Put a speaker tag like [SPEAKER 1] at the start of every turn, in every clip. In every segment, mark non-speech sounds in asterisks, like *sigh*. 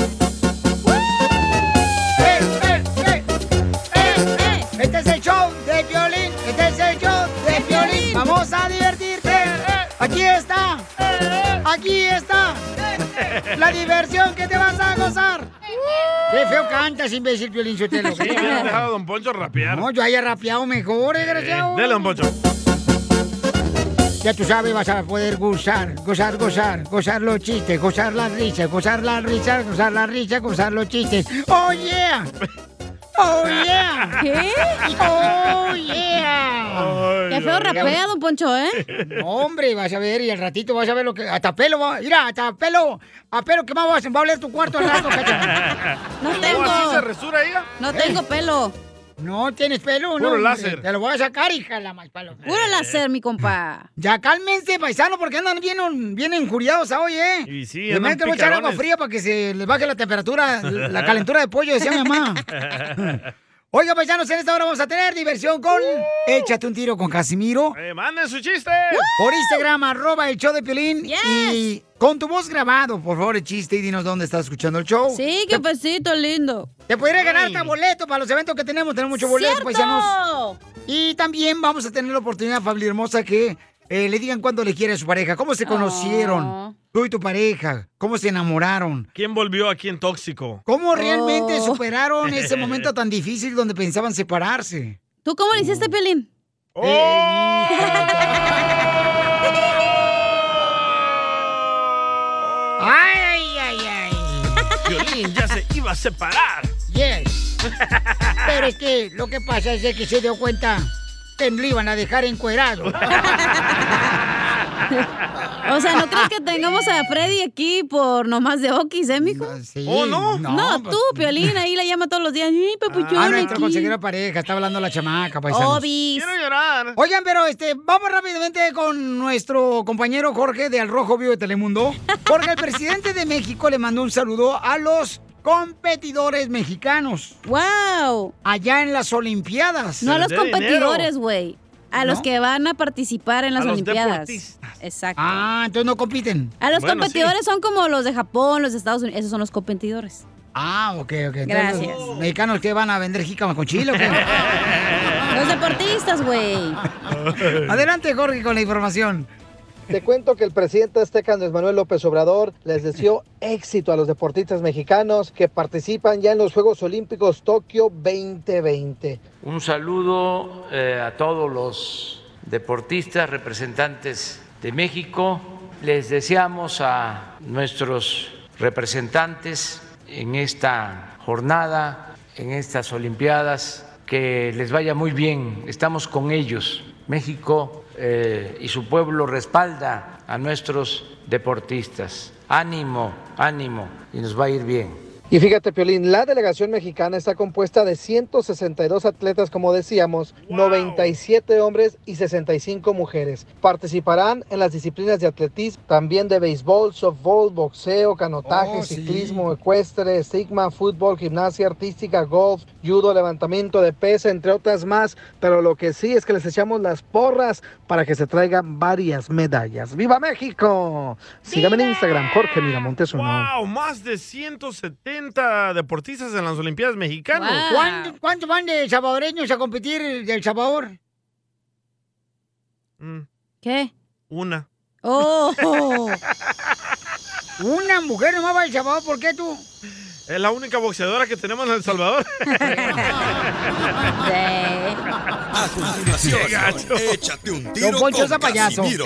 [SPEAKER 1] Este
[SPEAKER 2] Este Eh,
[SPEAKER 1] aquí está la diversión que te vas a gozar. Qué feo cantas, imbécil, Piolín Sotelo.
[SPEAKER 2] Sí, me han dejado a Don Poncho rapear.
[SPEAKER 1] No, yo haya rapeado mejor, desgraciado.
[SPEAKER 2] Dele, Don Poncho.
[SPEAKER 1] Ya tú sabes, vas a poder gozar, gozar, gozar, gozar los chistes, gozar las risas, gozar las risas, gozar las risas, gozar los chistes. ¡Oh, yeah! ¡Oh, yeah!
[SPEAKER 3] ¿Qué?
[SPEAKER 1] ¡Oh, yeah!
[SPEAKER 3] Qué feo rapea, don Poncho, ¿eh?
[SPEAKER 1] *laughs* No, Hombre, vas a ver, y al ratito vas a ver lo que... Hasta pelo, va- mira, hasta pelo, a pelo que más vas a valer tu cuarto al rato, cacha.
[SPEAKER 3] *laughs* No
[SPEAKER 2] ¿Cómo así se
[SPEAKER 3] tengo.
[SPEAKER 2] resura ella?
[SPEAKER 3] No tengo pelo.
[SPEAKER 1] Eh. No tienes pelo,
[SPEAKER 2] Puro
[SPEAKER 1] ¿no?
[SPEAKER 2] láser.
[SPEAKER 1] Te lo voy a sacar, hija, la más palo.
[SPEAKER 3] Puro láser, mi compa.
[SPEAKER 1] Ya cálmense, paisano, porque andan bien, bien injuriados hoy, ¿eh?
[SPEAKER 2] Y sí,
[SPEAKER 1] Le
[SPEAKER 2] andan
[SPEAKER 1] meten a echar agua
[SPEAKER 2] picarones.
[SPEAKER 1] fría para que se les baje la temperatura, la calentura de pollo, decía mi mamá. Oiga, paisanos, en esta hora vamos a tener diversión con Échate un tiro con Casimiro
[SPEAKER 2] Eh, manden su chiste.
[SPEAKER 1] por Instagram, arroba el show de Piolín.
[SPEAKER 3] Yes.
[SPEAKER 1] Y con tu voz grabado, por favor, el chiste y dinos dónde estás escuchando el show.
[SPEAKER 3] Sí, qué pesito lindo.
[SPEAKER 1] Te podría ganar
[SPEAKER 2] Ay.
[SPEAKER 1] hasta boleto para los eventos que tenemos. Tenemos muchos boletos,
[SPEAKER 3] ¡Cierto!
[SPEAKER 1] paisanos. Y también vamos a tener la oportunidad, Fabli Hermosa, que eh, le digan cuándo le quiere a su pareja. ¿Cómo se conocieron?
[SPEAKER 3] Oh.
[SPEAKER 1] Tú y tu pareja. ¿Cómo se enamoraron?
[SPEAKER 2] ¿Quién volvió aquí en tóxico?
[SPEAKER 1] ¿Cómo realmente
[SPEAKER 3] Oh. *laughs*
[SPEAKER 1] superaron ese momento tan difícil donde pensaban separarse?
[SPEAKER 3] ¿Tú cómo le hiciste, Pelín?
[SPEAKER 2] ¡Oh!
[SPEAKER 1] ¡Ay, ay, ay!
[SPEAKER 2] *laughs* Violín ya se iba a separar.
[SPEAKER 1] ay. ¡Yes! Pero es que lo que pasa es de que se dio cuenta que me lo iban a
[SPEAKER 3] *laughs*
[SPEAKER 1] dejar encuerado.
[SPEAKER 3] O sea, ¿no crees que tengamos a Freddy aquí por nomás de Oquis, eh, mijo?
[SPEAKER 1] Sí,
[SPEAKER 2] ¿Oh, no?
[SPEAKER 3] No,
[SPEAKER 1] pues-
[SPEAKER 3] tú, Piolín, ahí la llama todos los días. ¡Ay, papuchón,
[SPEAKER 1] Ah,
[SPEAKER 3] aquí!
[SPEAKER 1] nuestra consejera pareja, está hablando la chamaca, paisanos.
[SPEAKER 3] Obis.
[SPEAKER 2] Quiero llorar.
[SPEAKER 1] Oigan, pero este, vamos rápidamente con nuestro compañero Jorge de Al Rojo Vivo
[SPEAKER 3] *laughs*
[SPEAKER 1] de Telemundo. Porque el presidente de México le mandó un saludo a los competidores mexicanos
[SPEAKER 3] ¡Wow!
[SPEAKER 1] allá en las Olimpiadas.
[SPEAKER 3] No a
[SPEAKER 2] les
[SPEAKER 3] los
[SPEAKER 2] dé
[SPEAKER 3] competidores, güey. A los
[SPEAKER 1] ¿No?
[SPEAKER 3] que van a participar en las
[SPEAKER 2] A los
[SPEAKER 3] Olimpiadas.
[SPEAKER 2] deportistas.
[SPEAKER 3] Exacto.
[SPEAKER 1] Ah, entonces no compiten.
[SPEAKER 3] A los
[SPEAKER 2] Bueno,
[SPEAKER 3] competidores son como los de Japón, los de Estados Unidos. Esos son los competidores.
[SPEAKER 1] Ah, ok, ok. Entonces,
[SPEAKER 3] Gracias.
[SPEAKER 1] ¿los mexicanos que van a vender jícamas con chile o qué?
[SPEAKER 2] *laughs*
[SPEAKER 3] Los deportistas, güey.
[SPEAKER 1] Adelante, Jorge, con la información.
[SPEAKER 4] Te cuento que el presidente azteca Andrés Manuel López Obrador les deseó éxito a los deportistas mexicanos que participan ya en los Juegos Olímpicos Tokio 2020.
[SPEAKER 5] Un saludo eh, a todos los deportistas, representantes de México. Les deseamos a nuestros representantes en esta jornada, en estas Olimpiadas, que les vaya muy bien. Estamos con ellos. México eh, y su pueblo respalda a nuestros deportistas. Ánimo, ánimo, y nos va a ir bien.
[SPEAKER 4] Y fíjate, Piolín, la delegación mexicana está compuesta de 162 atletas, como decíamos, 97 hombres y 65 mujeres. Participarán en las disciplinas de atletismo, también de béisbol, softball, boxeo, canotaje,
[SPEAKER 1] Oh, sí.
[SPEAKER 4] ciclismo, ecuestre, estigma, fútbol, gimnasia artística, golf, judo, levantamiento de pesa, entre otras más. Pero lo que sí es que les echamos las porras para que se traigan varias medallas. ¡Viva México! Sígame en Instagram, Jorge Miramontes uno.
[SPEAKER 2] *laughs* ¡Wow! Más de 170 deportistas en las Olimpiadas Mexicanas.
[SPEAKER 3] Wow.
[SPEAKER 1] ¿Cuánto- ¿Cuántos van de salvadoreños a competir del Salvador?
[SPEAKER 2] Mm,
[SPEAKER 3] ¿Qué?
[SPEAKER 2] una.
[SPEAKER 3] ¡Oh!
[SPEAKER 1] *laughs* Una mujer nomás va al Salvador, ¿por qué tú?
[SPEAKER 2] Es la única boxeadora que tenemos en El Salvador.
[SPEAKER 3] Sí.
[SPEAKER 6] A continuación,
[SPEAKER 2] Qué *laughs* gacho.
[SPEAKER 6] échate un tiro
[SPEAKER 1] Don Poncho es
[SPEAKER 6] con
[SPEAKER 1] a payaso.
[SPEAKER 6] Casimiro.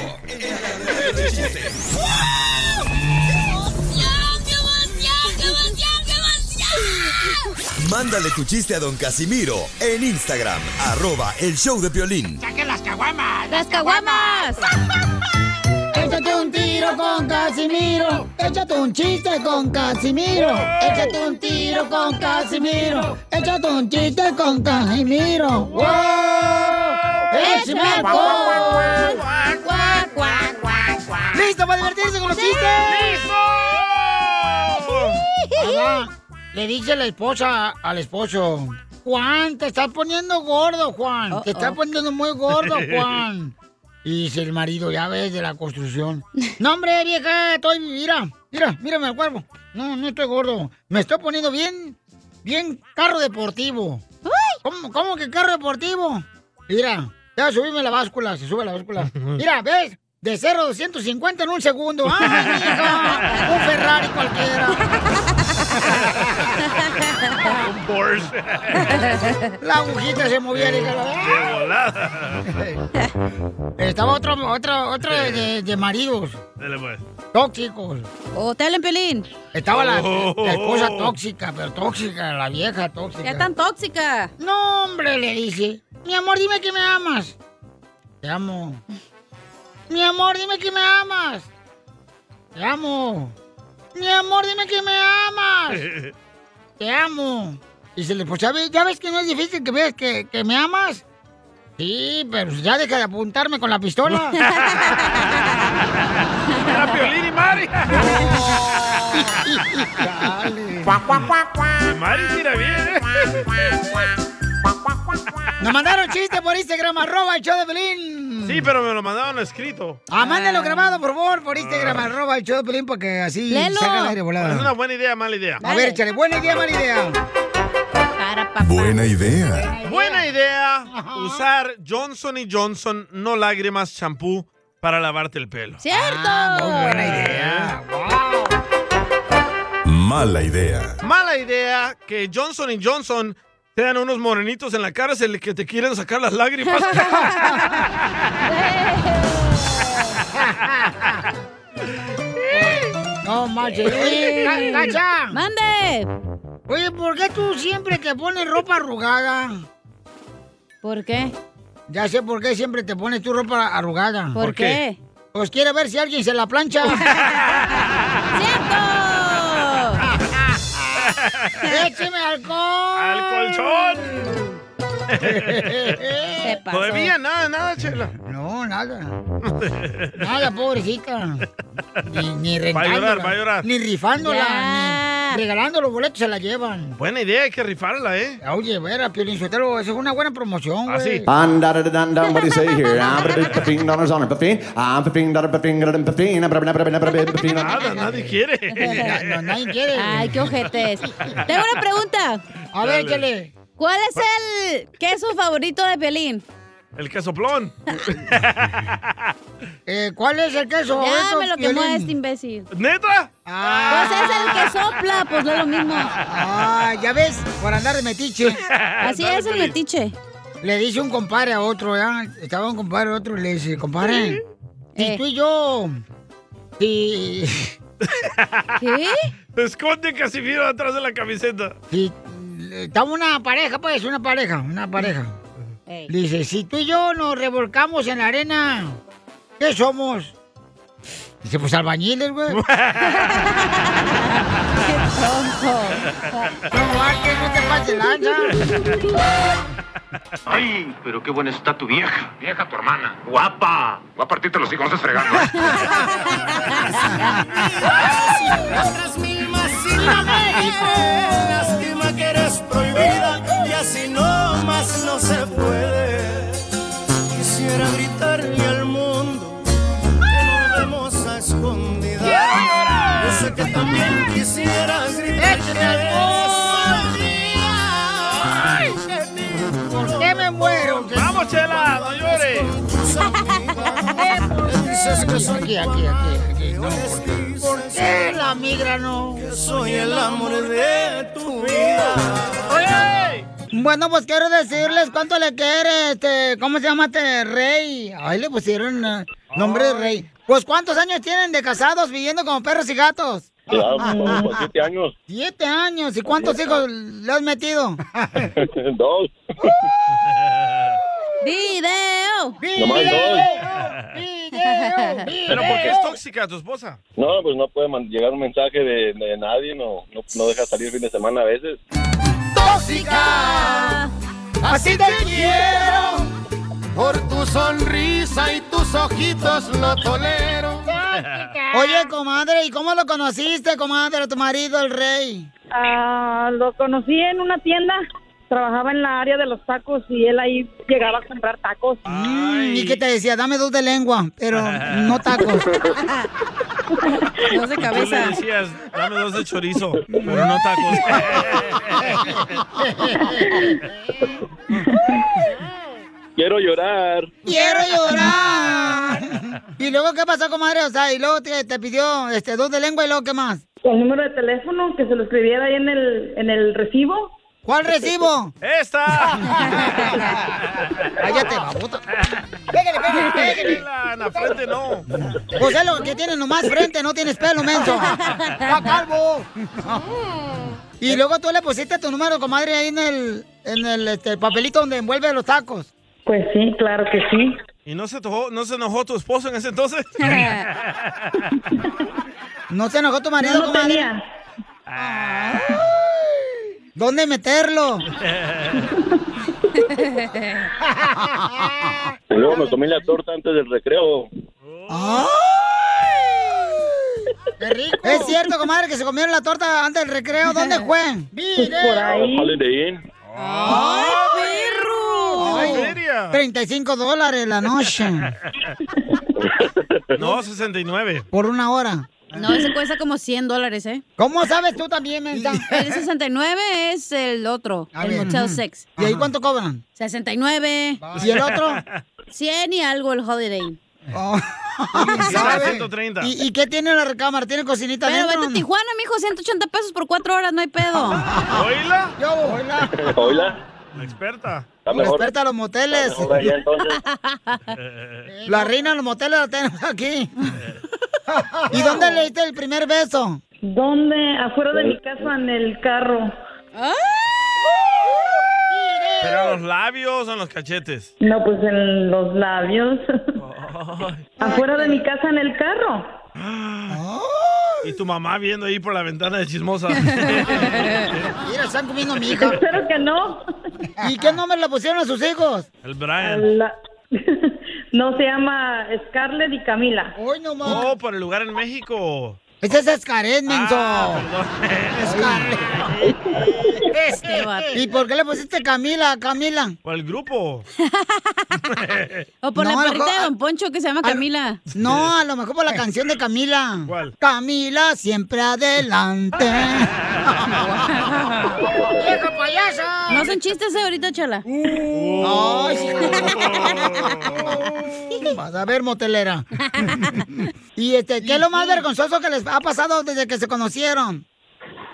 [SPEAKER 6] Mándale tu chiste a don Casimiro en Instagram, arroba el show de violín.
[SPEAKER 3] ¡Las caguamas!
[SPEAKER 1] *laughs* Échate un tiro con Casimiro. Échate un chiste con Casimiro. Échate un tiro con Casimiro. Échate un chiste con Casimiro. ¡Wow! Eh, ¡Échame alcohol! ¡Listo para divertirse con los chistes! Ahora, Le dice la esposa al esposo. Juan, te estás poniendo gordo, Juan. Te estás
[SPEAKER 3] Uh-oh.
[SPEAKER 1] poniendo muy *laughs* gordo, Juan. Y dice el marido, ya ves, de la construcción. No, hombre, vieja, estoy. Mira, mira, mírame al cuervo. No, no estoy gordo. Me estoy poniendo bien. Bien carro deportivo. ¿Cómo, cómo que carro deportivo? Mira, ya subíme la báscula, se sube la báscula. Mira, ¿ves? De 0 a 250 en un segundo. ¡Ay, mija! Un Ferrari cualquiera.
[SPEAKER 2] Un Porsche.
[SPEAKER 1] La agujita se movía, dije,
[SPEAKER 2] De volada.
[SPEAKER 1] Estaba otro, otro, otro de, de- de maridos
[SPEAKER 2] Dale, pues.
[SPEAKER 1] tóxicos.
[SPEAKER 3] O te hablen, Pelín.
[SPEAKER 1] Estaba la,
[SPEAKER 2] Oh.
[SPEAKER 1] la esposa tóxica, pero tóxica, la vieja tóxica.
[SPEAKER 3] Ya tan tóxica.
[SPEAKER 1] No, hombre, le dice. Mi amor, dime que me amas. Te amo. Mi amor, dime que me amas. Te amo. Mi amor, dime que me amas.
[SPEAKER 2] *laughs*
[SPEAKER 1] Te amo. Y se le pues, ¿sabe- ¿ya ves que no es difícil que veas que, que me amas? Sí, pero ya deja de apuntarme con la
[SPEAKER 2] *laughs*
[SPEAKER 1] pistola.
[SPEAKER 2] Era Piolín y
[SPEAKER 1] *laughs*
[SPEAKER 2] Mari.
[SPEAKER 1] Cuac, cuac, cuac, cuac.
[SPEAKER 2] Y Mari tira bien,
[SPEAKER 1] Nos mandaron chistes por Instagram, arroba el show de Pelín.
[SPEAKER 2] ¿eh? Sí, pero me lo mandaron escrito.
[SPEAKER 1] Ah, mándalo grabado, por favor, por Instagram, arroba el show de Pelín, para que así
[SPEAKER 3] Lelo.
[SPEAKER 1] salga al aire
[SPEAKER 2] Es una
[SPEAKER 1] volada.
[SPEAKER 2] buena idea, mala idea.
[SPEAKER 1] A ver, échale, buena idea, mala idea.
[SPEAKER 3] Para papá.
[SPEAKER 6] Buena idea.
[SPEAKER 2] Buena idea usar Johnson y Johnson, no lágrimas, champú para lavarte el pelo.
[SPEAKER 3] ¡Cierto!
[SPEAKER 1] Ah, muy buena idea.
[SPEAKER 6] Mala idea.
[SPEAKER 2] Mala idea que Johnson y Johnson sean unos morenitos en la cárcel que te quieren sacar
[SPEAKER 1] *laughs*
[SPEAKER 2] las lágrimas.
[SPEAKER 1] No, manches. Oye, Ca- Cacha,
[SPEAKER 3] ¡Mande!
[SPEAKER 1] oye, ¿por qué tú siempre te pones ropa arrugada?
[SPEAKER 3] ¿Por qué?
[SPEAKER 1] Ya sé por qué siempre te pones tu ropa arrugada.
[SPEAKER 3] ¿Por,
[SPEAKER 2] ¿Por qué?
[SPEAKER 3] qué?
[SPEAKER 1] Pues quiere ver si alguien se la plancha.
[SPEAKER 3] *laughs* ¡Cierto!
[SPEAKER 2] *laughs*
[SPEAKER 1] ¡Écheme alcohol!
[SPEAKER 2] ¡Al colchón!
[SPEAKER 3] Se pasó.
[SPEAKER 2] Todavía nada, nada, chela.
[SPEAKER 1] No, nada. Nada, pobrecita. Ni, ni
[SPEAKER 2] Va a
[SPEAKER 1] rentándola,
[SPEAKER 2] llorar, va a llorar.
[SPEAKER 1] Ni rifándola,
[SPEAKER 3] Ya.
[SPEAKER 1] ni regalando los boletos se la llevan.
[SPEAKER 2] Buena idea, hay que rifarla, ¿eh?
[SPEAKER 1] Oye, vera, Piolín Sotelo, eso es una buena promoción, güey.
[SPEAKER 2] Ah, sí.
[SPEAKER 7] And da da da da da. What do you say here? I'm fifteen dollars on it. Fifteen. I'm fifteen dollar fifteen dollar fifteen. I'm fifteen.
[SPEAKER 2] Nada, nadie
[SPEAKER 1] *laughs*
[SPEAKER 2] quiere.
[SPEAKER 1] Na- na- nadie quiere.
[SPEAKER 3] Ay, qué ojetes. Tengo una pregunta.
[SPEAKER 1] A ver,
[SPEAKER 2] Dale.
[SPEAKER 1] échale.
[SPEAKER 3] ¿Cuál es el queso favorito de Pelín?
[SPEAKER 2] El casoplón.
[SPEAKER 1] *laughs* Eh, ¿Cuál es el queso?
[SPEAKER 3] Ya
[SPEAKER 1] favorito,
[SPEAKER 3] me lo quemó
[SPEAKER 1] Piolín?
[SPEAKER 3] este imbécil.
[SPEAKER 2] ¿Neta?
[SPEAKER 1] Ah,
[SPEAKER 3] Pues es el que sopla, pues no es lo mismo.
[SPEAKER 1] ah, ya ves, por andar de metiche.
[SPEAKER 3] Así es el metiche.
[SPEAKER 1] Le dice un compadre a otro, ¿ya? Estaba un compadre a otro y le dice, compadre, si
[SPEAKER 3] Eh.
[SPEAKER 1] tú y yo, si,
[SPEAKER 3] ¿Qué?
[SPEAKER 2] Se Esconde Casimiro atrás de la camiseta.
[SPEAKER 1] si estamos una pareja, pues, una pareja, una pareja.
[SPEAKER 3] Ey.
[SPEAKER 1] Le dice, si tú y yo nos revolcamos en la arena, ¿qué somos? Dice, pues albañiles, güey. *laughs* No,
[SPEAKER 3] Qué tonto.
[SPEAKER 1] Marques, no te pases de lanza.
[SPEAKER 8] *laughs* Ay, pero qué buena está tu vieja. Vieja tu hermana. Guapa. Voy a partirte los hijos, no estás fregando.
[SPEAKER 9] Otras mil más y Lástima que eres prohibida y así no más no se puede. Quisiera gritarle al mundo que nos vemos a escondidas. Yo sé que también quisieras gritar que te eres mía, que te
[SPEAKER 1] ¿Por qué me muero?
[SPEAKER 2] ¡Vamos, chela! ¡No llores!
[SPEAKER 9] tus
[SPEAKER 1] *laughs*
[SPEAKER 9] amigas. Le dices que soy
[SPEAKER 1] Aquí, aquí, aquí. aquí. No,
[SPEAKER 9] les dices
[SPEAKER 1] *laughs* ¿Qué la migra no?
[SPEAKER 9] que soy el amor de tu vida.
[SPEAKER 2] ¡Oye!
[SPEAKER 1] Bueno, pues quiero decirles cuánto le quiere, este, ¿cómo se llama este rey? Ay, le pusieron eh, nombre de rey. Pues cuántos años tienen de casados viviendo como perros y gatos? Ah.
[SPEAKER 10] Llevamos por siete años, *laughs*
[SPEAKER 1] Siete años. ¿Y cuántos hijos le has metido?
[SPEAKER 10] dos.
[SPEAKER 3] ¡Video!
[SPEAKER 10] Nomás dos.
[SPEAKER 1] Video, video.
[SPEAKER 2] ¿Pero por qué es tóxica tu esposa?
[SPEAKER 10] No, pues no puede man- llegar un mensaje de, de nadie, no, no, no deja salir fin de semana a veces.
[SPEAKER 9] tóxica. Así te quiero. Por tu sonrisa y tus ojitos lo tolero.
[SPEAKER 1] Oye, comadre, ¿y cómo lo conociste, comadre, a tu marido, el rey?
[SPEAKER 11] Ah, lo conocí en una tienda. Trabajaba en la área de los tacos y él ahí llegaba a comprar tacos.
[SPEAKER 1] Mm, ¿Y qué te decía? Dame dos de lengua, pero no tacos.
[SPEAKER 3] Dos de
[SPEAKER 2] Tú le
[SPEAKER 3] cabeza.
[SPEAKER 2] decías, dame dos de chorizo, pero no tacos.
[SPEAKER 10] Quiero llorar.
[SPEAKER 1] ¡Quiero llorar! *laughs* ¿Y luego qué pasó, comadre? O sea, y luego te, te pidió este dos de lengua y luego qué más.
[SPEAKER 11] El número de teléfono que se lo escribiera ahí en el, en el recibo.
[SPEAKER 1] ¿Cuál recibo?
[SPEAKER 2] ¡Esta!
[SPEAKER 1] *laughs* Cállate, babota. Pégale, pégale, pégale.
[SPEAKER 2] En la frente no.
[SPEAKER 1] Pues es lo que tienes nomás frente, no tienes pelo, menso. *laughs* ¡Está calvo! Y luego tú le pusiste tu número, comadre, ahí en el, en el este, papelito donde envuelve los tacos.
[SPEAKER 11] Pues sí, claro que sí.
[SPEAKER 2] ¿Y no se, tojó- no se enojó tu esposo en ese
[SPEAKER 11] *laughs*
[SPEAKER 2] entonces?
[SPEAKER 1] ¿No se enojó tu marido,
[SPEAKER 2] No lo
[SPEAKER 1] comadre?
[SPEAKER 2] tenía.
[SPEAKER 1] Ay, ¿Dónde meterlo?
[SPEAKER 10] Y luego me comí la torta antes del recreo.
[SPEAKER 1] ¡Ay! Es cierto, comadre, que se comieron la torta antes del recreo. ¿Dónde fue?
[SPEAKER 11] Pues
[SPEAKER 10] Por Holiday Inn.
[SPEAKER 1] ¡Ay, perro!
[SPEAKER 2] ¡Ay,
[SPEAKER 1] 35 dólares la noche.
[SPEAKER 2] No, 69.
[SPEAKER 1] Por una hora.
[SPEAKER 3] No, ese cuesta como 100 dólares, ¿eh?
[SPEAKER 1] ¿Cómo sabes tú también, mensa?
[SPEAKER 3] *laughs* El 69 es el otro,
[SPEAKER 1] A
[SPEAKER 3] el
[SPEAKER 1] ver.
[SPEAKER 3] Motel
[SPEAKER 1] Ujú.
[SPEAKER 3] Sex.
[SPEAKER 1] ¿Y ahí cuánto cobran?
[SPEAKER 3] 69.
[SPEAKER 1] ¿Y el
[SPEAKER 9] *laughs*
[SPEAKER 1] otro? Oh.
[SPEAKER 3] 100 y algo el Holiday. Inn.
[SPEAKER 2] *laughs*
[SPEAKER 1] ¿Sabe?
[SPEAKER 2] 130.
[SPEAKER 1] ¿Y, y qué tiene la recámara? ¿Tiene cocinita
[SPEAKER 3] Pero
[SPEAKER 1] adentro?
[SPEAKER 3] vete a Tijuana, mijo, 180 pesos por 4 horas, no hay pedo.
[SPEAKER 1] *laughs*
[SPEAKER 2] ¿Oíla?
[SPEAKER 1] Yo, oíla.
[SPEAKER 10] Hola.
[SPEAKER 2] La experta.
[SPEAKER 1] Respeta los moteles.
[SPEAKER 2] Está mejor allá, entonces.
[SPEAKER 1] La reina de los moteles la tenemos
[SPEAKER 2] *laughs*
[SPEAKER 1] aquí. ¿Y dónde le diste el primer beso?
[SPEAKER 11] ¿Dónde? Afuera de mi casa, en el carro.
[SPEAKER 2] ¿Pero en los labios o en los cachetes?
[SPEAKER 11] No, pues en los labios. Afuera de mi casa, en el carro.
[SPEAKER 2] Y tu mamá viendo ahí por la ventana
[SPEAKER 10] *laughs*
[SPEAKER 2] de chismosa.
[SPEAKER 1] Mira, están comiendo a mi hija.
[SPEAKER 11] Espero que no.
[SPEAKER 1] ¿Y qué nombre le pusieron a sus hijos?
[SPEAKER 2] El Brian.
[SPEAKER 11] La- *laughs* No, se llama Scarlett y Camila.
[SPEAKER 1] ¡Hoy no
[SPEAKER 2] Oh, por el lugar en México.
[SPEAKER 1] Ese es Escaret, menso.
[SPEAKER 3] Este vato.
[SPEAKER 1] ¿Y por qué le pusiste Camila, Camila?
[SPEAKER 2] Por el grupo.
[SPEAKER 3] O por
[SPEAKER 1] No,
[SPEAKER 3] la
[SPEAKER 1] a
[SPEAKER 9] *laughs*
[SPEAKER 1] lo
[SPEAKER 3] perrita
[SPEAKER 1] mejor-
[SPEAKER 3] de Don Poncho que se llama
[SPEAKER 1] a-
[SPEAKER 3] Camila.
[SPEAKER 1] No, a lo mejor por la canción de Camila.
[SPEAKER 2] ¿Cuál?
[SPEAKER 1] Camila, siempre
[SPEAKER 2] *laughs*
[SPEAKER 1] adelante. *laughs* ¡Viejo payaso!
[SPEAKER 3] No son chistes eh, ahorita, chala.
[SPEAKER 1] Oh. Ay, sí. Vas *laughs* a ver, *laughs* motelera. y este, ¿qué es lo más vergonzoso que les ha pasado desde que se conocieron?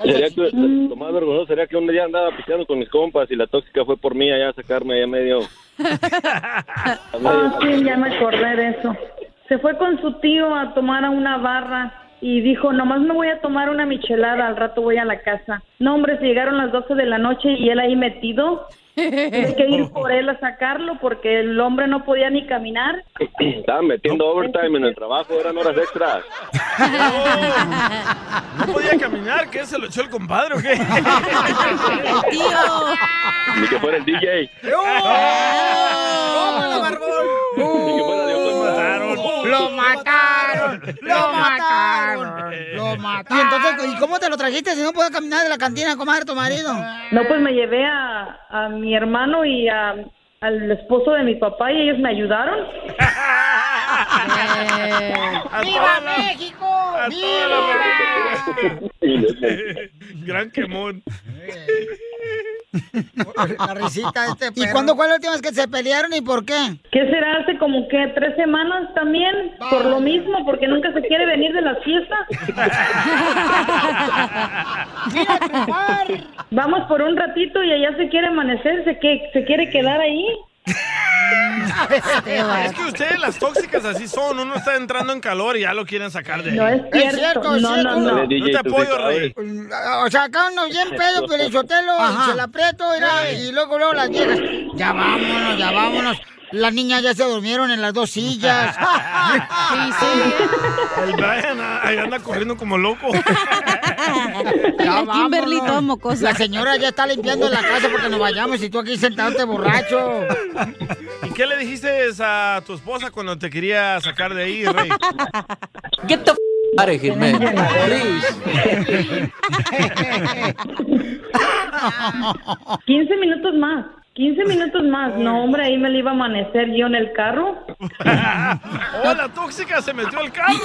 [SPEAKER 10] Sería que- lo más vergonzoso sería que un día andaba pisteando con mis compas y la tóxica fue por mí allá a sacarme allá medio. *clears throat* a medio-
[SPEAKER 11] Ah, sí, ya me acordé de eso. Se fue con su tío a tomar a una barra y dijo, nomás me voy a tomar una michelada, al rato voy a la casa. No, hombre, se llegaron las 12 de la noche y él ahí metido. Tuve que ir por él a sacarlo porque el hombre no podía ni caminar.
[SPEAKER 10] Estaba metiendo overtime en el trabajo, eran horas extras.
[SPEAKER 2] No podía caminar, ¿qué? ¿Se lo echó el compadre o qué?
[SPEAKER 1] *laughs*
[SPEAKER 3] tío.
[SPEAKER 10] Ni que fuera el
[SPEAKER 2] *laughs*
[SPEAKER 10] DJ.
[SPEAKER 1] *laughs* ¡Oh,
[SPEAKER 10] Ni que fuera Dios, lo mataron.
[SPEAKER 1] ¡Lo mataron! ¡Lo mataron! ¡Lo mataron! Y entonces, ¿y cómo te lo trajiste si no podía caminar de la cantina a comer tu marido?
[SPEAKER 11] No, pues me llevé a, a mi hermano y a- al esposo de mi papá y ellos me ayudaron.
[SPEAKER 1] ¡Viva México!
[SPEAKER 2] Gran quemón.
[SPEAKER 1] La risita de este ¿Y cuándo fue la última vez que se pelearon y por qué?
[SPEAKER 11] ¿Qué será? Hace como que tres semanas también, por lo mismo, porque nunca se quiere venir de las
[SPEAKER 1] *laughs*
[SPEAKER 11] fiestas. Vamos por un ratito y allá se quiere amanecer, se, que, se quiere quedar ahí.
[SPEAKER 2] Es que ustedes, las tóxicas, así son. Uno está entrando en calor y ya lo quieren sacar de ahí.
[SPEAKER 11] No es cierto.
[SPEAKER 1] Es cierto, es
[SPEAKER 11] No,
[SPEAKER 1] cierto.
[SPEAKER 11] no, no.
[SPEAKER 2] No te apoyo, Rey.
[SPEAKER 1] O sea, acá uno bien pedo, pelichotelo, y se la aprieto, mira, y luego luego las viejas. Ya vámonos, ya vámonos. Las niñas ya se durmieron en las dos sillas. *laughs* sí,
[SPEAKER 2] El Brian ah, ahí anda corriendo como loco.
[SPEAKER 1] Ya
[SPEAKER 3] La Kimberly
[SPEAKER 1] vámonos.
[SPEAKER 3] todo mocosa.
[SPEAKER 1] La señora ya está limpiando la casa porque nos vayamos y tú aquí sentándote borracho.
[SPEAKER 2] ¿Y qué le dijiste a tu esposa cuando te quería sacar de ahí, Rey?
[SPEAKER 1] Get
[SPEAKER 2] *laughs*
[SPEAKER 1] the f
[SPEAKER 5] Out of here, man.
[SPEAKER 11] 15 minutos más. 15 minutos más. No, hombre, ahí me le iba a amanecer yo en el carro.
[SPEAKER 2] ¡Oh, la tóxica se metió al carro!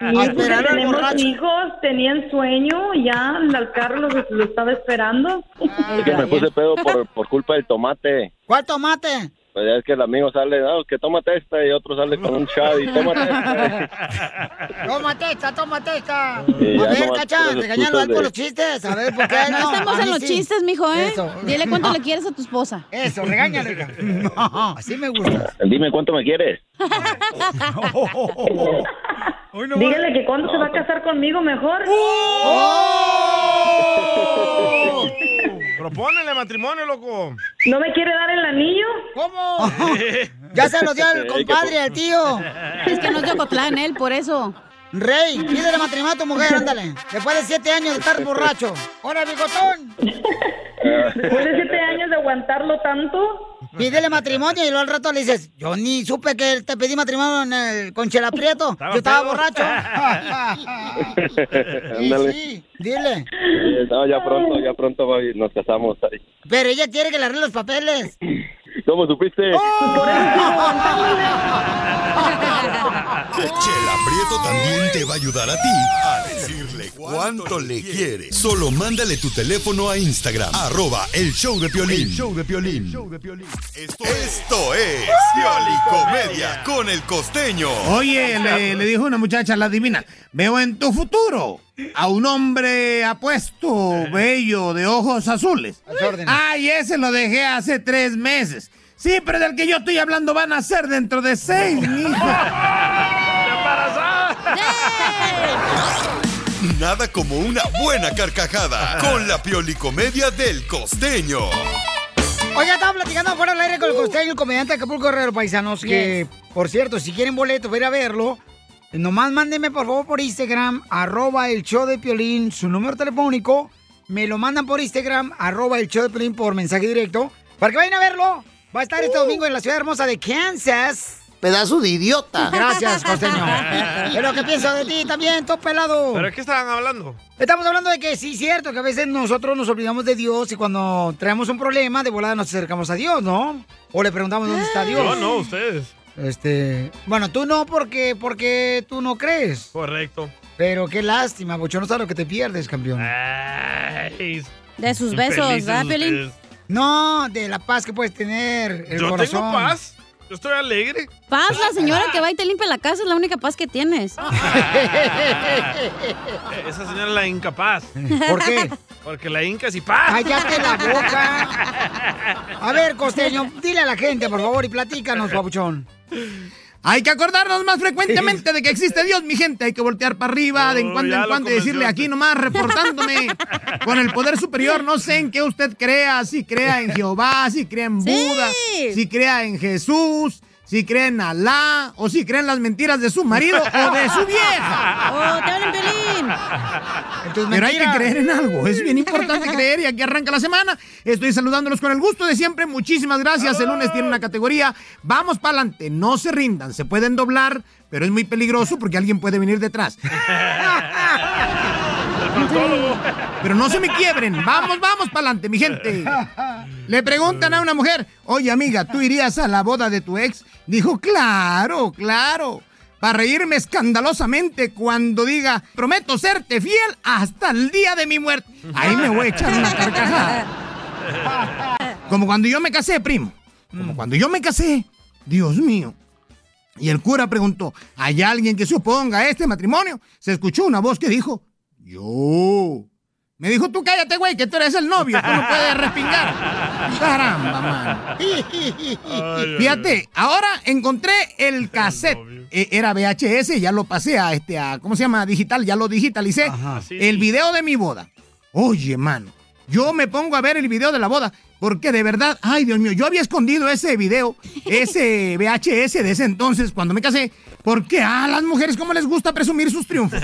[SPEAKER 11] Y
[SPEAKER 2] A
[SPEAKER 11] eso que
[SPEAKER 2] esperar al
[SPEAKER 11] tenemos
[SPEAKER 2] borracho.
[SPEAKER 11] hijos, tenían sueño, ya al carro los, los estaba esperando.
[SPEAKER 10] Es que me puse pedo por, por culpa del tomate.
[SPEAKER 1] ¿Cuál tomate?
[SPEAKER 10] Pues ya es que el amigo sale, "Ah, que tómate esta, y otro sale con un shot y tómate esta.
[SPEAKER 1] Tómate esta, tómate esta. A
[SPEAKER 10] Sí, ya
[SPEAKER 1] ver,
[SPEAKER 10] nomás
[SPEAKER 1] cacha,
[SPEAKER 10] puros
[SPEAKER 1] regañalo
[SPEAKER 10] excusas
[SPEAKER 1] algo
[SPEAKER 10] de-
[SPEAKER 1] los chistes. A ver, ¿por qué
[SPEAKER 3] No,
[SPEAKER 1] no?
[SPEAKER 3] estamos
[SPEAKER 1] A
[SPEAKER 3] en
[SPEAKER 1] mí
[SPEAKER 3] los
[SPEAKER 1] sí.
[SPEAKER 3] chistes, mijo, ¿eh?
[SPEAKER 1] Eso.
[SPEAKER 3] Dile cuánto le quieres a tu esposa.
[SPEAKER 1] Eso,
[SPEAKER 3] *laughs*
[SPEAKER 1] regáñale. hija. Así me gusta.
[SPEAKER 10] *laughs* Dime cuánto me *laughs* quieres.
[SPEAKER 11] Dígale que cuando se va a casar conmigo mejor. *laughs*
[SPEAKER 2] Propónele matrimonio, loco.
[SPEAKER 11] ¿No me quiere dar el anillo?
[SPEAKER 1] ¿Cómo? Ya se lo dio al compadre, al tío.
[SPEAKER 3] Es que no es de Ocotlán, él, por eso.
[SPEAKER 1] Rey, pídele matrimonio a tu mujer, ándale. Después de siete años de estar borracho. ¡Hola, bigotón!
[SPEAKER 11] Después Pues de siete años de aguantarlo tanto.
[SPEAKER 1] Pídele matrimonio y luego al rato le dices, yo ni supe que te pedí matrimonio en el, con Chela Prieto. Yo estaba
[SPEAKER 12] pedo.
[SPEAKER 1] borracho.
[SPEAKER 10] Ándale.
[SPEAKER 1] sí, dile.
[SPEAKER 10] Eh, No, ya pronto, ya pronto va y nos casamos. Ay,
[SPEAKER 1] Pero ella quiere que le arregle los papeles.
[SPEAKER 10] ¿Cómo supiste?
[SPEAKER 1] *laughs*
[SPEAKER 6] Chela Prieto también te va a ayudar a ti a decirle cuánto le quieres. Solo mándale tu teléfono a Instagram, arroba el show de Piolín.
[SPEAKER 8] El
[SPEAKER 6] show de Piolín. Esto es Piolicomedia con el costeño.
[SPEAKER 8] Oye, le, le dijo una muchacha a la divina, veo en tu futuro a un hombre apuesto,
[SPEAKER 6] Eh.
[SPEAKER 8] bello, de ojos azules. Ay, ese lo dejé hace tres meses. Sí, pero del que yo estoy hablando van a ser dentro de seis,
[SPEAKER 6] *laughs*
[SPEAKER 8] mijo.
[SPEAKER 6] Nada como una buena carcajada con la Piolicomedia del costeño.
[SPEAKER 1] Oiga, estaba platicando afuera del aire con el costeño, el comediante de Acapulco Guerrero, paisanos, que, por cierto, si quieren boleto para ir a verlo, nomás mándenme, por favor, por Instagram, arroba el show de Piolín, su número telefónico, me lo mandan por Instagram, arroba el show de Piolín por mensaje directo, para que vayan a verlo. Va a estar este domingo en la ciudad hermosa de Kansas.
[SPEAKER 13] Oh. Pedazo de idiota.
[SPEAKER 1] Gracias, costeño.
[SPEAKER 13] *laughs*
[SPEAKER 1] es lo que pienso de ti también, todo pelado.
[SPEAKER 2] ¿Pero qué estaban hablando?
[SPEAKER 1] Estamos hablando de que sí, cierto, que a veces nosotros nos olvidamos de Dios y cuando traemos un problema, de volada nos acercamos a Dios, ¿no? O le preguntamos dónde está Dios.
[SPEAKER 2] Ah. Yo no, ustedes.
[SPEAKER 1] Este, bueno, tú no porque porque tú no crees.
[SPEAKER 2] Correcto.
[SPEAKER 1] Pero qué lástima, Bocho, no sabes lo que te pierdes, campeón.
[SPEAKER 3] De sus besos, infelices ¿verdad, Piolín? ustedes.
[SPEAKER 1] No, de la paz que puedes tener, el
[SPEAKER 2] Yo
[SPEAKER 1] corazón.
[SPEAKER 2] tengo paz. Yo estoy
[SPEAKER 1] *laughs*
[SPEAKER 2] alegre.
[SPEAKER 3] Paz, la señora que va y te limpia la casa es la única paz que
[SPEAKER 2] *laughs*
[SPEAKER 3] tienes.
[SPEAKER 2] Esa señora es la incapaz.
[SPEAKER 1] ¿Por qué?
[SPEAKER 2] Porque la inca sí paz.
[SPEAKER 1] Cállate la boca. A ver, costeño, dile a la gente, por favor, y
[SPEAKER 2] *laughs*
[SPEAKER 1] platícanos, papuchón.
[SPEAKER 8] Hay que acordarnos más frecuentemente de que existe Dios, mi gente. Hay que voltear para arriba de en
[SPEAKER 2] Oh,
[SPEAKER 8] cuando
[SPEAKER 2] ya
[SPEAKER 8] en
[SPEAKER 2] lo
[SPEAKER 8] cuando y decirle aquí
[SPEAKER 2] *laughs*
[SPEAKER 8] nomás, reportándome con el poder superior. No sé en qué usted crea, si crea en Jehová, si crea en Buda, si crea en Jesús, si cree en Alá o si cree en las mentiras de su *laughs* marido o de su vieja. *laughs*
[SPEAKER 3] ¡Oh, te hablan, Piolín!
[SPEAKER 8] Pero hay que
[SPEAKER 3] mentiras.
[SPEAKER 8] creer en algo, es bien importante creer y aquí arranca la semana. Estoy saludándolos con el gusto de siempre, muchísimas gracias. El lunes tiene una categoría, vamos para adelante, no se rindan, se pueden doblar, pero es muy peligroso porque alguien puede venir detrás. Pero no se me quiebren, vamos, vamos para adelante, mi gente. Le preguntan a una mujer, oye amiga, ¿tú irías a la boda de tu ex? Dijo, claro, claro. Para reírme escandalosamente cuando diga, prometo serte fiel hasta el día de mi muerte. Ahí me voy a echar una carcajada. Como cuando yo me casé, primo. Como cuando yo me casé. Dios mío. Y el cura preguntó, ¿hay alguien que se oponga a este matrimonio? Se escuchó una voz que dijo, yo. Me dijo, tú cállate, güey, que tú eres el novio, tú no puedes respingar. Caramba, mano. Fíjate, ahora encontré el cassette. Eh, Era VHS, ya lo pasé a este, a, ¿cómo se llama? Digital, ya lo digitalicé. El video de mi boda. Oye, mano, yo me pongo a ver el video de la boda. Porque de verdad, ay Dios mío, yo había escondido ese video, ese VHS de ese entonces cuando me casé. Porque a las mujeres cómo les gusta presumir sus triunfos.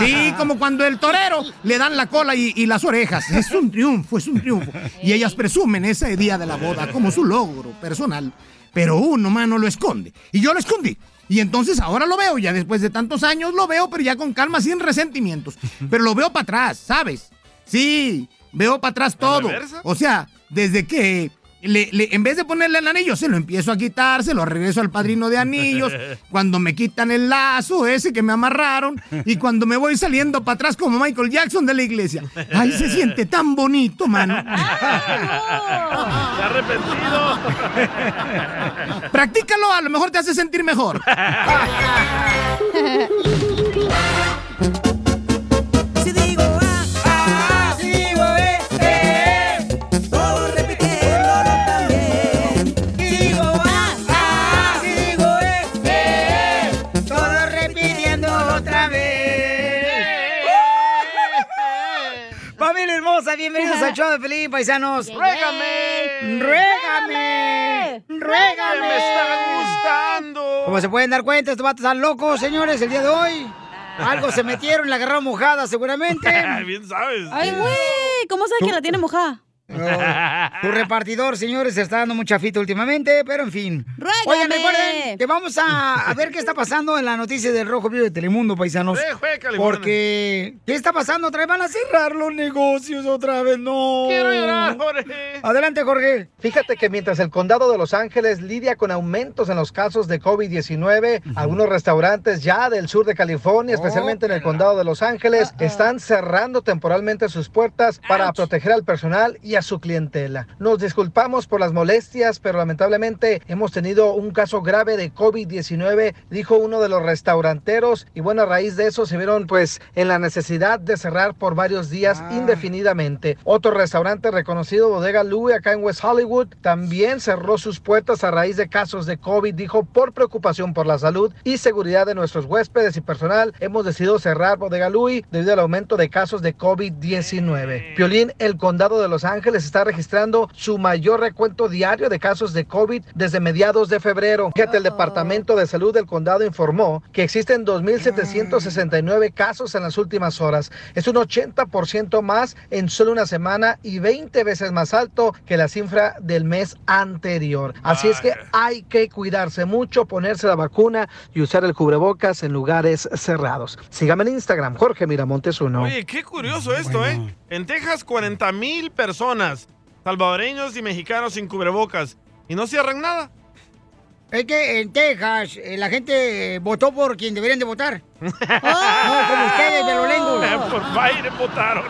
[SPEAKER 8] Sí, como cuando el torero le dan la cola y, y las orejas. Es un triunfo, es un triunfo. Y ellas presumen ese día de la boda como su logro personal. Pero uno, mano, lo esconde. Y yo lo escondí. Y entonces ahora lo veo, ya después de tantos años lo veo, pero ya con calma, sin resentimientos. Pero lo veo para atrás, ¿sabes? Sí, veo para atrás todo.
[SPEAKER 2] reversa?
[SPEAKER 8] O sea, desde que
[SPEAKER 14] le- le- en vez de ponerle el anillo, se lo empiezo a quitar, se lo regreso al padrino de
[SPEAKER 7] *laughs*
[SPEAKER 14] anillos. Cuando me quitan el lazo ese que me amarraron y cuando me voy saliendo para atrás como Michael Jackson de la iglesia. Ay, se siente tan bonito, mano.
[SPEAKER 2] ¡Está arrepentido!
[SPEAKER 14] Practícalo, a lo mejor te hace sentir mejor.
[SPEAKER 9] Si digo A, A, si digo B, B, todo repitiéndolo también. Si digo A, A, si digo B, B, todo repitiendo otra vez.
[SPEAKER 1] Familia hermosa, bienvenidos al show de Pelín, paisanos. ¡Ruégame! ¡Ruégame! ¡Ruégame!
[SPEAKER 9] ¡Me está
[SPEAKER 1] gustando! Como se pueden dar cuenta, estos vatos están locos, señores, el día de hoy. Algo se metieron, la agarraron mojada seguramente.
[SPEAKER 2] *laughs* Bien sabes.
[SPEAKER 3] Ay, güey, ¿cómo sabes que la tiene mojada?
[SPEAKER 1] Tu repartidor, señores, se está dando mucha fita últimamente, pero en fin.
[SPEAKER 3] ¡Ruégame!
[SPEAKER 1] Oigan, recuerden que vamos a, a ver qué está pasando en la noticia del Rojo Vivo de Telemundo, paisanos.
[SPEAKER 9] Eh, juega, California.
[SPEAKER 1] porque, ¿qué está pasando? Otra vez van a cerrar los negocios, otra vez no.
[SPEAKER 2] Jorge.
[SPEAKER 1] Adelante, Jorge.
[SPEAKER 4] Fíjate que mientras el condado de Los Ángeles lidia con aumentos en los casos de COVID-19, algunos restaurantes ya del sur de California, especialmente en el condado de Los Ángeles,
[SPEAKER 1] Ah,
[SPEAKER 4] están cerrando temporalmente sus puertas para proteger al personal y a su clientela. Nos disculpamos por las molestias, pero lamentablemente hemos tenido un caso grave de COVID-19, dijo uno de los restauranteros, y bueno, a raíz de eso se vieron pues en la necesidad de cerrar por varios días indefinidamente. Otro restaurante reconocido, Bodega Louie, acá en West Hollywood, también cerró sus puertas a raíz de casos de COVID, dijo, por preocupación por la salud y seguridad de nuestros huéspedes y personal, hemos decidido cerrar Bodega Louie debido al aumento de casos de COVID-19. Piolín, el condado de Los Ángeles está registrando su mayor recuento diario de casos de COVID desde mediados de febrero. Fíjate, el Departamento de Salud del condado informó que existen 2.769 casos en las últimas horas. Es un 80% más en solo una semana y 20 veces más alto que la cifra del mes anterior. Así es que hay que cuidarse mucho, ponerse la vacuna y usar el cubrebocas en lugares cerrados. Sígame en Instagram, Jorge Miramontes uno.
[SPEAKER 2] Oye, qué curioso esto, ¿eh? En Texas, 40 mil personas, salvadoreños y mexicanos sin cubrebocas, y no cierran nada.
[SPEAKER 1] Es que en Texas eh, la gente eh, votó por quien deberían de
[SPEAKER 2] *laughs*
[SPEAKER 1] votar. No, como ustedes, de los lengos.
[SPEAKER 2] Ah, Por Biden votaron.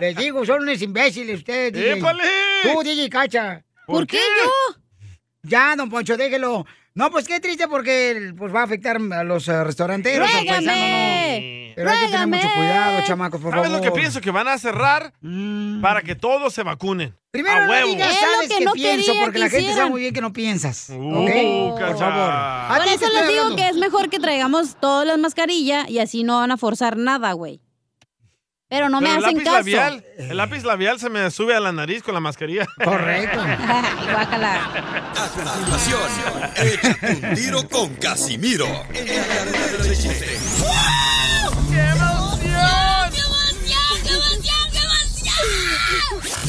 [SPEAKER 1] *laughs* Les digo, son unos imbéciles ustedes. DJ.
[SPEAKER 2] ¡Épale!
[SPEAKER 1] Tú, DJ Cacha.
[SPEAKER 2] ¿Por ¿Por qué qué?
[SPEAKER 1] yo? Ya, don Poncho, déjelo. No, pues qué triste porque pues, va a afectar a los eh, restauranteros. al
[SPEAKER 9] ¡Ruégame!
[SPEAKER 1] paisano, ¿no? Pero hay que tener
[SPEAKER 9] ¡Ruégame!
[SPEAKER 1] mucho cuidado, chamacos, por
[SPEAKER 2] ¿Sabes
[SPEAKER 1] favor. Mm.
[SPEAKER 2] lo que pienso? Que van a cerrar para que todos se vacunen.
[SPEAKER 1] Primero
[SPEAKER 2] a
[SPEAKER 1] no
[SPEAKER 2] huevo.
[SPEAKER 1] digas, "Ah, sabes que pienso, porque la gente sabe muy bien que no piensas.
[SPEAKER 2] Uh,
[SPEAKER 1] ¿ok? Por favor.
[SPEAKER 3] Por eso les digo que es mejor que traigamos todas las mascarillas y así no van a forzar nada, güey. Pero no me
[SPEAKER 2] Pero
[SPEAKER 3] hacen
[SPEAKER 2] el lápiz
[SPEAKER 3] caso.
[SPEAKER 2] Labial,
[SPEAKER 1] Eh.
[SPEAKER 2] el lápiz labial se me sube a la nariz con la mascarilla.
[SPEAKER 3] *laughs*
[SPEAKER 1] Correcto. *laughs*
[SPEAKER 6] A continuación, échate un tiro con Casimiro. En la Cadena de Chiste.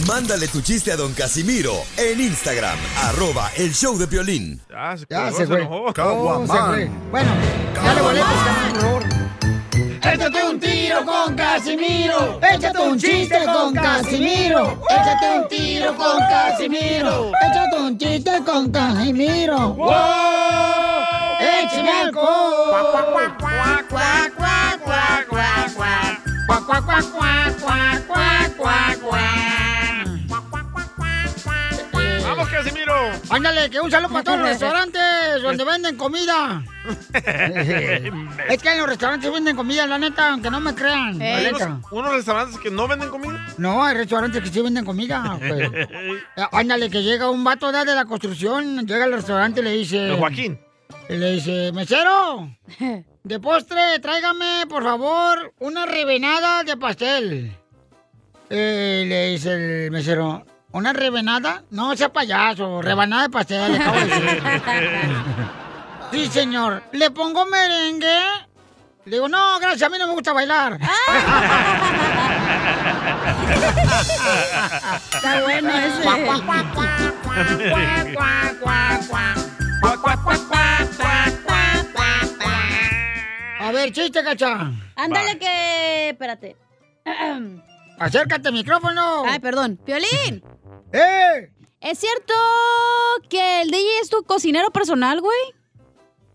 [SPEAKER 6] Mándale tu chiste a don Casimiro en Instagram, arroba el show de Piolín.
[SPEAKER 2] Ya se,
[SPEAKER 1] Ya se fue.
[SPEAKER 6] Caguamán.
[SPEAKER 1] Oh, se fue. Bueno, dale boletos, carnal, por favor.
[SPEAKER 7] Échate un tiro con Casimiro. Échate un chiste con Casimiro. Échate un tiro con Casimiro. Échate un chiste con Casimiro.
[SPEAKER 9] ¡Wow!
[SPEAKER 7] ¡Échame alcohol!
[SPEAKER 2] Vamos, Casimiro.
[SPEAKER 1] Ándale, que un saludo para todos los restaurantes
[SPEAKER 7] *laughs*
[SPEAKER 1] donde venden comida. Es que en los restaurantes venden comida, la neta, aunque no me crean. la
[SPEAKER 2] *laughs* Hay unos,
[SPEAKER 1] neta.
[SPEAKER 2] unos restaurantes que no venden comida.
[SPEAKER 1] No, hay restaurantes que sí venden comida.
[SPEAKER 2] *laughs*
[SPEAKER 1] güey. Eh, Ándale, que llega un vato da, de la construcción, llega al restaurante y le dice...
[SPEAKER 2] De Joaquín.
[SPEAKER 1] Y le dice,
[SPEAKER 9] *laughs*
[SPEAKER 1] mesero, de postre, tráigame, por favor, una rebanada de pastel. *laughs* Eh, y le dice el mesero, ¿una rebanada? No, sea payaso, rebanada de pastel. le acabo de decir".
[SPEAKER 7] *laughs*
[SPEAKER 1] sí, señor. ¿Le pongo merengue? Le digo, no, gracias, a mí no me gusta bailar.
[SPEAKER 9] *laughs* Está bueno
[SPEAKER 1] A ver, chiste, cacha.
[SPEAKER 3] Ándale que. Espérate. *clears throat*
[SPEAKER 1] Acércate al micrófono.
[SPEAKER 3] Ay, perdón. ¡Piolín!
[SPEAKER 1] ¡Eh!
[SPEAKER 3] ¿Es cierto que el DJ es tu cocinero personal, güey?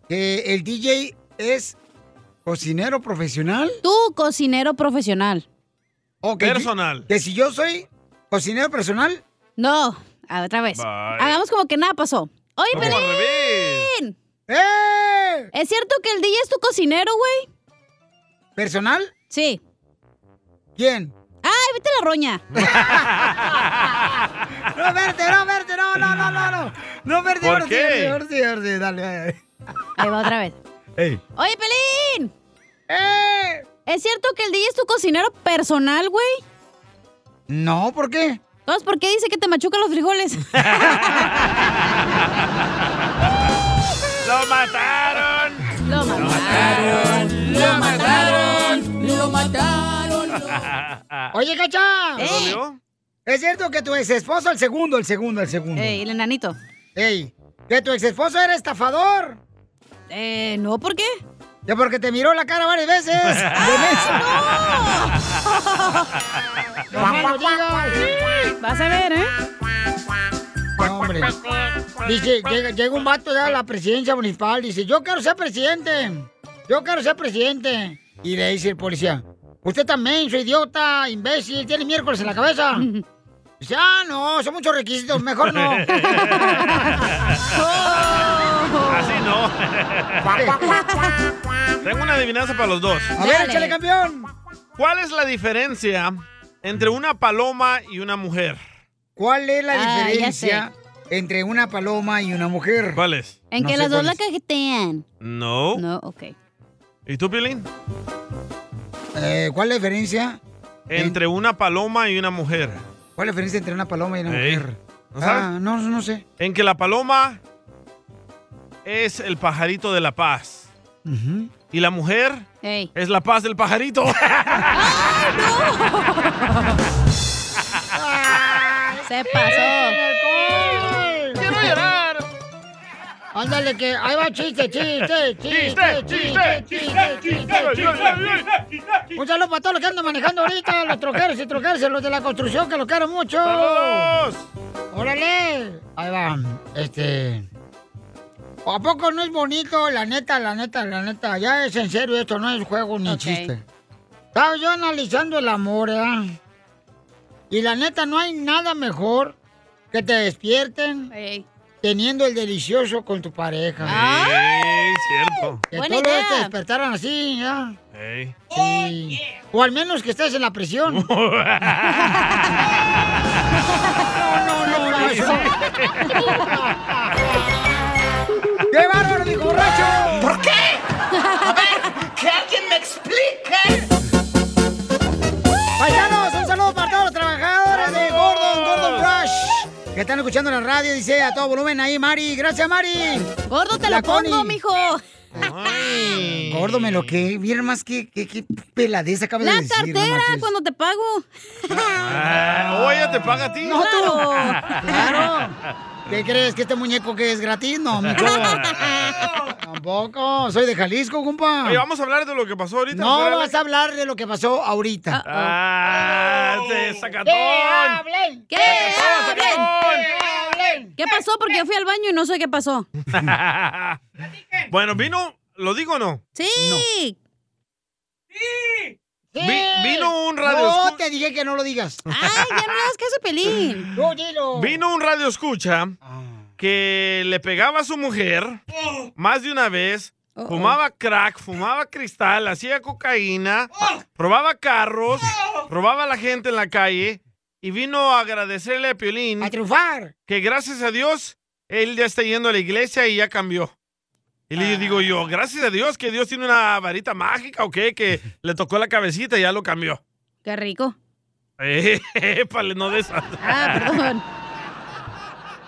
[SPEAKER 1] ¿Que el DJ es cocinero profesional?
[SPEAKER 3] Tu cocinero profesional.
[SPEAKER 2] Personal.
[SPEAKER 1] ¿Que si yo soy cocinero personal?
[SPEAKER 3] No, a- otra vez.
[SPEAKER 1] Bye.
[SPEAKER 3] Hagamos como que nada pasó. ¡Oye,
[SPEAKER 1] No, al
[SPEAKER 3] Pelín!
[SPEAKER 1] ¡Eh!
[SPEAKER 3] ¿Es cierto que el DJ es tu cocinero, güey?
[SPEAKER 1] ¿Personal?
[SPEAKER 3] Sí.
[SPEAKER 1] ¿Quién?
[SPEAKER 3] ¡Ay, vete a la roña!
[SPEAKER 1] *laughs* No, verte, no, verte, no, no, no, no, no. No, verte,
[SPEAKER 3] ¿Por
[SPEAKER 1] verte,
[SPEAKER 3] qué?
[SPEAKER 1] verte, verte, verte, dale, dale.
[SPEAKER 3] Ahí va otra vez.
[SPEAKER 1] Ey.
[SPEAKER 3] ¡Oye, Pelín!
[SPEAKER 1] ¡Eh!
[SPEAKER 3] ¿Es cierto que el DJ es tu cocinero personal, güey?
[SPEAKER 1] No, ¿por qué?
[SPEAKER 3] Entonces, ¿por qué dice que te machuca los frijoles?
[SPEAKER 2] *laughs* ¡Lo mataron!
[SPEAKER 3] ¡Lo
[SPEAKER 2] mataron!
[SPEAKER 1] ¡Lo mataron!
[SPEAKER 7] ¡Lo mataron!
[SPEAKER 1] Oye, Cacha.
[SPEAKER 7] ¿Te dolió?
[SPEAKER 1] ¿Es cierto que tu ex esposo, el segundo, el segundo, el segundo?
[SPEAKER 3] Ey, el enanito.
[SPEAKER 1] Ey, que tu ex esposo era estafador.
[SPEAKER 3] Eh, no, ¿por qué?
[SPEAKER 1] Ya porque te miró la cara varias veces.
[SPEAKER 3] *laughs*
[SPEAKER 1] de mesa.
[SPEAKER 7] no!
[SPEAKER 1] No me lo digas.
[SPEAKER 3] Vas a ver, ¿eh?
[SPEAKER 1] No, hombre. Dice, llega, llega un vato ya a la presidencia municipal, dice, yo quiero ser presidente, yo quiero ser presidente. Y le dice el policía, usted también, soy idiota, imbécil, tiene miércoles en la cabeza. Dice, ah, no, son muchos requisitos, mejor no.
[SPEAKER 2] *laughs* Así
[SPEAKER 3] *laughs*
[SPEAKER 2] no. Tengo una adivinanza para los dos.
[SPEAKER 1] A ver, échale, campeón.
[SPEAKER 2] ¿Cuál es la diferencia entre una paloma y una mujer?
[SPEAKER 1] ¿Cuál es la
[SPEAKER 3] Ah, ya
[SPEAKER 1] diferencia entre una paloma y una mujer?
[SPEAKER 2] ¿Cuál es?
[SPEAKER 3] En que las dos la cajetean.
[SPEAKER 2] No.
[SPEAKER 3] No, ok.
[SPEAKER 2] ¿Y tú, Pilín?
[SPEAKER 1] Eh, ¿Cuál es la diferencia?
[SPEAKER 2] Entre una paloma y una mujer.
[SPEAKER 1] ¿Cuál es la diferencia entre una paloma y una
[SPEAKER 2] Ey,
[SPEAKER 1] mujer? ah,
[SPEAKER 2] ¿No sabes?
[SPEAKER 1] no, no sé.
[SPEAKER 2] En que la paloma es el pajarito de la paz. Y la mujer
[SPEAKER 3] Ey.
[SPEAKER 2] es la paz
[SPEAKER 1] *laughs*
[SPEAKER 2] del pajarito.
[SPEAKER 3] Se
[SPEAKER 1] pasó.
[SPEAKER 7] Quiero llorar.
[SPEAKER 1] Ándale, que ahí va chiste, chiste, chiste,
[SPEAKER 7] Chiste,
[SPEAKER 1] chiste,
[SPEAKER 7] chiste,
[SPEAKER 1] chiste, chiste, chiste. Un saludo para todos los que andan manejando ahorita, los troqueros y troqueros, los de la construcción, que los quiero mucho.
[SPEAKER 7] ¡Saludos!
[SPEAKER 1] ¡Órale! Ahí va, este... ¿A poco no es bonito? La neta, la neta, la neta. Ya es en serio esto, no es juego ni chiste. Estaba yo analizando el amor, ¿verdad? Y la neta, no hay nada mejor que te despierten teniendo el delicioso con tu pareja.
[SPEAKER 9] Ah,
[SPEAKER 2] Ey, cierto.
[SPEAKER 1] Que todos los días te despertaran así, ¿ya?
[SPEAKER 2] Ey.
[SPEAKER 1] Sí. O al menos que estés en la
[SPEAKER 2] *laughs*
[SPEAKER 1] prisión. no, no, no, eso no. ¡Qué bárbaro, mi borracho!
[SPEAKER 7] ¿Por qué? A ver, que alguien me explique.
[SPEAKER 1] Paisanos, un saludo para todos los trabajadores de Gordon, Gordon Rush. Que están escuchando la radio, dice a todo volumen ahí, Mari. Gracias, Mari.
[SPEAKER 3] Gordo, te
[SPEAKER 1] La
[SPEAKER 3] lo pongo,
[SPEAKER 1] Connie.
[SPEAKER 3] mijo.
[SPEAKER 1] Gordo, me lo que. Vieron más que, que, que peladez acaba de
[SPEAKER 3] La
[SPEAKER 1] decir. no
[SPEAKER 3] cartera pues.
[SPEAKER 1] marches.
[SPEAKER 3] cuando te pago.
[SPEAKER 2] Ah, ¿O ella te paga a ti?
[SPEAKER 1] No, tú.
[SPEAKER 2] Claro.
[SPEAKER 1] Claro. ¿Qué crees? ¿Que este muñeco que es gratis? No,
[SPEAKER 2] *laughs*
[SPEAKER 1] mijo. Tampoco. Soy de Jalisco, compa.
[SPEAKER 2] Oye, vamos a hablar de lo que pasó ahorita.
[SPEAKER 1] No
[SPEAKER 2] fuera del
[SPEAKER 1] vas a hablar de lo que pasó ahorita.
[SPEAKER 2] Ah, ese
[SPEAKER 1] Oh.
[SPEAKER 2] sacatón.
[SPEAKER 1] hablen!
[SPEAKER 3] ¿Qué
[SPEAKER 7] pasó,
[SPEAKER 3] hablen?
[SPEAKER 1] ¿Qué hablen?
[SPEAKER 3] ¿Qué pasó? Porque yo fui al baño y no sé qué pasó.
[SPEAKER 2] *laughs* bueno, vino, ¿lo digo o no?
[SPEAKER 3] Sí.
[SPEAKER 2] Vi- vino un radio escu-
[SPEAKER 1] No, te dije que no lo digas.
[SPEAKER 3] Ay, ya no es que ese pelín.
[SPEAKER 1] *laughs* No, dilo.
[SPEAKER 2] Vino un radio escucha
[SPEAKER 1] Ah.
[SPEAKER 2] que le pegaba a su
[SPEAKER 1] Oh.
[SPEAKER 2] mujer más de una vez, fumaba crack, fumaba cristal, hacía cocaína, robaba carros, robaba a la gente en la calle y vino a agradecerle a Piolín. A
[SPEAKER 1] triunfar.
[SPEAKER 2] Que gracias a Dios él ya está yendo a la iglesia y ya cambió. Y le digo yo, gracias a Dios que Dios tiene una varita mágica o qué, que le tocó la cabecita y ya lo cambió. *laughs*
[SPEAKER 3] Qué rico.
[SPEAKER 2] Épale, no de esas.
[SPEAKER 3] Ah, perdón.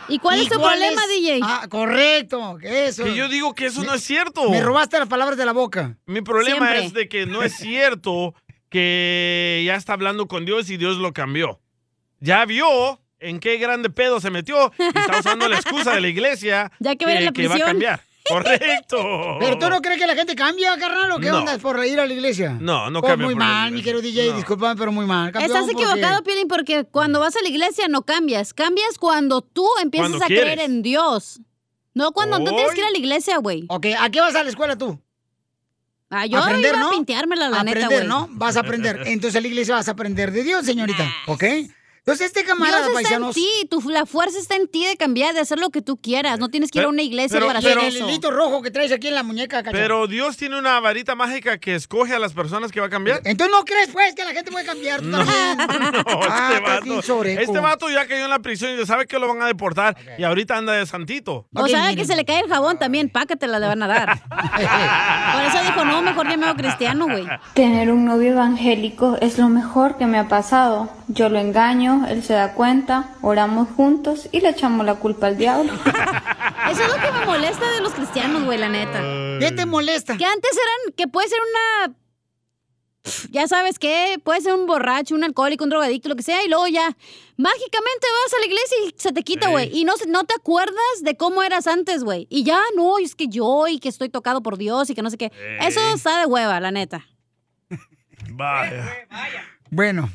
[SPEAKER 3] ¿Y cuál
[SPEAKER 1] ¿Y
[SPEAKER 3] es tu
[SPEAKER 1] cuál
[SPEAKER 3] problema,
[SPEAKER 1] es?
[SPEAKER 3] DJ?
[SPEAKER 1] Ah, correcto. que Eso.
[SPEAKER 2] Que yo digo que eso no es cierto.
[SPEAKER 1] Me robaste las palabras de la boca.
[SPEAKER 2] Mi problema
[SPEAKER 1] Siempre.
[SPEAKER 2] es de que no es cierto que ya está hablando con Dios y Dios lo cambió. Ya vio en qué grande pedo se metió y está usando la excusa de la iglesia
[SPEAKER 3] *laughs* Ya que viene la
[SPEAKER 2] va a
[SPEAKER 3] prisión.
[SPEAKER 2] cambiar.
[SPEAKER 3] *laughs*
[SPEAKER 2] Correcto.
[SPEAKER 1] ¿Pero tú no crees que la gente cambia, carnal? ¿O qué
[SPEAKER 2] No.
[SPEAKER 1] onda por ir a la iglesia?
[SPEAKER 2] No, no
[SPEAKER 1] Pues
[SPEAKER 2] cambia
[SPEAKER 1] Muy
[SPEAKER 2] por ir a la
[SPEAKER 1] mal, mi querido DJ,
[SPEAKER 2] No.
[SPEAKER 1] discúlpame, pero muy mal. campeón,
[SPEAKER 3] Estás
[SPEAKER 1] porque-
[SPEAKER 3] equivocado, Piolín, porque cuando vas a la iglesia no cambias. Cambias cuando tú empiezas
[SPEAKER 1] Cuando
[SPEAKER 3] a creer
[SPEAKER 1] quieres.
[SPEAKER 3] en Dios. No cuando tú tienes
[SPEAKER 1] Hoy.
[SPEAKER 3] que ir a la iglesia, güey.
[SPEAKER 1] Ok, ¿a qué vas a la escuela tú?
[SPEAKER 3] Ah, yo iba a pinteármela, la
[SPEAKER 1] aprender,
[SPEAKER 3] neta, güey.
[SPEAKER 1] ¿no? Vas
[SPEAKER 3] *laughs*
[SPEAKER 1] a
[SPEAKER 2] *laughs*
[SPEAKER 1] aprender. Entonces, a la iglesia vas a aprender de Dios, señorita. ¿Ok? Entonces, este
[SPEAKER 3] Dios
[SPEAKER 1] camarada,
[SPEAKER 3] está en
[SPEAKER 1] paisanos...
[SPEAKER 3] ti, tu, la fuerza está en ti de cambiar, de hacer lo que tú quieras. No tienes que ir a
[SPEAKER 2] Pero-
[SPEAKER 3] una iglesia
[SPEAKER 2] pero-
[SPEAKER 3] para
[SPEAKER 2] pero-
[SPEAKER 3] hacer
[SPEAKER 2] El
[SPEAKER 3] eso.
[SPEAKER 2] hilito
[SPEAKER 1] rojo que traes aquí en la muñeca,
[SPEAKER 2] Pero Dios tiene una varita mágica que escoge a las personas que va a cambiar. *laughs*
[SPEAKER 1] Entonces no crees, pues, que la gente puede cambiar. Tú también.
[SPEAKER 2] este,
[SPEAKER 1] bien
[SPEAKER 2] vato,
[SPEAKER 1] choreco.
[SPEAKER 2] este vato ya cayó en la prisión y ya sabe que lo van a deportar y ahorita anda de santito.
[SPEAKER 3] O sea, que
[SPEAKER 2] *laughs*
[SPEAKER 3] se le cae el jabón también, pácatela le van a dar. Por eso dijo, no, mejor ya me hago cristiano,
[SPEAKER 2] *laughs*
[SPEAKER 3] güey.
[SPEAKER 15] Tener un novio evangélico es lo mejor que me ha pasado. Yo lo engaño, él se da cuenta, oramos juntos y le echamos la culpa al
[SPEAKER 16] *laughs*
[SPEAKER 15] diablo.
[SPEAKER 3] Eso es lo que me molesta de los cristianos, güey, la neta.
[SPEAKER 1] ¿Qué te molesta?
[SPEAKER 3] Que antes eran, que puede ser una... Pf, Ya sabes qué, puede ser un borracho, un alcohólico, un drogadicto, lo que sea, y luego ya mágicamente vas a la iglesia y se te quita,
[SPEAKER 15] Sí.
[SPEAKER 3] güey. Y no, se- no te acuerdas de cómo eras antes, güey. Y ya, no, es que yo y que estoy tocado por Dios y que no sé qué.
[SPEAKER 2] Sí.
[SPEAKER 3] Eso está de hueva, la neta.
[SPEAKER 2] Vaya.
[SPEAKER 1] Bueno,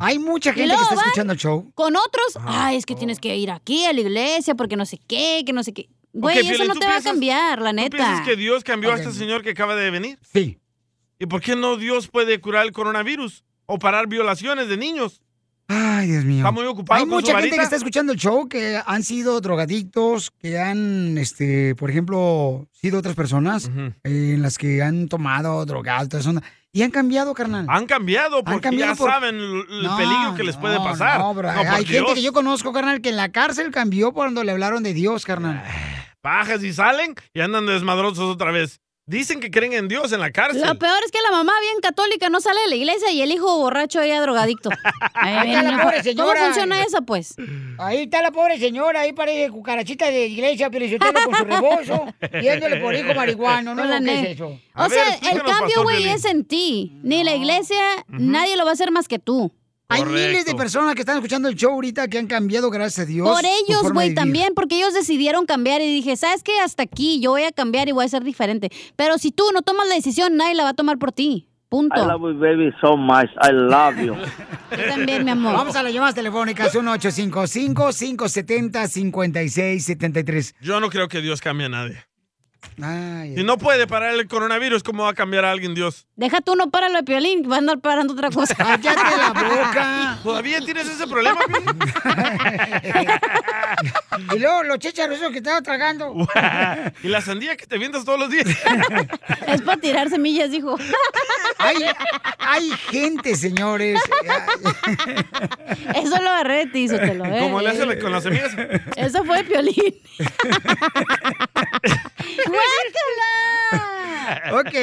[SPEAKER 1] hay mucha
[SPEAKER 3] Y
[SPEAKER 1] gente que
[SPEAKER 3] luego
[SPEAKER 1] está
[SPEAKER 3] van
[SPEAKER 1] escuchando el show.
[SPEAKER 3] Con otros, ay, es que tienes que ir aquí a la iglesia porque no sé qué, que no sé qué. Güey, eso
[SPEAKER 2] Piolín,
[SPEAKER 3] no
[SPEAKER 2] ¿tú
[SPEAKER 3] te va a
[SPEAKER 2] piensas-
[SPEAKER 3] cambiar, la
[SPEAKER 2] ¿Tú piensas
[SPEAKER 3] neta.
[SPEAKER 2] que Dios cambió
[SPEAKER 3] Ok.
[SPEAKER 2] a este señor que acaba de venir?
[SPEAKER 1] Sí.
[SPEAKER 2] ¿Y por qué no Dios puede curar el coronavirus o parar violaciones de niños?
[SPEAKER 1] Ay, Dios mío.
[SPEAKER 2] Está muy ocupado
[SPEAKER 1] Hay
[SPEAKER 2] con su
[SPEAKER 1] mucha gente
[SPEAKER 2] varita.
[SPEAKER 1] que está escuchando el show que han sido drogadictos, que han, este, por ejemplo, sido otras personas eh, en las que han tomado drogado, toda esa onda, y han cambiado, carnal.
[SPEAKER 2] Han cambiado porque
[SPEAKER 1] cambiado
[SPEAKER 2] ya
[SPEAKER 1] por-
[SPEAKER 2] saben el, el
[SPEAKER 1] No,
[SPEAKER 2] peligro que les puede
[SPEAKER 1] no,
[SPEAKER 2] pasar.
[SPEAKER 1] no, bro.
[SPEAKER 2] No, por
[SPEAKER 1] hay gente
[SPEAKER 2] Dios.
[SPEAKER 1] que yo conozco, carnal, que en la cárcel cambió cuando le hablaron de Dios, carnal.
[SPEAKER 2] Bajas y salen y andan desmadrosos otra vez. Dicen que creen en Dios en la cárcel.
[SPEAKER 3] Lo peor es que la mamá bien católica no sale de la iglesia y el hijo borracho ella
[SPEAKER 1] *laughs*
[SPEAKER 3] drogadicto. Ay,
[SPEAKER 1] Ahí está la
[SPEAKER 3] mira,
[SPEAKER 1] pobre
[SPEAKER 3] ¿Cómo
[SPEAKER 1] señora.
[SPEAKER 3] funciona eso, pues?
[SPEAKER 1] Ahí está la pobre señora, ahí parece cucarachita de iglesia, pero con
[SPEAKER 3] *laughs*
[SPEAKER 1] su rebozo, yéndole por hijo marihuano, ¿no?
[SPEAKER 3] Hola,
[SPEAKER 1] ¿Qué
[SPEAKER 3] ne-
[SPEAKER 1] es eso?
[SPEAKER 3] O sea, el cambio, güey, es en ti. Ni la iglesia, nadie lo va a hacer más que tú.
[SPEAKER 1] Hay miles de personas que están escuchando el show ahorita que han cambiado, gracias a Dios.
[SPEAKER 3] Por
[SPEAKER 1] su
[SPEAKER 3] ellos,
[SPEAKER 1] forma
[SPEAKER 3] güey,
[SPEAKER 1] de vivir.
[SPEAKER 3] también, porque ellos decidieron cambiar y dije, ¿sabes qué? Hasta aquí yo voy a cambiar y voy a ser diferente. Pero si tú no tomas la decisión, nadie la va a tomar por ti. Punto.
[SPEAKER 17] I love you, baby, so much. I love
[SPEAKER 18] *laughs*
[SPEAKER 17] you.
[SPEAKER 3] Yo también, mi amor.
[SPEAKER 1] Vamos a las llamadas telefónicas 1-855-570-5673.
[SPEAKER 2] Yo no creo que Dios cambie a nadie.
[SPEAKER 1] Ay, este
[SPEAKER 2] Si no puede parar el coronavirus, ¿cómo va a cambiar a alguien Dios?
[SPEAKER 3] Deja tú, no para lo de piolín, va a andar parando otra cosa.
[SPEAKER 1] *laughs* ¡Cállate la
[SPEAKER 3] *laughs*
[SPEAKER 1] boca!
[SPEAKER 2] ¿Todavía tienes ese problema,
[SPEAKER 1] *laughs* Y luego los chícharos esos que estaba tragando.
[SPEAKER 2] *laughs* y la sandía que te vientas todos los
[SPEAKER 1] *laughs*
[SPEAKER 2] días.
[SPEAKER 3] Es para tirar semillas, dijo.
[SPEAKER 1] Hay, hay gente, señores.
[SPEAKER 3] Eso lo agarré de ti, Sotelo, ¿eh?
[SPEAKER 2] *laughs* Como le hacen con las semillas.
[SPEAKER 3] Eso fue de piolín.
[SPEAKER 1] *laughs* Ok.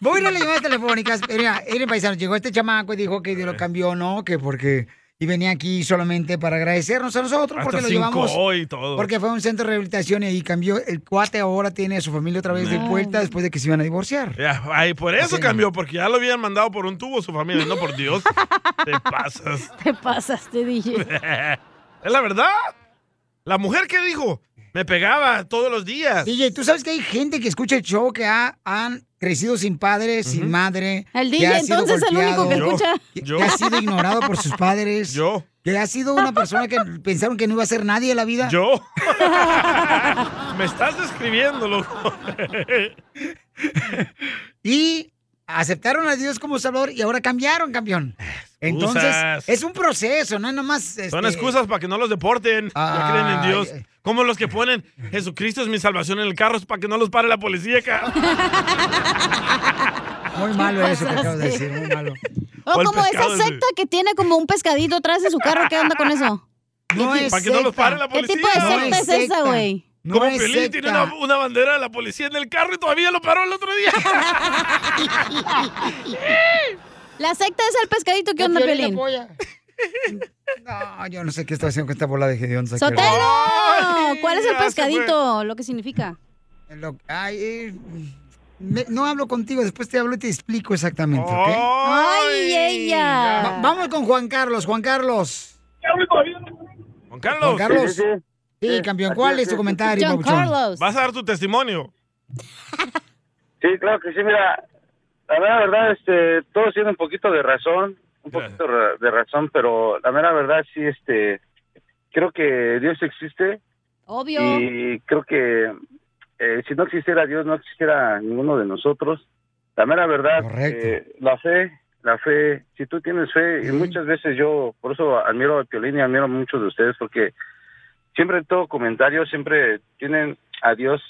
[SPEAKER 1] Voy a ir a las llamadas telefónicas. Mira, miren, paisano, llegó este chamaco y dijo que Dios lo cambió, ¿no? Que porque... Y venía aquí solamente para agradecernos a nosotros porque
[SPEAKER 2] Hasta
[SPEAKER 1] lo
[SPEAKER 2] cinco
[SPEAKER 1] llevamos.
[SPEAKER 2] hoy y todo.
[SPEAKER 1] Porque fue a un centro de rehabilitación y ahí cambió. El cuate ahora tiene a su familia otra vez de vuelta después de que se iban a divorciar.
[SPEAKER 2] Ya, ay, por eso cambió, porque ya lo habían mandado por un tubo su familia, no por Dios. *laughs* Te pasas.
[SPEAKER 3] Te pasaste, DJ.
[SPEAKER 2] *laughs* es la verdad. La mujer que dijo, me pegaba todos los días.
[SPEAKER 1] DJ, tú sabes que hay gente que escucha el show que ha- han crecido sin padre, sin madre.
[SPEAKER 3] El
[SPEAKER 1] que
[SPEAKER 3] DJ,
[SPEAKER 1] ha sido
[SPEAKER 3] entonces, el
[SPEAKER 1] golpeado,
[SPEAKER 3] único que Yo, escucha.
[SPEAKER 1] Que,
[SPEAKER 3] yo.
[SPEAKER 1] que ha sido ignorado por
[SPEAKER 2] *laughs*
[SPEAKER 1] sus padres.
[SPEAKER 2] Yo.
[SPEAKER 1] Que ha sido una persona que pensaron que no iba a ser nadie en la vida.
[SPEAKER 2] Yo. Me estás describiendo, loco. *laughs*
[SPEAKER 1] y aceptaron a Dios como Salvador y ahora cambiaron, campeón. Entonces, es un proceso, no es nomás.
[SPEAKER 2] Son
[SPEAKER 1] este,
[SPEAKER 2] excusas para que no los deporten. ya creen en Dios. Como los que ponen Jesucristo es mi salvación en el carro es para que no los pare la policía. ca-
[SPEAKER 1] Muy malo eso que acabas de
[SPEAKER 3] pasaste?
[SPEAKER 1] decir, muy malo.
[SPEAKER 3] O
[SPEAKER 2] *laughs* *laughs* O el
[SPEAKER 3] como esa
[SPEAKER 2] pescado, ese.
[SPEAKER 3] secta que tiene como un pescadito atrás de su carro, ¿qué onda con eso?
[SPEAKER 1] No
[SPEAKER 2] ¿Para
[SPEAKER 1] es
[SPEAKER 2] que no los
[SPEAKER 1] secta.
[SPEAKER 2] pare la
[SPEAKER 3] ¿Qué
[SPEAKER 2] policía?
[SPEAKER 3] tipo de secta es esa, güey?
[SPEAKER 1] No
[SPEAKER 2] Como
[SPEAKER 1] es
[SPEAKER 2] Piolín tiene
[SPEAKER 1] secta.
[SPEAKER 2] una, una bandera de la policía en el carro y todavía lo paró el otro día. *laughs*
[SPEAKER 3] La secta es el pescadito, ¿qué
[SPEAKER 1] El
[SPEAKER 3] onda,
[SPEAKER 1] Piolín
[SPEAKER 3] Pelín?
[SPEAKER 1] No, yo no sé qué estoy haciendo con esta bola de Gedeón.
[SPEAKER 3] ¡Sotelo! ¿Cuál es el
[SPEAKER 1] ya se
[SPEAKER 3] pescadito? Lo que significa.
[SPEAKER 1] Ay, eh, me- no hablo contigo, después te hablo y te explico exactamente, ¿ok?
[SPEAKER 3] ¡Ay, ella!
[SPEAKER 1] Va- vamos con Juan Carlos, Juan Carlos.
[SPEAKER 2] Juan Carlos.
[SPEAKER 19] Eh,
[SPEAKER 1] Juan Carlos. Sí, campeón, ¿cuál es tu comentario, Papuchón?
[SPEAKER 2] Vas a dar tu testimonio.
[SPEAKER 19] Sí, claro que sí, mira, la mera verdad, este, todos tienen un poquito de razón, un poquito ra- de razón, pero la mera verdad sí, este, creo que Dios existe
[SPEAKER 3] Obvio.
[SPEAKER 19] y creo que eh, si no existiera Dios, no existiera ninguno de nosotros. La mera verdad, eh, la fe, la fe, si tú tienes fe, y muchas veces yo, por eso admiro a Piolín y admiro a muchos de ustedes, porque siempre en todo comentario, siempre tienen a Dios,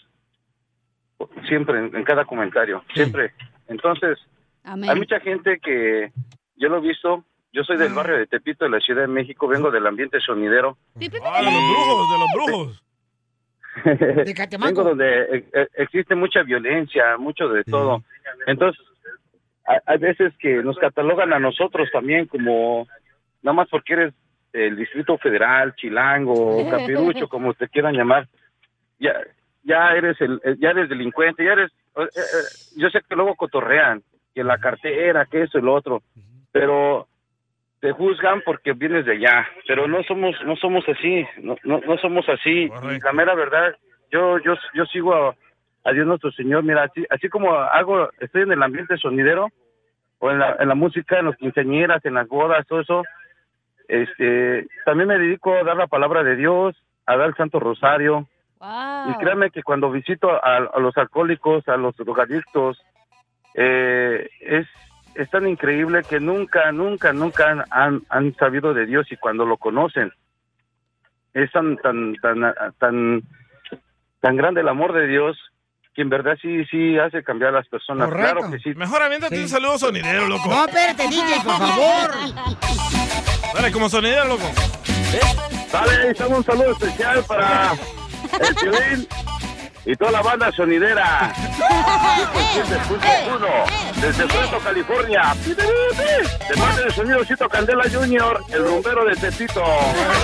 [SPEAKER 19] siempre, en, en cada comentario, siempre. Entonces,
[SPEAKER 3] Amén.
[SPEAKER 19] hay mucha gente que, yo lo he visto, yo soy del barrio de Tepito, de la Ciudad de México, vengo del ambiente sonidero.
[SPEAKER 2] Ah, de los brujos, de los brujos.
[SPEAKER 19] De donde eh, eh, existe mucha violencia, mucho de todo. Entonces, a- hay veces que nos catalogan a nosotros también como, nada más porque eres el Distrito Federal, Chilango, Capirucho, como te quieran llamar, ya ya eres el eh, ya eres delincuente, ya eres eh, eh, yo sé que luego cotorrean, que la cartera, que eso y lo otro, pero te juzgan porque vienes de allá, pero no somos no somos así, no no, no somos así. La mera verdad, yo yo yo sigo a, a Dios nuestro Señor, mira, así, así como hago estoy en el ambiente sonidero o en la, en la música, en las quinceañeras, en las bodas, todo eso, este, también me dedico a dar la palabra de Dios, a dar el Santo Rosario, y
[SPEAKER 2] Ah. *laughs*
[SPEAKER 19] créanme que cuando visito a, a los alcohólicos, a los drogadictos, eh, es, es tan increíble que nunca, nunca, nunca han, han, han sabido de Dios y cuando lo conocen, es tan, tan, tan, tan, tan grande el amor de Dios que en verdad sí, sí hace cambiar a las personas. Claro que sí.
[SPEAKER 2] Mejor aviéntate un saludo sonidero, loco.
[SPEAKER 1] No, espérate, DJ,
[SPEAKER 3] *laughs*
[SPEAKER 1] por favor.
[SPEAKER 2] Dale, como sonidero, loco.
[SPEAKER 19] Dale, estamos un saludo especial para el Piolín y toda la banda sonidera. 100.1,
[SPEAKER 20] Eh.
[SPEAKER 19] desde Fresno, California. De parte de sonido Cito Candela Junior, el rumbero de Tepito.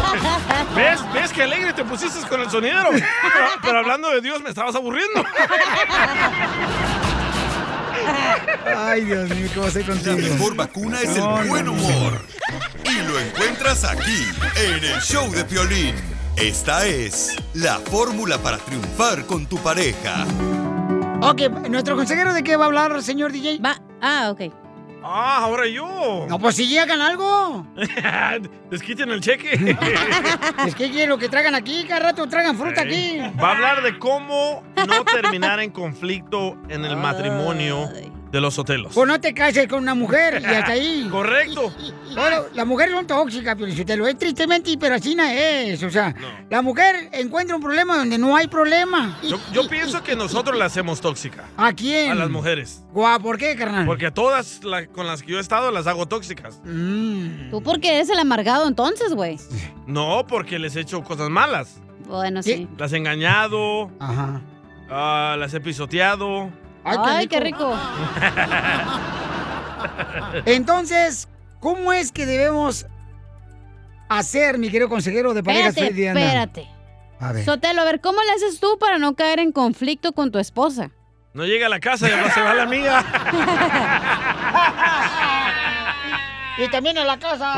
[SPEAKER 2] *laughs* ¿Ves? ¿Ves qué alegre te pusiste con el sonidero? Pero, pero hablando de Dios, me estabas
[SPEAKER 1] *laughs*
[SPEAKER 2] aburriendo.
[SPEAKER 1] Ay, Dios mío, ¿qué va a hacer contigo?
[SPEAKER 6] La mejor vacuna es el buen humor. Y lo encuentras aquí, en el show de Piolín. Esta es la fórmula para triunfar con tu pareja.
[SPEAKER 1] Ok, ¿nuestro consejero de qué va a hablar, señor DJ?
[SPEAKER 3] Va. Ah, ok.
[SPEAKER 2] Ah, ahora yo.
[SPEAKER 1] No, pues si llegan
[SPEAKER 2] *laughs*
[SPEAKER 1] algo.
[SPEAKER 2] Les quiten el cheque. *laughs*
[SPEAKER 1] Es que ¿qué es lo que tragan aquí, cada rato tragan fruta aquí.
[SPEAKER 2] Va a hablar de cómo no terminar en conflicto en el matrimonio de los hotelos.
[SPEAKER 1] Pues no te cases con una mujer y hasta ahí.
[SPEAKER 2] Correcto.
[SPEAKER 1] Bueno, las mujeres son tóxicas, Piolichotelo. Es tristemente, pero así na es. O sea, la mujer encuentra un problema donde no hay problema.
[SPEAKER 2] Yo, yo pienso que nosotros la hacemos tóxica.
[SPEAKER 1] ¿A quién?
[SPEAKER 2] A las mujeres.
[SPEAKER 1] Guau, ¿por qué, carnal?
[SPEAKER 2] Porque a todas la- con las que yo he estado las hago tóxicas.
[SPEAKER 1] Mm.
[SPEAKER 3] ¿Tú por qué eres el amargado entonces, güey?
[SPEAKER 2] No, porque les he hecho cosas malas.
[SPEAKER 3] Bueno, sí.
[SPEAKER 2] Las he engañado. Ah,
[SPEAKER 1] Ajá.
[SPEAKER 2] las
[SPEAKER 1] *laughs*
[SPEAKER 2] he pisoteado.
[SPEAKER 3] Ay, qué rico.
[SPEAKER 1] Entonces, ¿cómo es que debemos hacer, mi querido consejero de parejas?
[SPEAKER 3] Espérate,
[SPEAKER 1] Freddy Diana?
[SPEAKER 3] espérate.
[SPEAKER 1] A ver.
[SPEAKER 3] Sotelo, a ver, ¿cómo le haces tú para no caer en conflicto con tu esposa?
[SPEAKER 2] No llega a la casa y ahora se va la amiga.
[SPEAKER 1] *laughs* Y también en la casa.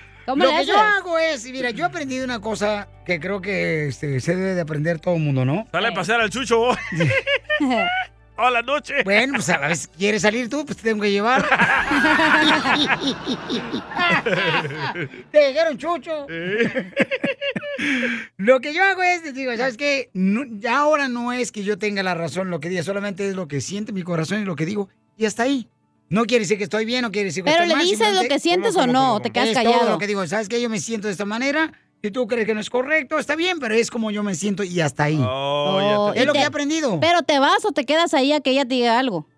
[SPEAKER 3] *laughs* ¿Cómo
[SPEAKER 1] Lo
[SPEAKER 3] le
[SPEAKER 1] que yo
[SPEAKER 3] haces?
[SPEAKER 1] hago es, mira, yo he aprendido una cosa que creo que este, se debe de aprender todo el mundo, ¿no?
[SPEAKER 2] Sale a pasear al
[SPEAKER 1] *laughs*
[SPEAKER 2] chucho. vos.
[SPEAKER 3] *laughs*
[SPEAKER 2] Hola, noche.
[SPEAKER 1] Bueno, pues a la vez, ¿quieres salir tú? Pues te tengo
[SPEAKER 3] *laughs*
[SPEAKER 1] que llevar. te dijeron chucho.
[SPEAKER 3] Eh.
[SPEAKER 1] lo que yo hago es, te digo, ¿sabes qué? No- ya ahora no es que yo tenga la razón lo que diga, solamente es lo que siente mi corazón y lo que digo. Y hasta ahí. No quiere decir que estoy bien, no quiere decir que
[SPEAKER 3] Pero
[SPEAKER 1] estoy
[SPEAKER 3] le
[SPEAKER 1] mal,
[SPEAKER 3] dices lo
[SPEAKER 1] simplemente-
[SPEAKER 3] que sientes o no, o te quedas
[SPEAKER 1] Es
[SPEAKER 3] callado.
[SPEAKER 1] Todo lo que digo, ¿sabes qué? Yo me siento de esta manera. Si tú crees que no es correcto, está bien, pero es como yo me siento y hasta ahí.
[SPEAKER 3] Oh,
[SPEAKER 1] es
[SPEAKER 3] y
[SPEAKER 1] lo que
[SPEAKER 3] te-
[SPEAKER 1] he aprendido.
[SPEAKER 3] Pero te vas o te quedas ahí a que ella te diga algo.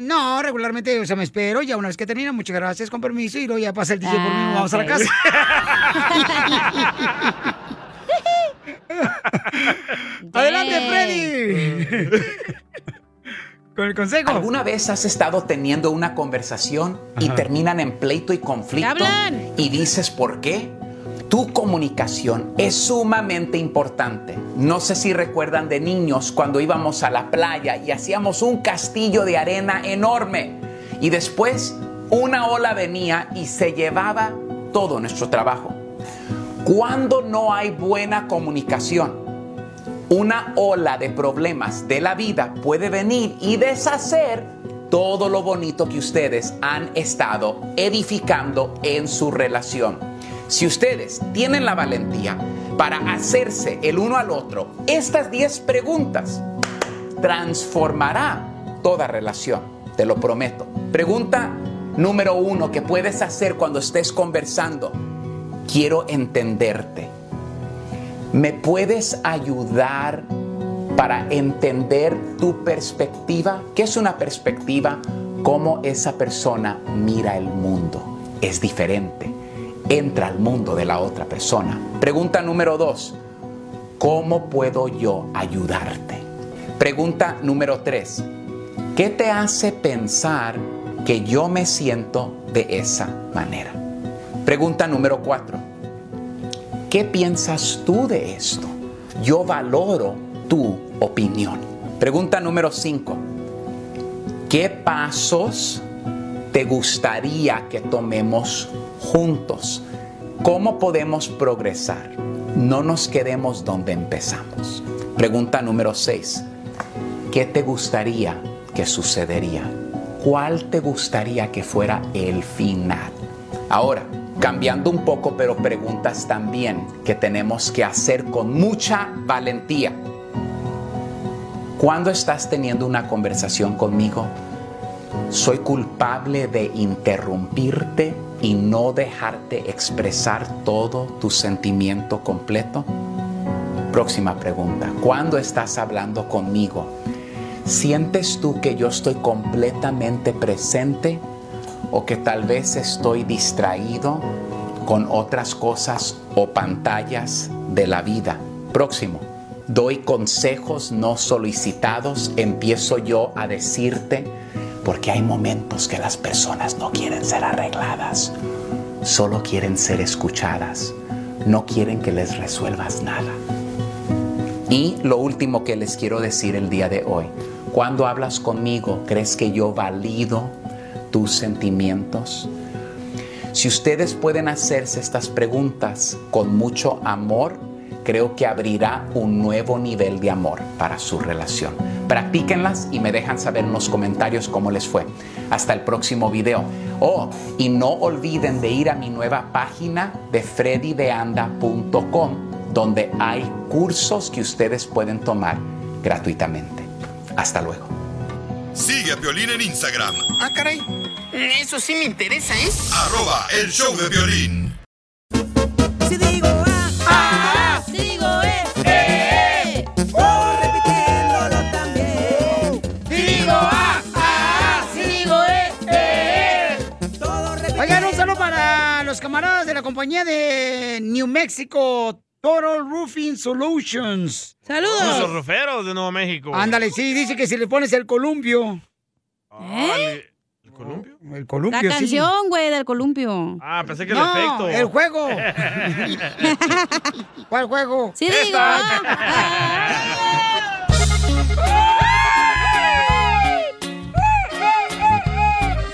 [SPEAKER 1] No, regularmente, o sea, me espero, ya una vez que termina, muchas gracias, con permiso, y luego ya pasa el DJ por mí,
[SPEAKER 3] Ah,
[SPEAKER 1] vamos a la
[SPEAKER 3] ok. *laughs*
[SPEAKER 1] casa.
[SPEAKER 21] ¡Adelante, Freddy!
[SPEAKER 1] *laughs* Con el consejo.
[SPEAKER 21] ¿Alguna vez has estado teniendo una conversación y terminan en pleito y conflicto? ¿Y dices por qué? Tu comunicación es sumamente importante. No sé si recuerdan de niños cuando íbamos a la playa y hacíamos un castillo de arena enorme y después una ola venía y se llevaba todo nuestro trabajo. Cuando no hay buena comunicación, Una ola de problemas de la vida puede venir y deshacer todo lo bonito que ustedes han estado edificando en su relación. Si ustedes tienen la valentía para hacerse el uno al otro, estas 10 preguntas transformará toda relación, te lo prometo. Pregunta número uno que puedes hacer cuando estés conversando. Quiero entenderte. ¿Me puedes ayudar para entender tu perspectiva? ¿Qué es una perspectiva? Cómo esa persona mira el mundo. Es diferente. Entra al mundo de la otra persona. Pregunta número dos. ¿Cómo puedo yo ayudarte? Pregunta número 3. ¿Qué te hace pensar que yo me siento de esa manera? Pregunta número 4. ¿Qué piensas tú de esto? Yo valoro tu opinión. Pregunta número 5. ¿Qué pasos te gustaría que tomemos juntos? ¿Cómo podemos progresar? No nos quedemos donde empezamos. Pregunta número 6. ¿qué te gustaría que sucedería? ¿Cuál te gustaría que fuera el final? Ahora, cambiando un poco, pero preguntas también que tenemos que hacer con mucha valentía. Cuando estás teniendo una conversación conmigo, soy culpable de interrumpirte y no dejarte expresar todo tu sentimiento completo. Próxima pregunta. ¿Cuándo estás hablando conmigo? ¿Sientes tú que yo estoy completamente presente o que tal vez estoy distraído con otras cosas o pantallas de la vida? Próximo. Doy consejos no solicitados. Empiezo yo a decirte porque hay momentos que las personas no quieren ser arregladas. Solo quieren ser escuchadas. No quieren que les resuelvas nada. Y lo último que les quiero decir el día de hoy, cuando hablas conmigo, ¿crees que yo valido tus sentimientos? Si ustedes pueden hacerse estas preguntas con mucho amor, creo que abrirá un nuevo nivel de amor para su relación. Practíquenlas y me dejan saber en los comentarios cómo les fue. Hasta el próximo video. Oh, y no olviden de ir a mi nueva página de freddydeanda.com donde hay cursos que ustedes pueden tomar gratuitamente. Hasta luego.
[SPEAKER 6] Sigue a Violín en Instagram.
[SPEAKER 20] Ah, caray. Eso sí me interesa, ¿eh?
[SPEAKER 6] Arroba el show de violín.
[SPEAKER 20] Si digo ah, ah, si digo eh, eh, eh. Oh, repitiéndolo también. Si digo ah, ah, si digo eh, eh, eh.
[SPEAKER 1] Oigan, un saludo para los camaradas de la compañía de New Mexico, Total Roofing Solutions.
[SPEAKER 2] Saludos. Los roferos de Nuevo México.
[SPEAKER 1] Ándale, sí, dice que si le pones el columpio.
[SPEAKER 2] ¿Eh? ¿El columpio?
[SPEAKER 1] El
[SPEAKER 3] La
[SPEAKER 1] columpio, sí.
[SPEAKER 3] canción, güey, del columpio.
[SPEAKER 2] Ah, pensé que
[SPEAKER 1] No,
[SPEAKER 2] el efecto.
[SPEAKER 1] el
[SPEAKER 3] *laughs*
[SPEAKER 1] juego. ¿Cuál juego?
[SPEAKER 3] Sí, digo.
[SPEAKER 1] ah,
[SPEAKER 3] ah,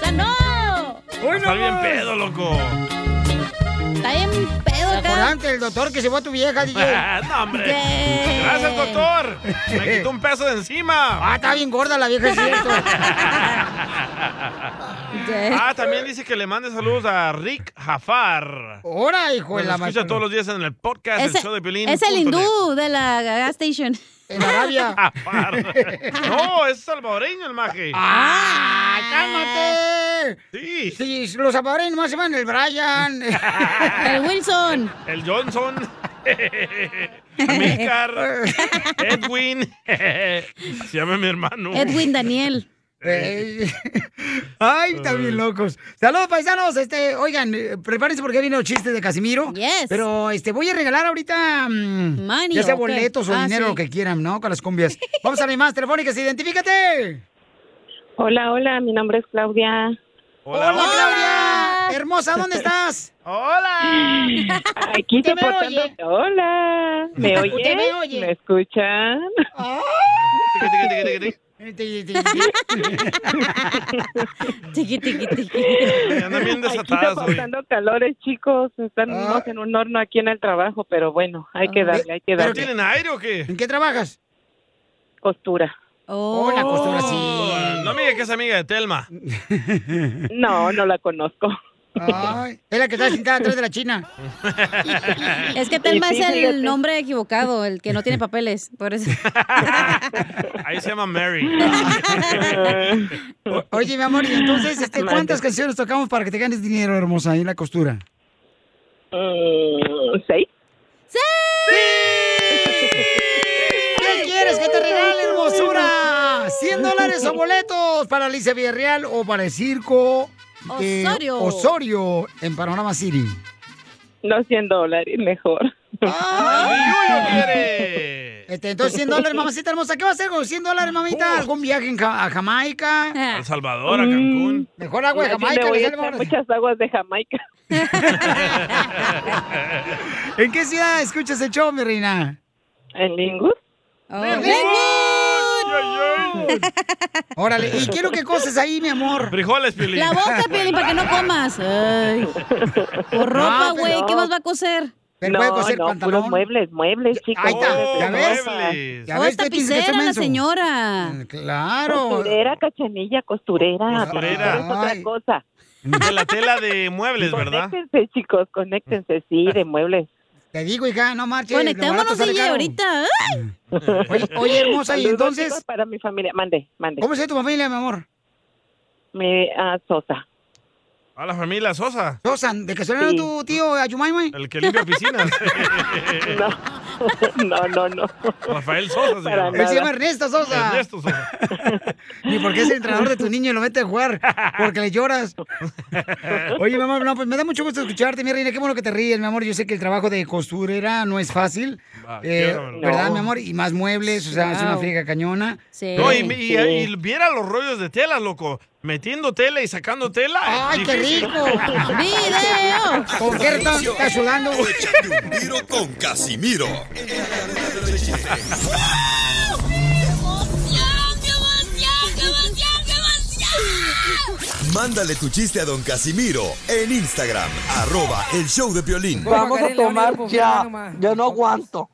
[SPEAKER 20] eh,
[SPEAKER 3] ¡No!
[SPEAKER 2] Está bien pedo, loco.
[SPEAKER 3] Está bien pedo
[SPEAKER 1] ¿Te
[SPEAKER 3] acá.
[SPEAKER 1] acordaste del doctor que llevó a tu vieja, DJ?
[SPEAKER 2] *laughs* no, hombre. Gracias, doctor. Me quitó un peso de encima.
[SPEAKER 1] Ah, está bien gorda la vieja, es *laughs* cierto.
[SPEAKER 2] *laughs* ah, también dice que le mande saludos a Rick Jafar.
[SPEAKER 1] Ahora, hijo
[SPEAKER 2] Nos
[SPEAKER 1] de la
[SPEAKER 2] escucha todos los días en el podcast del show de Piolín.
[SPEAKER 3] es el hindú de la gas station.
[SPEAKER 1] En
[SPEAKER 2] *laughs*
[SPEAKER 1] Arabia.
[SPEAKER 2] Ah, No, es salvadoreño el maje.
[SPEAKER 1] ¡Ah! ¡Cálmate!
[SPEAKER 2] Sí.
[SPEAKER 1] Sí, los salvadoreños más se van el *laughs*
[SPEAKER 3] *laughs*
[SPEAKER 1] Brian.
[SPEAKER 3] el Wilson.
[SPEAKER 2] El Johnson. *laughs*
[SPEAKER 1] *laughs*
[SPEAKER 2] Amícar. Edwin. *laughs* Se llama mi hermano. *laughs*
[SPEAKER 3] Edwin Daniel.
[SPEAKER 1] Ey. *laughs* Ay, están bien locos. Saludos, paisanos. Este, oigan, eh, prepárense porque viene el chiste de Casimiro. Yes. Pero este, voy a regalar ahorita. mm,
[SPEAKER 3] Money,
[SPEAKER 1] ya sea
[SPEAKER 3] ok.
[SPEAKER 1] boletos o
[SPEAKER 3] Ah,
[SPEAKER 1] dinero,
[SPEAKER 3] sí.
[SPEAKER 1] lo que quieran, ¿no? Con
[SPEAKER 3] *laughs*
[SPEAKER 1] las cumbias. Vamos a las más telefónicas. Identifícate.
[SPEAKER 16] Hola, Ah, hola, mi nombre es Claudia.
[SPEAKER 1] Hola, Claudia. Hermosa, ¿dónde estás?
[SPEAKER 2] Hola.
[SPEAKER 16] Aquí
[SPEAKER 1] ¿Usted me
[SPEAKER 16] soportando-
[SPEAKER 1] oye?
[SPEAKER 16] Hola, ¿me
[SPEAKER 1] ¿Usted
[SPEAKER 16] oyen?
[SPEAKER 1] me oye?
[SPEAKER 16] escuchan?
[SPEAKER 1] *laughs*
[SPEAKER 2] Tiqui, tiqui, tiqui, tiqui, tiqui.
[SPEAKER 3] Tiqui, tiqui, tiqui.
[SPEAKER 16] Andan bien desatadas, Aquí está pasando calores, chicos. Estamos en un horno aquí en el trabajo, pero bueno, hay que darle, hay que
[SPEAKER 2] Ah. ¿Pero
[SPEAKER 16] darle.
[SPEAKER 2] tienen aire o qué?
[SPEAKER 1] ¿En qué trabajas?
[SPEAKER 16] Costura.
[SPEAKER 3] Oh,
[SPEAKER 16] la
[SPEAKER 2] costura Oh, No me digas que es amiga de Telma.
[SPEAKER 16] No, no la conozco.
[SPEAKER 1] Ay, es la que está sentada atrás de la China.
[SPEAKER 3] Es que Telma
[SPEAKER 1] Y sí,
[SPEAKER 3] es el
[SPEAKER 1] fíjate.
[SPEAKER 3] nombre equivocado, el que no tiene papeles. Por
[SPEAKER 1] *laughs*
[SPEAKER 3] eso.
[SPEAKER 2] Ahí se llama Mary.
[SPEAKER 1] O- Oye, mi amor, y entonces, este, ¿cuántas canciones tocamos para que te ganes dinero, hermosa, ahí en la costura?
[SPEAKER 16] ¿Seis?
[SPEAKER 3] ¡Sí!
[SPEAKER 1] ¿Qué quieres que te regale, hermosura? ¿100 dólares o boletos para Alicia Villarreal o para el circo de
[SPEAKER 16] Osorio.
[SPEAKER 1] eh, Osorio en Panorama City?
[SPEAKER 16] Los 100 dólares, mejor.
[SPEAKER 1] Este, entonces, 100 dólares, mamacita hermosa. ¿Qué vas a hacer con 100 dólares, mamita? ¿Algún viaje en Ja-
[SPEAKER 16] *laughs*
[SPEAKER 1] a Jamaica?
[SPEAKER 2] El Salvador, a Cancún.
[SPEAKER 1] Mejor agua de
[SPEAKER 16] Yo sí me
[SPEAKER 1] Jamaica.
[SPEAKER 16] voy
[SPEAKER 1] le
[SPEAKER 16] a
[SPEAKER 1] sale
[SPEAKER 16] echar
[SPEAKER 1] más-
[SPEAKER 16] muchas aguas de Jamaica.
[SPEAKER 1] *laughs* ¿En qué ciudad escuchas el show, mi reina?
[SPEAKER 16] ¿En Lingus?
[SPEAKER 1] Órale, ¿y qué es lo que coces ahí, mi amor?
[SPEAKER 2] Frijoles, Piolín.
[SPEAKER 3] La boca, Piolín, para que no
[SPEAKER 16] *laughs*
[SPEAKER 3] comas. Ay. O ropa,
[SPEAKER 1] No,
[SPEAKER 3] güey.
[SPEAKER 1] pero-
[SPEAKER 3] ¿Qué más va a coser?
[SPEAKER 16] no, no, puros muebles, muebles, chicos.
[SPEAKER 1] Ahí está,
[SPEAKER 16] muebles,
[SPEAKER 1] ¿ya ves?
[SPEAKER 16] muebles.
[SPEAKER 1] ¿Ya ves?
[SPEAKER 3] Oh,
[SPEAKER 1] Te tienes que hacer
[SPEAKER 3] tapicera, la
[SPEAKER 1] menso.
[SPEAKER 3] señora.
[SPEAKER 1] Mm, Claro. Pues,
[SPEAKER 16] Costurera, cachanilla, costurera.
[SPEAKER 2] Costurera.
[SPEAKER 16] pero Es otra cosa.
[SPEAKER 2] De la tela de muebles, ¿verdad?
[SPEAKER 16] Conéctense, chicos, conéctense, sí, de muebles.
[SPEAKER 1] Te digo, hija, no marches.
[SPEAKER 16] Conectémonos,
[SPEAKER 1] lo barato sale
[SPEAKER 16] DJ,
[SPEAKER 1] caro.
[SPEAKER 3] ahorita.
[SPEAKER 1] Oye, oye, hermosa, y
[SPEAKER 16] Saludos,
[SPEAKER 1] entonces,
[SPEAKER 16] chicos, Para mi familia, mande, mande.
[SPEAKER 1] ¿cómo es tu familia, mi amor?
[SPEAKER 16] Me ah, Sosa.
[SPEAKER 2] A la familia Sosa.
[SPEAKER 1] Sosa, de que suena
[SPEAKER 16] Sí.
[SPEAKER 1] tu tío Ayumay, güey.
[SPEAKER 2] El que
[SPEAKER 16] *laughs*
[SPEAKER 2] limpia piscinas.
[SPEAKER 16] No, no, no.
[SPEAKER 2] Rafael Sosa se
[SPEAKER 1] Él
[SPEAKER 2] llama.
[SPEAKER 1] se llama Ernesto Sosa.
[SPEAKER 2] Ernesto Sosa.
[SPEAKER 1] *laughs* Ni porque es el entrenador de tu niño y lo mete a jugar porque le
[SPEAKER 2] *laughs*
[SPEAKER 1] lloras. Oye, mi amor, no, pues me da mucho gusto escucharte, mi reina. Qué bueno que te ríes, mi amor. Yo sé que el trabajo de costurera no es fácil.
[SPEAKER 2] Va,
[SPEAKER 1] *laughs* eh,
[SPEAKER 2] Ah, qué bárbaro.
[SPEAKER 1] ¿Verdad,
[SPEAKER 2] No.
[SPEAKER 1] mi amor? Y más muebles, o sea, es una
[SPEAKER 2] Wow.
[SPEAKER 1] friega cañona. Sí.
[SPEAKER 2] No, y, y- y viera los rollos de tela, loco. Metiendo tela y sacando tela.
[SPEAKER 1] ¡Ay, qué
[SPEAKER 2] Difícil.
[SPEAKER 1] rico!
[SPEAKER 2] *laughs*
[SPEAKER 1] ¡Video! ¿Con qué ratón estás sudando?
[SPEAKER 2] Oh.
[SPEAKER 6] Un tiro con Casimiro. Mándale tu chiste a don Casimiro en Instagram, arroba el show de violín.
[SPEAKER 18] Vamos a tomar ya. Yo no aguanto.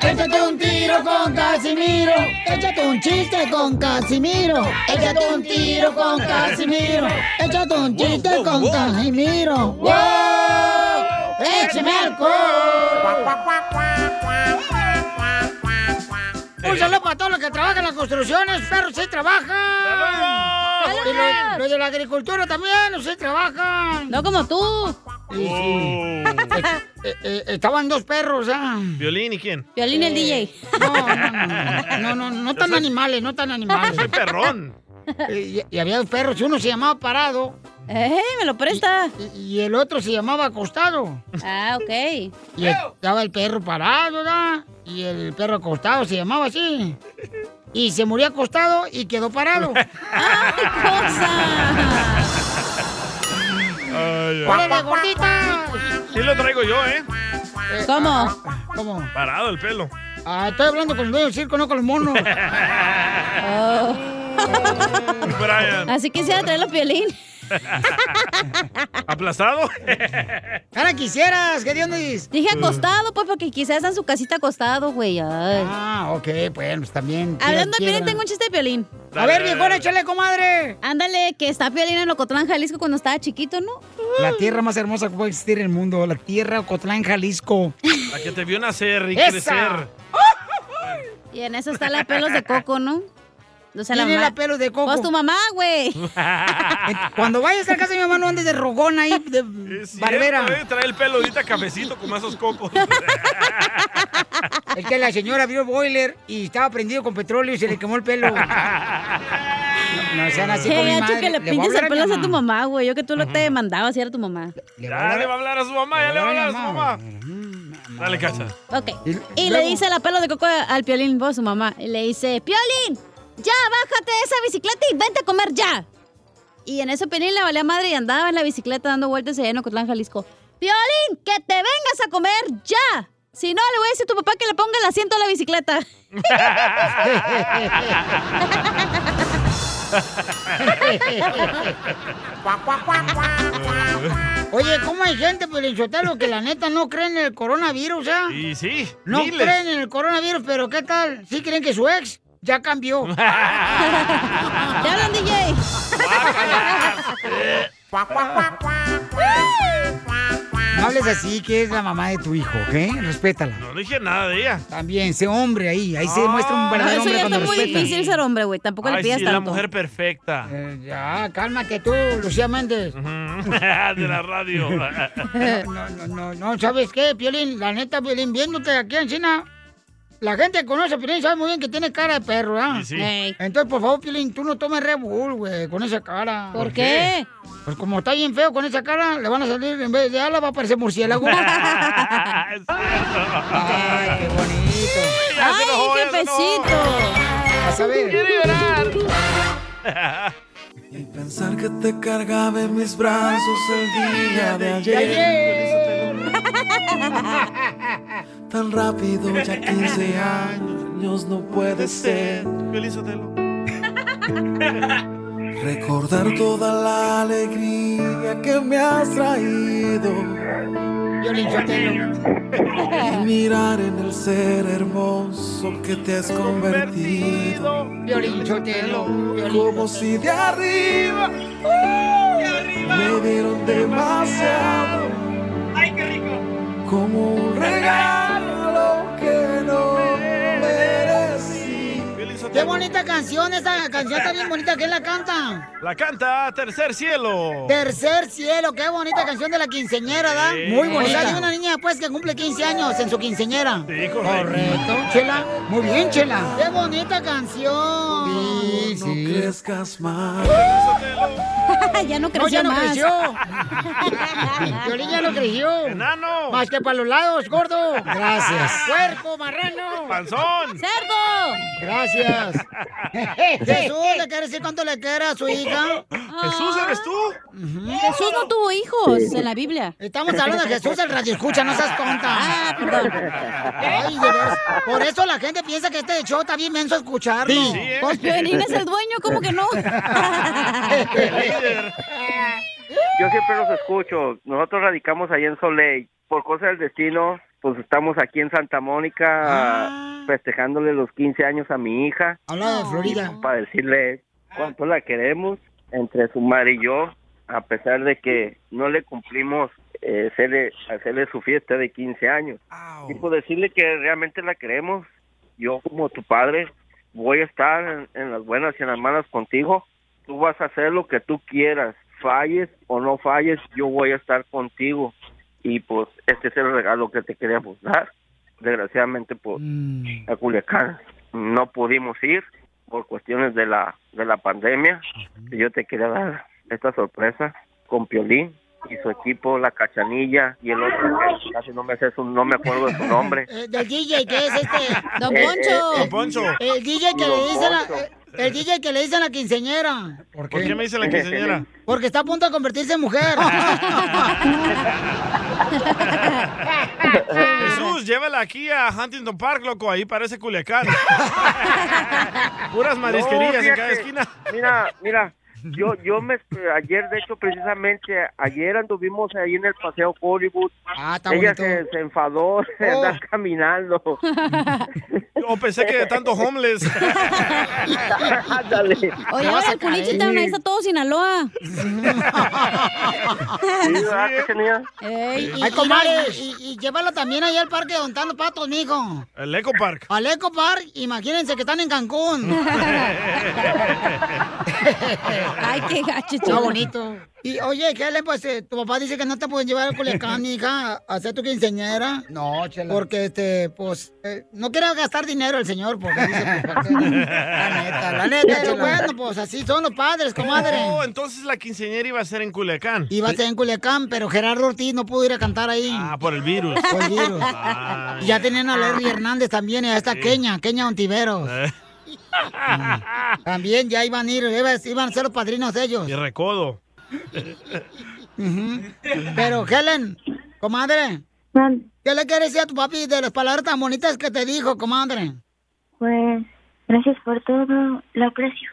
[SPEAKER 7] Échate un tiro con Casimiro. Échate un chiste con Casimiro. Échate un tiro con Casimiro. Échate un chiste con Casimiro. ¡Wow! ¡Échame
[SPEAKER 1] Un saludo para todos los que trabajan en las construcciones, perros sí trabajan.
[SPEAKER 3] ¡Saludos!
[SPEAKER 1] Y los los de la agricultura también, sí trabajan.
[SPEAKER 3] No como tú.
[SPEAKER 1] Eh, eh, estaban dos perros, ¿ah?
[SPEAKER 2] ¿Violín y quién?
[SPEAKER 3] Violín el DJ.
[SPEAKER 1] No, no, no tan animales, no tan animales.
[SPEAKER 2] Soy perrón.
[SPEAKER 1] Y, y había dos perros, y uno se llamaba Parado. ¡Eh, me lo presta! Y, y el otro se llamaba Acostado. Ah, ok. Y estaba el perro parado, ¿verdad? Y el perro acostado se llamaba así. Y se murió acostado y quedó *laughs* parado.
[SPEAKER 2] Ay, ay.
[SPEAKER 1] ¡Órale, gordita!
[SPEAKER 2] Sí lo traigo yo, ¿eh?
[SPEAKER 1] Eh, ah, ¿Cómo?
[SPEAKER 2] Parado el pelo.
[SPEAKER 1] Ah, estoy hablando con el Oh. dueño del circo, no con los
[SPEAKER 2] *laughs*
[SPEAKER 1] monos.
[SPEAKER 2] *laughs* Brian.
[SPEAKER 3] Así quisiera traer los Piolín.
[SPEAKER 2] *laughs* ¿Aplastado?
[SPEAKER 1] Ahora quisieras, ¿qué Mm. dices?
[SPEAKER 3] Dije acostado, pues, porque quizás está en su casita acostado, güey.
[SPEAKER 1] Ah, ok, bueno, pues también.
[SPEAKER 3] Hablando de
[SPEAKER 1] Piedra,
[SPEAKER 3] Piolín, tengo un chiste de Piolín.
[SPEAKER 1] A ver, viejona, échale, comadre.
[SPEAKER 3] Ándale, que está Piolín en Locotlán, Jalisco, cuando estaba chiquito, ¿no?
[SPEAKER 1] La tierra más hermosa que puede existir en el mundo, la tierra Ocotlán,
[SPEAKER 2] *laughs*
[SPEAKER 1] Jalisco.
[SPEAKER 2] La que te vio nacer y
[SPEAKER 1] ¡Esa!
[SPEAKER 2] crecer.
[SPEAKER 3] Y en eso está la pelos de coco, ¿no? O sea,
[SPEAKER 1] ¿Quién es
[SPEAKER 3] mamá-
[SPEAKER 1] la pelos de coco?
[SPEAKER 3] Pues tu mamá, güey.
[SPEAKER 1] Cuando vayas a casa de mi mamá, no andes de rogón ahí, de barbera.
[SPEAKER 2] Cierto, ¿eh? Trae el pelo ahorita cabecito como esos cocos.
[SPEAKER 1] Es que la señora abrió el boiler y estaba prendido con petróleo y se le quemó el
[SPEAKER 2] *laughs*
[SPEAKER 1] pelo. No sean así con mi
[SPEAKER 3] Che, Nacho,
[SPEAKER 1] madre.
[SPEAKER 3] que le
[SPEAKER 1] Le voy a
[SPEAKER 3] pinches
[SPEAKER 1] hablar
[SPEAKER 3] el
[SPEAKER 1] a mi
[SPEAKER 3] pelo a
[SPEAKER 1] mamá.
[SPEAKER 3] tu mamá, güey. Yo que tú lo te mandabas y era tu mamá.
[SPEAKER 2] Ya le va a hablar a su mamá, ya le va a hablar a su mamá. Dale, cacha.
[SPEAKER 3] Ok. Y le dice la pelo de coco al Piolín, vos, su mamá. Y le dice, Piolín, ya bájate de esa bicicleta y vente a comer ya. Y en eso Piolín le valía madre y andaba en la bicicleta dando vueltas allá en Ocotlán, Jalisco. Piolín, que te vengas a comer ya. Si no, le voy a decir a tu papá que le ponga el asiento a la bicicleta.
[SPEAKER 1] Oye, ¿cómo hay gente, Pelinchotelo, que la neta no creen en el coronavirus, ¿ah?
[SPEAKER 2] Y sí,
[SPEAKER 1] No
[SPEAKER 2] miles.
[SPEAKER 1] creen en el coronavirus, pero ¿qué tal? ¿Sí creen que su ex ya
[SPEAKER 2] *laughs*
[SPEAKER 1] cambió?
[SPEAKER 20] ¡Ya
[SPEAKER 1] hablan, DJ! No hables así, que es la mamá de tu hijo, ¿ok? Respétala.
[SPEAKER 2] No dije nada de ella.
[SPEAKER 1] También, sé hombre ahí. Ahí se demuestra un verdadero
[SPEAKER 3] Ah, eso
[SPEAKER 1] hombre
[SPEAKER 3] ya está
[SPEAKER 1] cuando
[SPEAKER 3] muy
[SPEAKER 1] respeta.
[SPEAKER 3] difícil ser hombre, güey. Tampoco le
[SPEAKER 2] Ay,
[SPEAKER 3] pidas
[SPEAKER 2] sí, la
[SPEAKER 3] tanto.
[SPEAKER 2] mujer perfecta.
[SPEAKER 1] Ya, cálmate tú, Lucía Méndez.
[SPEAKER 2] *laughs* Ah, de la radio.
[SPEAKER 20] *laughs*
[SPEAKER 1] No, no, no, no, ¿sabes qué, Piolín? La neta, Piolín, viéndote aquí en China, la gente que conoce a Piolín sabe muy bien que tiene cara de perro, ¿ah?
[SPEAKER 20] Sí, sí. Ey.
[SPEAKER 1] Entonces, por favor, Piolín, tú no tomes Red Bull, güey, con esa cara.
[SPEAKER 20] ¿Por ¿Por qué?
[SPEAKER 1] Pues como está bien feo con esa cara, le van a salir, en vez de ala, va a parecer
[SPEAKER 20] *laughs*
[SPEAKER 1] murciélago.
[SPEAKER 20] ¡Ay,
[SPEAKER 1] qué bonito!
[SPEAKER 20] ¡Ay, jefecito!
[SPEAKER 1] Vas a ver.
[SPEAKER 20] ¡Quiero llorar!
[SPEAKER 9] Y pensar que te cargaba en mis brazos el día de ayer. Tan rápido, ya 15 años, años no puede ser. Recordar toda la alegría que me has traído. Y mirar en el ser hermoso que te has convertido. Como si de arriba, uh, me dieron demasiado. Ay, qué rico. Como un regalo que no merecí.
[SPEAKER 1] ¡Qué bonita canción! Esa canción está bien bonita. ¿Quién la canta?
[SPEAKER 2] La canta Tercer Cielo.
[SPEAKER 1] Tercer cielo, qué bonita canción de la quinceñera, ¿da?
[SPEAKER 2] Sí.
[SPEAKER 1] Muy bonita.
[SPEAKER 2] O sea,
[SPEAKER 1] de una niña, pues, que cumple 15 años en su quinceñera.
[SPEAKER 2] Sí, correcto.
[SPEAKER 1] correcto. Chela, muy bien, Chela. Qué bonita canción.
[SPEAKER 9] No crezcas más.
[SPEAKER 3] *laughs* ya no
[SPEAKER 1] No,
[SPEAKER 3] creció
[SPEAKER 1] ya no
[SPEAKER 3] más.
[SPEAKER 1] creció.
[SPEAKER 3] *laughs*
[SPEAKER 1] Violín ya no creció.
[SPEAKER 2] Enano.
[SPEAKER 1] Más que para los lados, gordo.
[SPEAKER 20] Gracias.
[SPEAKER 1] Puerco, marrano.
[SPEAKER 2] Panzón.
[SPEAKER 1] Cerdo. Gracias.
[SPEAKER 3] *laughs*
[SPEAKER 1] Jesús, ¿le quiere decir cuánto le queda a su
[SPEAKER 3] *laughs*
[SPEAKER 1] hija?
[SPEAKER 2] Jesús, ¿eres tú?
[SPEAKER 3] Ah. Jesús no tuvo hijos en la Biblia.
[SPEAKER 1] Estamos hablando de Jesús, el radio escucha, no seas tonta.
[SPEAKER 3] Ah, perdón.
[SPEAKER 1] Ay, de veras. Por eso la gente piensa que este show está bien menso escucharlo.
[SPEAKER 3] Sí. Sí, ¿eh? Pues Piolín es el dueño, ¿cómo *laughs* que no?
[SPEAKER 17] Yo siempre los escucho. Nosotros radicamos allá en Soleil. Por cosa del destino, pues estamos aquí en Santa Mónica
[SPEAKER 1] Ah.
[SPEAKER 17] festejándole los 15 años a mi hija.
[SPEAKER 1] Habla de Florida.
[SPEAKER 17] Para decirle cuánto la queremos entre su madre y yo, a pesar de que no le cumplimos eh, hacerle, hacerle su fiesta de 15 años. Y por decirle que realmente la queremos, yo como tu padre voy a estar en, en las buenas y en las malas contigo. Tú vas a hacer lo que tú quieras, falles o no falles, yo voy a estar contigo. Y pues este es el regalo que te queríamos dar. Desgraciadamente, pues a Culiacán no pudimos ir por cuestiones de la de la pandemia. Y Yo te quería dar esta sorpresa con Piolín y su equipo, la Cachanilla y el otro que casi no me sé su- no me acuerdo de su nombre.
[SPEAKER 1] Eh, del DJ, que es este?
[SPEAKER 17] Don Poncho. Eh, eh, Don Poncho.
[SPEAKER 1] El DJ que le
[SPEAKER 17] Don
[SPEAKER 1] dice la...
[SPEAKER 17] Poncho.
[SPEAKER 1] eh, El DJ que le dicen la quinceñera.
[SPEAKER 2] ¿Por qué, me dice la quinceañera?
[SPEAKER 1] Porque está a punto de convertirse en mujer.
[SPEAKER 2] Jesús, llévala aquí a Huntington Park, loco. Ahí parece
[SPEAKER 17] *laughs*
[SPEAKER 2] Culiacán. Puras marisquerías en
[SPEAKER 17] No,
[SPEAKER 2] cada
[SPEAKER 17] fíjate,
[SPEAKER 2] esquina. *laughs*
[SPEAKER 17] Mira, mira, yo, yo me, ayer, de hecho, precisamente, ayer anduvimos ahí en el Paseo Hollywood.
[SPEAKER 1] Ah,
[SPEAKER 2] Ah, está
[SPEAKER 17] Ella
[SPEAKER 2] bonito.
[SPEAKER 17] se, se enfadó de
[SPEAKER 2] Oh.
[SPEAKER 17] andar caminando.
[SPEAKER 2] Yo pensé que de tanto homeless.
[SPEAKER 17] *laughs* Ándale.
[SPEAKER 3] Oye, ahora el culichi también, ahí está todo Sinaloa.
[SPEAKER 2] *laughs*
[SPEAKER 17] ¿verdad, Cachanilla?
[SPEAKER 3] Ey, y-
[SPEAKER 1] Ay,
[SPEAKER 3] y-
[SPEAKER 1] comadre, y, y llévala también ahí al parque donde están los patos, mijo.
[SPEAKER 2] El Eco
[SPEAKER 17] *laughs*
[SPEAKER 2] Park.
[SPEAKER 1] Al Eco Park, imagínense que están en Cancún.
[SPEAKER 3] Ay, qué gacho,
[SPEAKER 1] Está
[SPEAKER 3] chela.
[SPEAKER 1] bonito. Y oye, ¿qué le pues eh, tu papá dice que no te pueden llevar a *laughs* Culiacán, hija, a hacer tu quinceñera? No, chela. Porque este, pues, eh, no quiere gastar dinero el señor, porque dice, *laughs* pues, ¿para qué? la neta, la neta, pero bueno, pues así son los padres, comadre.
[SPEAKER 2] Oh, entonces la quinceañera iba a ser en Culiacán.
[SPEAKER 1] Iba a estar en Culiacán, pero Gerardo Ortiz no pudo ir a cantar ahí.
[SPEAKER 2] Ah, por el virus. Ah.
[SPEAKER 1] Por el virus.
[SPEAKER 3] Ah.
[SPEAKER 2] Ay.
[SPEAKER 1] Y ya tenían a Larry Hernández también, y a esta Kenia, Kenia Ontiveros.
[SPEAKER 2] Eh,
[SPEAKER 1] También ya iban a ir, iba- iban a ser los padrinos ellos.
[SPEAKER 2] Ah. Y recodo.
[SPEAKER 1] Ujú. Pero, Helen, comadre, ¿Qué le quieres decir a tu papi de las palabras tan bonitas que te dijo, comadre?
[SPEAKER 22] Pues, gracias por todo, lo aprecio.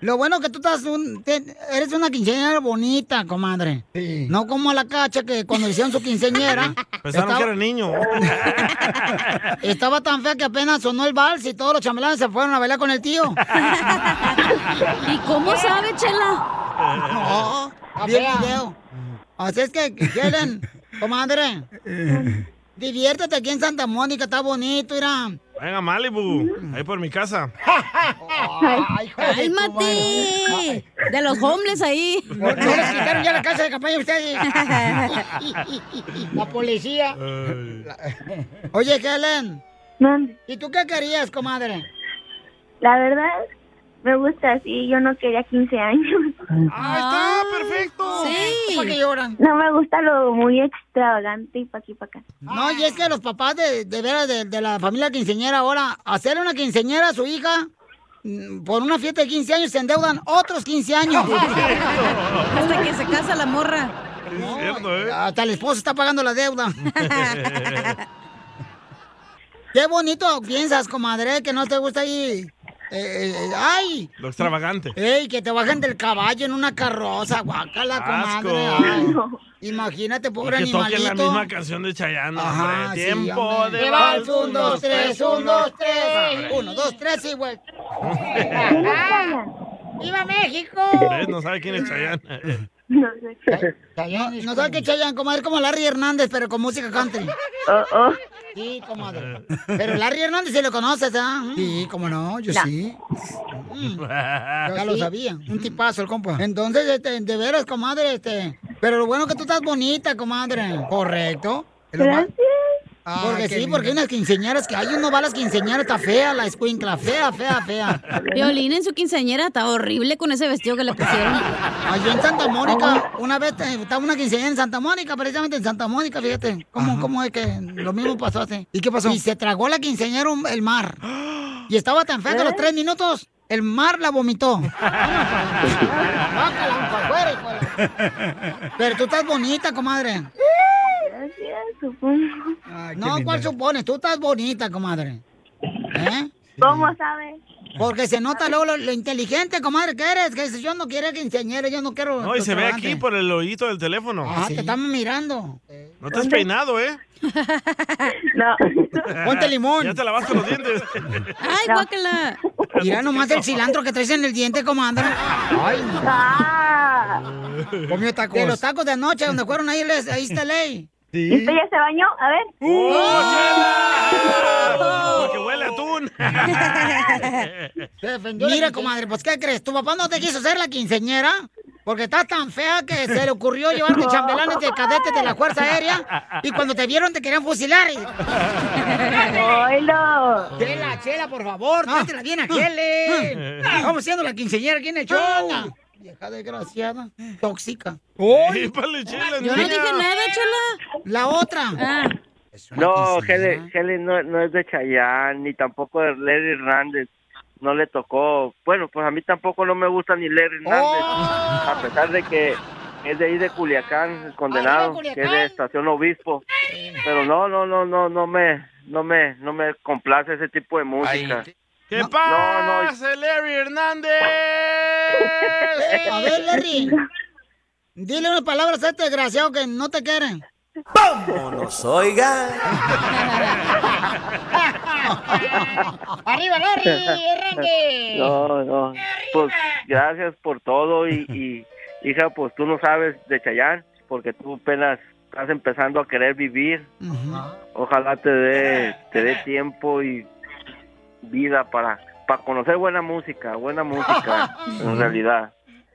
[SPEAKER 1] Lo bueno que tú estás un- te- eres una quinceañera bonita, comadre. No como la cacha que cuando hicieron su quinceañera...
[SPEAKER 2] *laughs* Pensaron que era niño.
[SPEAKER 1] Estaba tan fea que apenas sonó el vals y todos los chambelanes se fueron a bailar con el tío. ¿Y
[SPEAKER 3] cómo sabe,
[SPEAKER 1] Chela? No, vi el video. Así es que, quieren, comadre, diviértete aquí en Santa Mónica, está bonito, mira.
[SPEAKER 2] Venga, Malibu, ahí por
[SPEAKER 17] *laughs*
[SPEAKER 2] mi casa.
[SPEAKER 3] ¡Cálmate! De los homeless ahí.
[SPEAKER 1] No, no les quitaron ya la casa de campaña a ustedes.
[SPEAKER 3] *laughs*
[SPEAKER 1] La policía. Oye, Helen. ¿Y tú qué querías, comadre?
[SPEAKER 22] La verdad, me gusta así, yo no quería 15 años.
[SPEAKER 1] Ah, está perfecto. Sí. ¿Para qué lloran?
[SPEAKER 22] No me gusta lo muy extravagante y pa' aquí pa' acá.
[SPEAKER 1] No, y es que los papás de, de veras de, de la familia quinceñera ahora, hacerle una quinceñera a su hija mm, por una fiesta de 15 años se endeudan otros 15 *laughs* años.
[SPEAKER 3] Hasta que se casa la morra.
[SPEAKER 2] Es cierto, ¿eh?
[SPEAKER 1] Hasta el esposo está pagando la
[SPEAKER 2] *laughs*
[SPEAKER 1] deuda. Qué bonito piensas, comadre, que no te gusta ahí. eh, eh, ay,
[SPEAKER 2] Lo extravagante.
[SPEAKER 1] ey, que te bajen del caballo en una carroza, guácala, comadre.
[SPEAKER 2] Asco.
[SPEAKER 1] ay.
[SPEAKER 2] *laughs*
[SPEAKER 1] Imagínate,
[SPEAKER 2] Y
[SPEAKER 1] pobre
[SPEAKER 2] que toquen la
[SPEAKER 1] animalito.
[SPEAKER 2] misma canción de Chayanne,
[SPEAKER 1] Ajá,
[SPEAKER 2] hombre.
[SPEAKER 1] sí,
[SPEAKER 2] Tiempo
[SPEAKER 1] hombre.
[SPEAKER 2] de
[SPEAKER 1] Que vals,
[SPEAKER 2] vals.
[SPEAKER 1] un, dos, tres, un, dos, tres.
[SPEAKER 2] Hombre.
[SPEAKER 1] Uno, dos, tres y
[SPEAKER 2] *laughs*
[SPEAKER 1] vuelta. ¡Viva México!
[SPEAKER 2] *laughs* ¿Ves? No sabe quién es *laughs* Chayanne. eh.
[SPEAKER 1] No, no sabe que Chayanne, comadre, como Larry Hernández, pero con música country. Sí, comadre. Pero *laughs* Larry Hernández sí lo conoces, ¿ah? Sí, cómo no, yo
[SPEAKER 20] No.
[SPEAKER 1] sí.
[SPEAKER 7] Mm.
[SPEAKER 1] Ya lo *laughs* sabía. Un tipazo el compa. Entonces, este, de veras, comadre, este. Pero lo bueno es que tú estás bonita, comadre. Correcto. Es lo más- Ah, porque sí, porque hay unas quinceañeras que hay uno va a las quinceañeras, está fea la escuincla, fea, fea, fea.
[SPEAKER 3] Violín en su quinceañera está horrible con ese vestido que le pusieron. Oh.
[SPEAKER 1] Allí en Santa Mónica, una vez eh, estaba una quinceañera en Santa Mónica, precisamente en Santa Mónica, fíjate, cómo, cómo es que lo mismo pasó así. ¿Y qué pasó? Y se tragó la quinceañera un- el mar. Y estaba tan fea que a los tres minutos el mar la
[SPEAKER 2] *laughs*
[SPEAKER 1] vomitó.
[SPEAKER 7] Ah,
[SPEAKER 1] Bácala, pa' afuera, hijo de la- Pero tú estás bonita, comadre. No,
[SPEAKER 20] linda.
[SPEAKER 1] ¿cuál supones? Tú estás bonita, comadre. ¿Eh?
[SPEAKER 22] ¿Cómo sabes?
[SPEAKER 1] Porque se nota luego lo, lo inteligente, comadre, que eres. Que dices, yo no quiero que enseñe, yo no quiero.
[SPEAKER 2] No, y se ve aquí pues.
[SPEAKER 1] extravagante".
[SPEAKER 2] por el oído del teléfono.
[SPEAKER 1] Ah, te estamos mirando.
[SPEAKER 2] No te has peinado, ¿eh?
[SPEAKER 22] No.
[SPEAKER 1] Ponte limón.
[SPEAKER 2] Ya te lavaste
[SPEAKER 9] *laughs*
[SPEAKER 2] los dientes.
[SPEAKER 1] Ay, guácala. *laughs* Mira nomás el cilantro que traes en el diente, comadre. Ay, no. Comió tacos. Ah. De los tacos de anoche, donde fueron ahí, les, ahí está ley.
[SPEAKER 22] ¿Y usted ya se bañó? A ver.
[SPEAKER 1] ¡Oh!
[SPEAKER 2] Porque huele a atún.
[SPEAKER 1] Mira, comadre, pues ¿qué crees? ¿Tu papá no te quiso ser la quinceñera? Porque estás tan fea que se le ocurrió llevarte chambelanes de cadetes de la Fuerza Aérea y cuando te vieron te querían fusilar.
[SPEAKER 22] ¡Oilo!
[SPEAKER 1] Chela, chela, por favor, trátela bien a Helen. Vamos siendo la quinceñera aquí en el show. Vieja desgraciada. Tóxica.
[SPEAKER 2] Épale,
[SPEAKER 9] Pues
[SPEAKER 2] Chela,
[SPEAKER 22] Yo no niña. dije nada,
[SPEAKER 1] chela. La otra.
[SPEAKER 17] No, Helen, Helen no, no es de Chayanne, ni tampoco de Larry Hernández. No le tocó. Bueno, pues a mí tampoco no me gusta ni Larry Hernández. A pesar de que es de ahí de Culiacán, el condenado,
[SPEAKER 1] Arriba,
[SPEAKER 17] que es de Estación Obispo. Pero no, no, no, no, no me, no me, no me complace ese tipo de música.
[SPEAKER 2] ¿Qué pasa, Larry Hernández?
[SPEAKER 1] A ver, Larry. Dile unas palabras a este desgraciado que no te quieren.
[SPEAKER 9] Vámonos, oiga.
[SPEAKER 1] ¡Arriba, Larry! Hernández!
[SPEAKER 17] No, no. Pues gracias por todo y, y, hija, pues tú no sabes de Chayán porque tú apenas estás empezando a querer vivir. Ojalá te dé te dé tiempo y vida para para conocer buena música, buena música en realidad.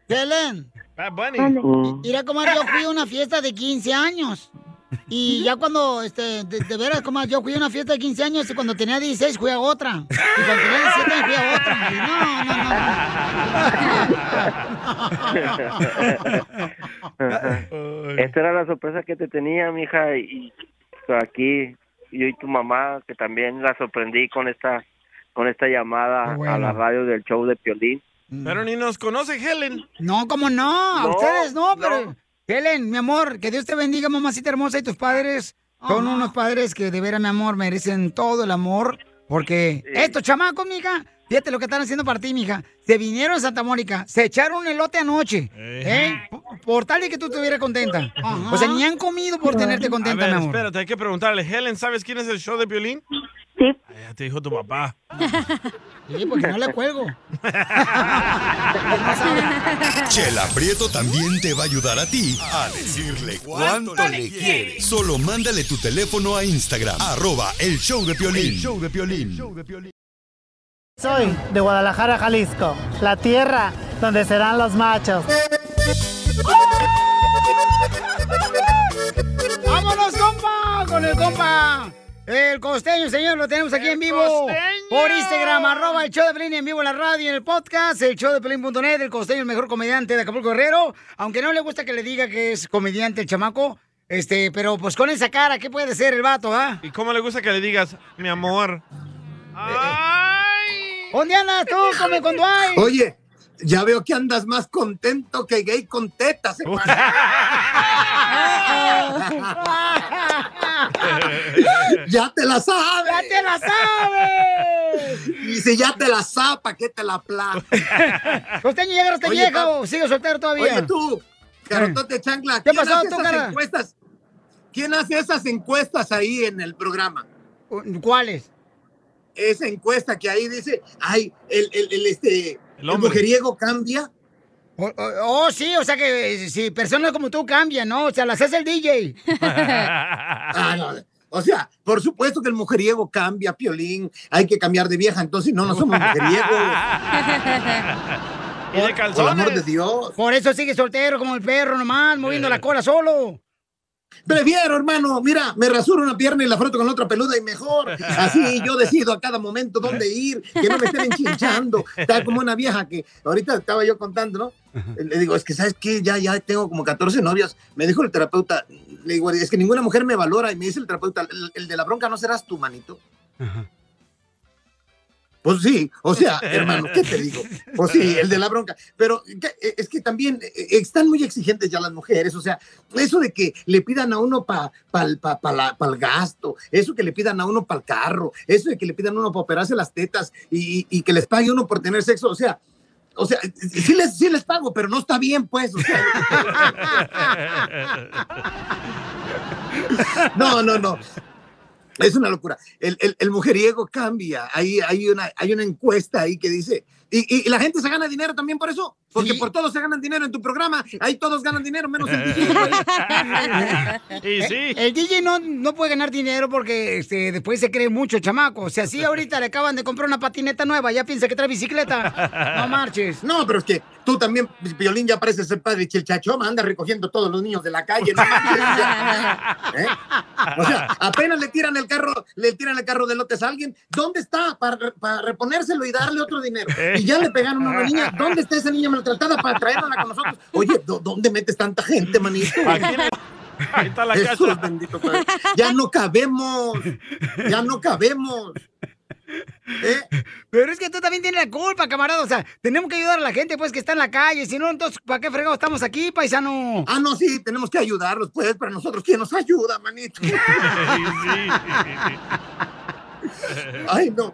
[SPEAKER 1] Helen.
[SPEAKER 2] Bad
[SPEAKER 17] Mm.
[SPEAKER 1] Mira, comadre, yo fui a una fiesta de 15 años.
[SPEAKER 2] *laughs*
[SPEAKER 1] Y ya cuando, este, de, de veras, comadre, yo fui a una fiesta de 15 años y cuando tenía 16 fui a otra. Y cuando tenía 17 fui a otra. Y no, no,
[SPEAKER 17] Esta era la sorpresa que te tenía, mija, y aquí yo y tu mamá que también la sorprendí con esta con esta llamada a la radio del show de Piolín.
[SPEAKER 2] Pero ni nos conoce Helen.
[SPEAKER 1] No, ¿cómo no? A
[SPEAKER 2] No,
[SPEAKER 1] ustedes no, pero. Helen, mi amor, que Dios te bendiga, mamacita hermosa, y tus padres. Son unos padres que de veras, mi amor, merecen todo el amor. Porque estos chamacos, mija, fíjate lo que están haciendo para ti, mija. Se vinieron a Santa Mónica, se echaron un elote anoche. ¿eh? Por, por tal de que tú estuvieras contenta. O sea, ni han comido por tenerte
[SPEAKER 2] A
[SPEAKER 1] contenta,
[SPEAKER 2] ver,
[SPEAKER 1] mi amor.
[SPEAKER 2] espérate, hay que preguntarle. Helen, ¿sabes quién es el show de violín?
[SPEAKER 22] Sí.
[SPEAKER 2] ya te dijo tu papá.
[SPEAKER 1] Sí, porque no le cuelgo.
[SPEAKER 6] Chela Prieto también te va a ayudar a ti a decirle cuánto le quiere. Solo mándale tu teléfono a Instagram, arroba el show de Piolín.
[SPEAKER 5] El
[SPEAKER 6] show de
[SPEAKER 5] Soy de Guadalajara, Jalisco, la tierra donde serán los machos.
[SPEAKER 1] ¡Vámonos, compa! Con el compa. El costeño, señor, lo tenemos aquí en vivo. Por Instagram, arroba el show de Pelín en vivo en la radio, en el podcast, el show de Pelín.net, el costeño, el mejor comediante de Acapulco Guerrero. Aunque no le gusta que le diga que es comediante el chamaco, este, pero pues con esa cara, ¿qué puede ser el vato, ah?
[SPEAKER 2] ¿Y cómo le gusta que le digas, mi amor?
[SPEAKER 1] ¿Dónde andas
[SPEAKER 2] *laughs*
[SPEAKER 1] tú? Come cuando hay.
[SPEAKER 8] Oye, ya veo que andas más contento que gay con tetas. eh.
[SPEAKER 20] *laughs*
[SPEAKER 8] ya te la sabes.
[SPEAKER 20] Ya te la
[SPEAKER 1] sabes.
[SPEAKER 8] Y si ya te la sabes, ¿para qué te la plato?
[SPEAKER 1] Costeño, ¿ya agarraste
[SPEAKER 8] Oye,
[SPEAKER 1] vieja
[SPEAKER 8] pa-
[SPEAKER 1] o sigue soltero todavía?
[SPEAKER 8] Oye, tú, Garrotote Chancla,
[SPEAKER 1] Mm. ¿Qué
[SPEAKER 8] ¿quién
[SPEAKER 1] pasó,
[SPEAKER 8] hace
[SPEAKER 1] tú,
[SPEAKER 8] esas
[SPEAKER 1] cara?
[SPEAKER 8] encuestas? ¿Quién hace esas encuestas ahí en el programa?
[SPEAKER 1] Uh, ¿Cuáles?
[SPEAKER 8] Esa encuesta que ahí dice, ay, el, el, el, este, el
[SPEAKER 1] hombre.
[SPEAKER 8] mujeriego cambia.
[SPEAKER 1] Oh, oh, oh, sí, o sea que eh, si personas como tú cambian, ¿no? O sea, las hace el DJ.
[SPEAKER 8] Ah, no, O sea, por supuesto que el mujeriego cambia, Piolín. Hay que cambiar de vieja, entonces no,
[SPEAKER 1] *laughs*
[SPEAKER 8] no somos *laughs* mujeriego.
[SPEAKER 2] y de
[SPEAKER 8] Por el amor de
[SPEAKER 2] calzones.
[SPEAKER 8] Dios.
[SPEAKER 1] Por eso sigue soltero como el perro nomás, moviendo la cola solo.
[SPEAKER 8] Prefiero, hermano, mira, me rasuro una pierna y la froto con la otra peluda y mejor. Así yo decido a cada momento dónde ir, que no me estén enchinchando. Está como una vieja que ahorita estaba yo contando, ¿no? Le digo, es que, ¿sabes qué? Ya, ya tengo como 14 novias. Me dijo el terapeuta, le digo, es que ninguna mujer me valora. Y me dice el terapeuta, el, el de la bronca no serás tu manito. Pues sí, o sea, hermano, ¿qué te digo? *laughs* Pues sí, el de la bronca. Pero ¿qué? es que también eh, están muy exigentes ya las mujeres, o sea, eso de que le pidan a uno para pa, pa- pa la- pa el gasto, eso que le pidan a uno para el carro, eso de que le pidan a uno para operarse las tetas y, y que les pague uno por tener sexo, o sea, o sea, sí les, sí les pago, pero no está bien, pues. o sea.
[SPEAKER 7] *laughs*
[SPEAKER 8] *laughs* No, no, no. Es una locura. El, el- el mujeriego cambia. Hay, hay, una, hay una encuesta ahí que dice. Y, y- y la gente se gana dinero también por eso. Porque por todos se ganan dinero en tu programa. Ahí todos ganan dinero, menos el *laughs* DJ.
[SPEAKER 2] Y sí.
[SPEAKER 1] Eh, El DJ no, no puede ganar dinero porque este, después se cree mucho, chamaco. O sea, sí, ahorita le acaban de comprar una patineta nueva, ya piensa que trae bicicleta. No marches.
[SPEAKER 8] No, pero es que tú también, Violín, ya pareces el padre Chilchachoma, anda recogiendo todos los niños de la calle. ¿no? ¿Eh? O sea, apenas le tiran el carro, le tiran el carro de lotes a alguien, ¿dónde está para, re- para reponérselo y darle otro dinero? Y ya le pegaron a una niña, ¿dónde está esa niña maltratada para traerla con nosotros? Oye, ¿dó- ¿dónde metes tanta gente, manito?
[SPEAKER 2] Ahí está la
[SPEAKER 8] Jesús
[SPEAKER 2] casa.
[SPEAKER 8] bendito, Padre. Ya no cabemos, ya no cabemos.
[SPEAKER 1] Pero es que tú también tienes la culpa, camarada. O sea, tenemos que ayudar a la gente, pues, que está en la calle. Si no, entonces, ¿para qué fregado estamos aquí, paisano?
[SPEAKER 8] Ah, no, sí, tenemos que ayudarlos, pues, para nosotros, ¿quién nos ayuda, manito? *laughs* Ay, no.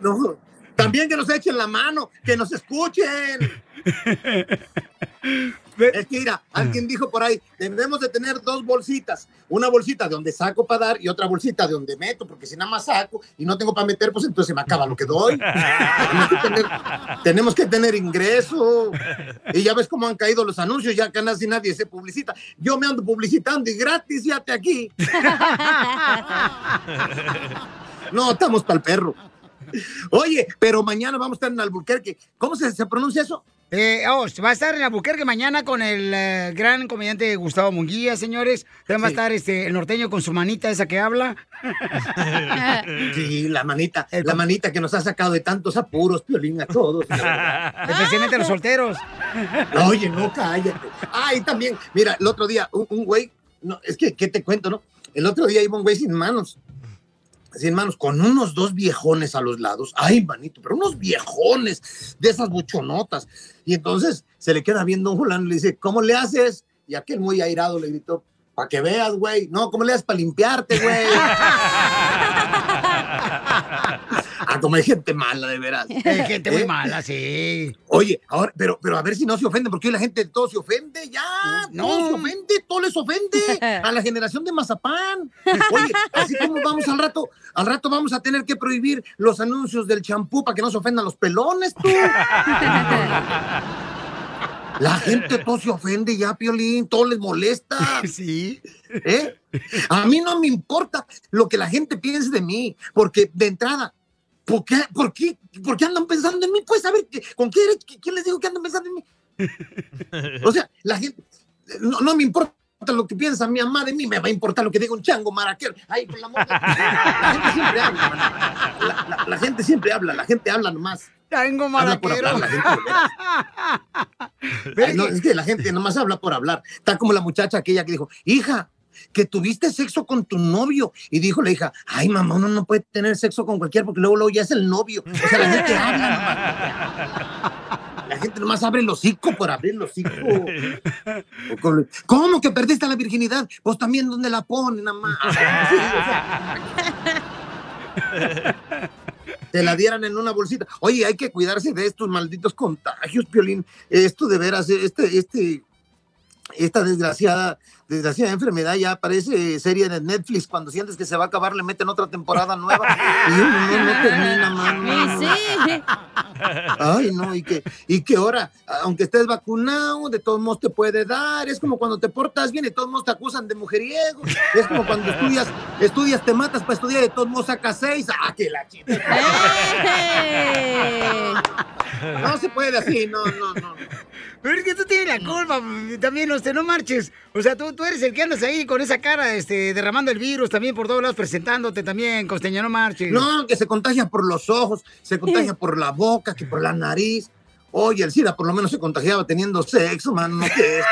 [SPEAKER 8] No. También que nos echen la mano, que nos escuchen. Es que mira, alguien dijo por ahí, debemos de tener dos bolsitas, una bolsita de donde saco para dar y otra bolsita de donde meto, porque si nada más saco y no tengo para meter, pues entonces se me acaba lo que doy. tenemos, que tener, tenemos que tener ingreso. Y ya ves cómo han caído los anuncios, ya que casi nadie se publicita. Yo me ando publicitando y gratis, ya te aquí. No, estamos para el perro. Oye, pero mañana vamos a estar en Albuquerque. ¿Cómo se, se pronuncia eso?
[SPEAKER 1] Eh, oh, va a estar en Albuquerque mañana con el eh, gran comediante Gustavo Munguía, señores. También va a estar este, el norteño con su manita esa que
[SPEAKER 8] *laughs*
[SPEAKER 1] habla.
[SPEAKER 8] Sí, la manita, la manita que nos ha sacado de tantos apuros, Piolín, a todos. la
[SPEAKER 1] *laughs*
[SPEAKER 8] verdad.
[SPEAKER 1] Especialmente a los solteros.
[SPEAKER 8] *laughs* Oye, no, cállate. Ay, también, mira, el otro día, un, un güey, no, es que, ¿qué te cuento, no? El otro día iba un güey sin manos, sin manos, con unos dos viejones a los lados. Ay, manito, pero unos viejones de esas buchonotas. Y entonces se le queda viendo un fulano y le dice, ¿cómo le haces? Y aquel muy airado le gritó, Para que veas, güey. No, ¿cómo le das para limpiarte, güey? *laughs* ah, como hay gente mala, de veras.
[SPEAKER 1] *laughs* Hay gente muy
[SPEAKER 8] Eh,
[SPEAKER 1] mala, sí.
[SPEAKER 8] Oye, ahora, pero, pero a ver si no se ofenden, porque hoy la gente todo se ofende, ya,
[SPEAKER 1] Pues,
[SPEAKER 8] no se ofende, todo
[SPEAKER 1] *laughs*
[SPEAKER 8] les ofende a la generación de Mazapán. Oye, así como vamos al rato, al rato vamos a tener que prohibir los anuncios del champú para que no se ofendan los
[SPEAKER 1] *laughs*
[SPEAKER 8] pelones, tú. La gente todo se ofende ya, Piolín, todo les molesta. Sí. A mí no me importa lo que la gente piense de mí, porque de entrada, ¿por qué, por qué, por qué andan pensando en mí? Pues a ver, ¿qué- ¿con qué derecho? ¿Quién les digo que andan pensando en mí? *laughs* O sea, la gente, no, no me importa lo que piensa mi mamá de mí, me va a importar lo que diga un chango maraquero. Ay, por la *laughs* amor de- La gente siempre habla, hermano. la, la- la gente siempre habla, la gente habla nomás.
[SPEAKER 1] Chango
[SPEAKER 8] Habla por hablar, la gente, de veras. Ay, no, es que la gente nomás habla por hablar. Está como la muchacha aquella que dijo, hija, que tuviste sexo con tu novio. Y dijo la hija, ay, mamá, uno no puede tener sexo con cualquiera porque luego, luego ya es el novio. O sea, la gente habla nomás. La gente nomás abre el hocico por abrir
[SPEAKER 1] *laughs*
[SPEAKER 8] el hocico. ¿Cómo que perdiste la virginidad? Pues también, ¿dónde la ponen, mamá?
[SPEAKER 7] *laughs*
[SPEAKER 8] Sí, o sea, te la dieran en una bolsita. Oye, hay que cuidarse de estos malditos contagios, Piolín. Esto de veras, este, este, esta desgraciada, desgraciada enfermedad ya parece serie de Netflix. Cuando sientes que se va a acabar, le meten otra temporada nueva. Y uno no, no termina, mano. Ay, no, y que, y que ahora, aunque estés vacunado, de todos modos te puede dar. Es como cuando te portas bien, y de todos modos te acusan de mujeriego. Es como cuando estudias, estudias, te matas para estudiar, y de todos modos sacas seis. ¡Ah, que la chica! No se puede así, no, no, no.
[SPEAKER 1] Pero es que tú tienes la culpa, también, usted no marches. O sea, tú, tú eres el que andas ahí con esa cara, este, derramando el virus también por todos lados, presentándote también, costeño, no marches.
[SPEAKER 8] No, que se contagia por los ojos, se contagia por la boca, que por la nariz. Oye, el SIDA por lo menos se contagiaba teniendo sexo, mano, no que esto.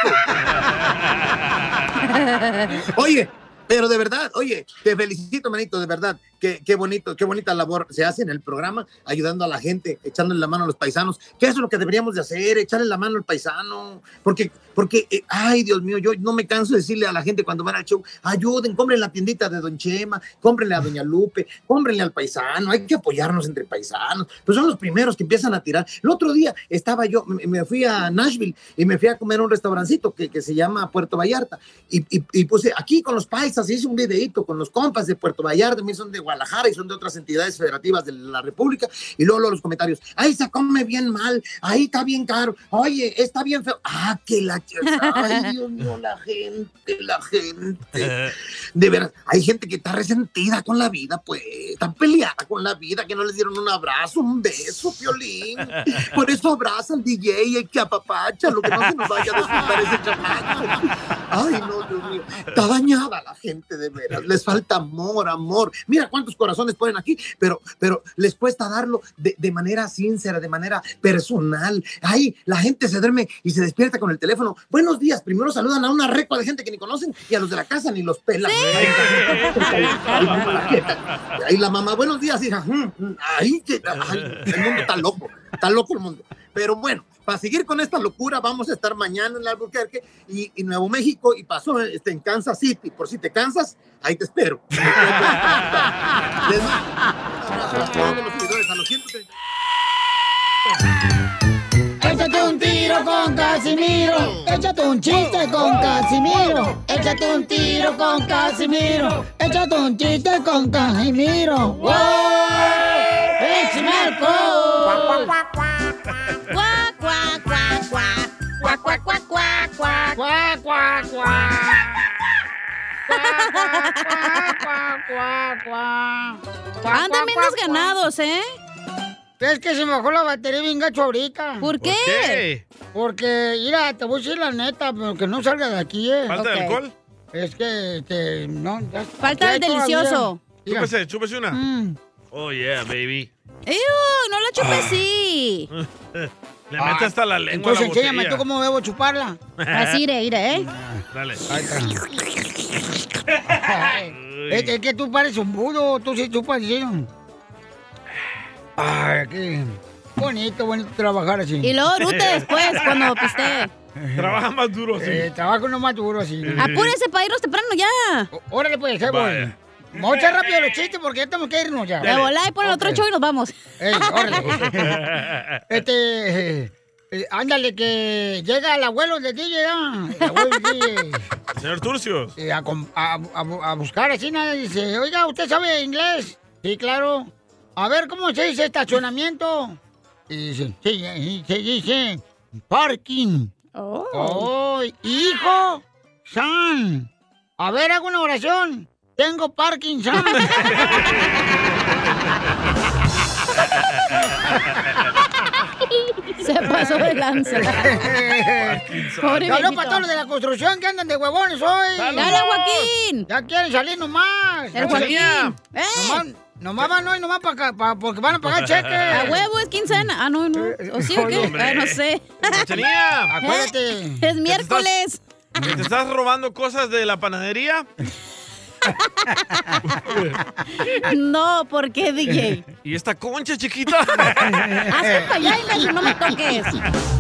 [SPEAKER 8] oye, pero de verdad, oye, te felicito, manito, de verdad. Qué, qué bonito, qué bonita labor se hace en el programa, ayudando a la gente, echándole la mano a los paisanos. Que eso es lo que deberíamos de hacer, echarle la mano al paisano. Porque, porque, eh, ay, Dios mío, yo no me canso de decirle a la gente cuando van al show, ayuden, compren la tiendita de Don Chema, cómprenle a Doña Lupe, cómprenle al paisano, hay que apoyarnos entre paisanos. Pues son los primeros que empiezan a tirar. El otro día estaba yo, me, me fui a Nashville y me fui a comer a un restaurancito que, que se llama Puerto Vallarta y, y- y puse aquí con los paisas, hice un videito con los compas de Puerto Vallarta, también son de Guadalajara y son de otras entidades federativas de la República y luego, luego los comentarios, ahí se come bien mal, ahí está bien caro, oye, está bien feo, ah, que la... ch-
[SPEAKER 1] *laughs*
[SPEAKER 8] Ay, Dios mío,
[SPEAKER 9] *laughs*
[SPEAKER 8] la gente, la gente. De veras, hay gente que está resentida con la vida, pues, está peleada con la vida, que no les dieron un abrazo, un beso, violín. Por eso abraza al DJ y que apapacha, lo que no se nos vaya a desfundar ese chamaco. Ay, no, Dios mío. Está dañada la gente, de veras. Les falta amor, amor. Mira cuántos corazones ponen aquí, pero, pero les cuesta darlo de, de manera sincera, de manera personal. Ay, la gente se duerme y se despierta con el teléfono. Buenos días. Primero saludan a una recua de gente que ni conocen y a los de la casa ni los pelan. Ahí la mamá, buenos días, hija. Mm, mm, Ay, que- ay, el mundo está loco, está loco el mundo. Pero bueno, para seguir con esta locura, vamos a estar mañana en Albuquerque y, y Nuevo México y pasó este, en Kansas City. Por si te cansas, ahí te
[SPEAKER 2] *laughs*
[SPEAKER 8] espero. Les mando un abrazo a todos los seguidores, a los 130.
[SPEAKER 7] Échate un tiro con Casimiro. Échate un chiste con Casimiro. Échate un tiro con Casimiro. Échate un chiste con Casimiro. ¡Wow!
[SPEAKER 9] ¡Eh,
[SPEAKER 7] ¡Échame alcohol!
[SPEAKER 20] Cuá, cuá, cuá, cuá. Cuá, cuá, cuá, cuá, cuá. Cuá, cuá, cuá.
[SPEAKER 22] Ah,
[SPEAKER 3] Andan bien desganados, ¿eh?
[SPEAKER 1] Es que se me bajó la batería bien gacho ahorita.
[SPEAKER 3] ¿Por qué? ¿Por qué?
[SPEAKER 1] Porque, mira, te voy a decir la neta, pero que no salga de aquí, ¿eh?
[SPEAKER 2] ¿Falta de Ok. alcohol?
[SPEAKER 1] Es que, este, no. ya-
[SPEAKER 3] Falta
[SPEAKER 1] aquí
[SPEAKER 3] el
[SPEAKER 1] hay todavía.
[SPEAKER 3] delicioso.
[SPEAKER 1] Mira.
[SPEAKER 2] Chúpese, chúpese una.
[SPEAKER 1] Mm.
[SPEAKER 2] Oh, yeah, baby. Eh,
[SPEAKER 3] ¡Ew! ¡No la chupes así!
[SPEAKER 2] Ah. Le mete hasta la lengua
[SPEAKER 1] Ah, Entonces
[SPEAKER 2] a la botella.
[SPEAKER 1] enséñame tú cómo debo chuparla.
[SPEAKER 3] Así iré, iré, ¿eh?
[SPEAKER 2] Dale.
[SPEAKER 1] Es, es que tú pareces un budo, tú sí chupas, sí. Ay, qué bonito, bonito trabajar así.
[SPEAKER 3] Y luego orute después, cuando piste.
[SPEAKER 2] *laughs* Trabaja más duro, sí.
[SPEAKER 1] Eh, trabaja uno más duro, sí.
[SPEAKER 3] Apúrese para irnos temprano ya.
[SPEAKER 1] Órale, pues, ahí voy.
[SPEAKER 9] *laughs*
[SPEAKER 2] Vaya.
[SPEAKER 1] Vamos a echar rápido los chistes porque ya tenemos que irnos ya.
[SPEAKER 3] De volá y pon el otro
[SPEAKER 1] Ok.
[SPEAKER 3] show y nos vamos.
[SPEAKER 1] Ey,
[SPEAKER 3] *laughs*
[SPEAKER 1] órale. este, eh, eh, ándale, que llega el abuelo de DJ, ¿ah? El abuelo de DJ.
[SPEAKER 2] Señor Turcios.
[SPEAKER 1] eh, a, com- a- a bu- a buscar así, nada, dice, oiga, ¿usted sabe inglés? Sí, claro. A ver, ¿cómo se dice estacionamiento? Y dice, sí, eh, se dice parking. Oh. hijo, San. A ver, hago una oración. Tengo parking, San.
[SPEAKER 3] *laughs* Se pasó de lanza.
[SPEAKER 1] *laughs*
[SPEAKER 3] Pobre
[SPEAKER 1] Saludos
[SPEAKER 3] viejito.
[SPEAKER 1] para todos los de la construcción que andan de huevones hoy.
[SPEAKER 3] ¡Saludos! ¡Dale,
[SPEAKER 1] Joaquín! Ya quieren salir nomás.
[SPEAKER 3] ¡El Joaquín! ¡Eh!
[SPEAKER 1] Nomás, nomás van hoy, nomás para porque van a pagar cheques.
[SPEAKER 3] *laughs* A huevo es quincena. Ah, no, no. ¿O sí o
[SPEAKER 1] Oh,
[SPEAKER 3] qué?
[SPEAKER 2] Hombre.
[SPEAKER 3] Ah, no sé. *laughs* ¿Eh?
[SPEAKER 2] *laughs*
[SPEAKER 1] *laughs*
[SPEAKER 2] Cachanilla.
[SPEAKER 1] Acuérdate.
[SPEAKER 3] Es miércoles.
[SPEAKER 2] ¿Que ¿Te estás robando cosas de la
[SPEAKER 1] *laughs*
[SPEAKER 2] panadería?
[SPEAKER 3] No, ¿por qué, DJ?
[SPEAKER 2] ¿Y esta concha
[SPEAKER 1] *laughs*
[SPEAKER 2] chiquita?
[SPEAKER 3] Hazte para allá, imbécil, no me toques.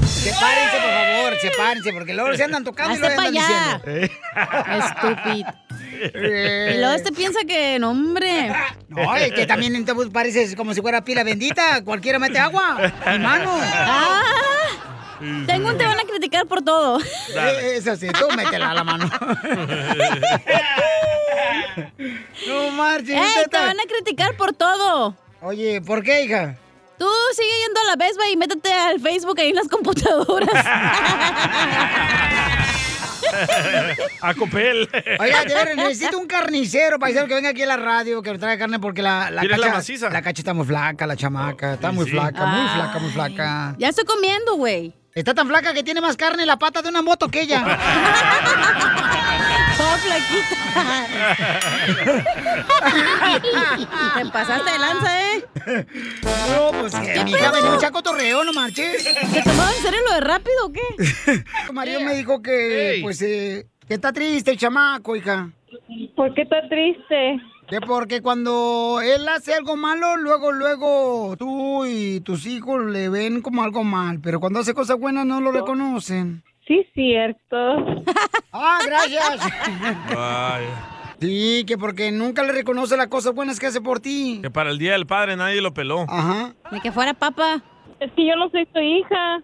[SPEAKER 1] Sepárense, por favor, sepárense, porque luego se andan tocando y
[SPEAKER 3] Hazte
[SPEAKER 1] luego
[SPEAKER 3] pa'
[SPEAKER 1] andan
[SPEAKER 3] allá. *laughs*
[SPEAKER 1] diciendo. Eh.
[SPEAKER 3] Y luego este piensa que, no, hombre.
[SPEAKER 1] No, es que también entonces pareces como si fuera pila bendita. Cualquiera mete agua. Mi mano.
[SPEAKER 3] Ah, Tengo un te van a criticar por todo.
[SPEAKER 1] Dale. Eh, Eso sí, tú métela a
[SPEAKER 3] *laughs*
[SPEAKER 1] la mano. No marches.
[SPEAKER 3] Ey, te
[SPEAKER 1] neta.
[SPEAKER 3] van a criticar por todo.
[SPEAKER 1] Oye, ¿por qué, hija?
[SPEAKER 3] Tú sigue yendo a la Best Buy y métete al Facebook ahí en las computadoras.
[SPEAKER 2] *laughs*
[SPEAKER 1] *laughs*
[SPEAKER 2] A Copel.
[SPEAKER 1] Oiga, de veras, necesito un carnicero, paisano, que venga aquí a la radio, que nos traiga carne, porque la, la,
[SPEAKER 2] ¿Quieres la
[SPEAKER 1] cacha, la cacha está muy flaca, la chamaca. Está muy
[SPEAKER 2] sí.
[SPEAKER 1] flaca, muy
[SPEAKER 2] Ay.
[SPEAKER 1] flaca, muy flaca.
[SPEAKER 3] ya estoy comiendo, güey.
[SPEAKER 1] Está tan flaca que tiene más carne en la pata de una moto que ella.
[SPEAKER 3] Todo
[SPEAKER 1] *laughs*
[SPEAKER 3] flaquita. *laughs* Te pasaste de lanza, ¿eh?
[SPEAKER 1] No, pues
[SPEAKER 3] ¿Qué
[SPEAKER 1] que mi hija
[SPEAKER 3] pedo?
[SPEAKER 1] venía un chaco torreo, no marches.
[SPEAKER 3] ¿Te tomaron en serio lo de rápido o qué?
[SPEAKER 1] *laughs* Tu marido me dijo que,
[SPEAKER 3] Ey.
[SPEAKER 1] pues, eh, que está triste el chamaco, hija. ¿Por qué está triste? Que porque cuando él hace algo malo, luego, luego tú y tus hijos le ven como algo mal, pero cuando hace cosas buenas no lo reconocen. Sí, cierto. *laughs* Ah, gracias.
[SPEAKER 2] Vaya.
[SPEAKER 1] Sí, que porque nunca le reconoce las cosas buenas que hace por ti.
[SPEAKER 2] Que para el Día del Padre nadie lo peló.
[SPEAKER 1] Ajá.
[SPEAKER 3] De que fuera papa.
[SPEAKER 16] Es que yo no soy tu hija.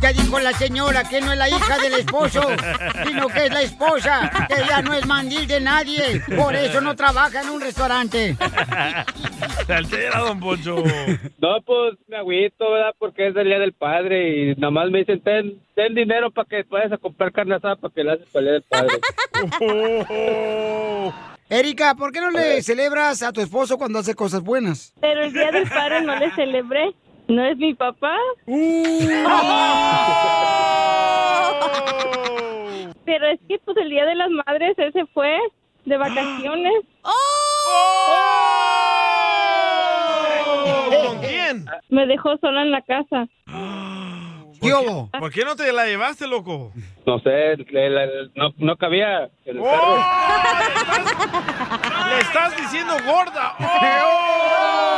[SPEAKER 1] Ya dijo la señora que no es la hija del esposo, sino que es la esposa, que ella no es mandil de nadie, por eso no trabaja en un restaurante.
[SPEAKER 2] Se altera, don Poncho.
[SPEAKER 23] No, pues me agüito, ¿verdad? Porque es el día del padre y nomás me dicen, ten, ten dinero para que puedas a comprar carne asada para que le haces para el día del padre.
[SPEAKER 1] Erika, ¿por qué no le celebras a tu esposo cuando hace cosas buenas?
[SPEAKER 11] Pero el día del padre no le celebré. ¿No es mi papá?
[SPEAKER 2] ¡Uh!
[SPEAKER 11] Pero es que pues el día de las madres él se fue de vacaciones.
[SPEAKER 2] ¿Con quién?
[SPEAKER 11] Me dejó sola en la casa.
[SPEAKER 2] ¿Qué ¿Por qué no te la llevaste, loco?
[SPEAKER 23] No sé, le- la- la- no, no cabía en el
[SPEAKER 2] ¡Oh!
[SPEAKER 23] carro.
[SPEAKER 2] Le estás diciendo gorda. ¡Oh!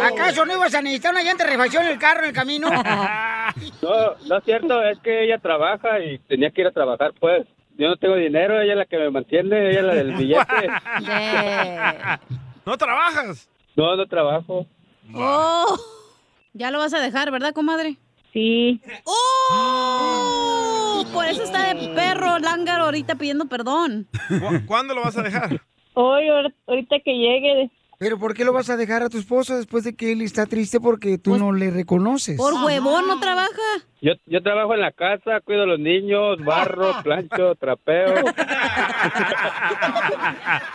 [SPEAKER 1] ¿Acaso no ibas a necesitar una llanta de refacción en el carro en el camino?
[SPEAKER 23] No, no es cierto, es que ella trabaja y tenía que ir a trabajar, pues. Yo no tengo dinero, ella es la que me mantiene, ella es la del billete.
[SPEAKER 2] ¿No trabajas?
[SPEAKER 23] No, no trabajo.
[SPEAKER 3] Oh. Ya lo vas a dejar, ¿verdad, comadre?
[SPEAKER 23] Sí.
[SPEAKER 3] ¡Oh! Por eso está de perro lángaro ahorita pidiendo perdón.
[SPEAKER 2] ¿Cu- ¿Cuándo lo vas a dejar?
[SPEAKER 1] Hoy, ahorita que llegue. ¿Pero por qué lo vas a dejar a tu esposo después de que él está triste porque tú
[SPEAKER 2] Pues
[SPEAKER 1] no le reconoces? Ah,
[SPEAKER 3] Por huevón no trabaja.
[SPEAKER 23] Yo, yo trabajo en la casa, cuido a los niños, barro, plancho, trapeo.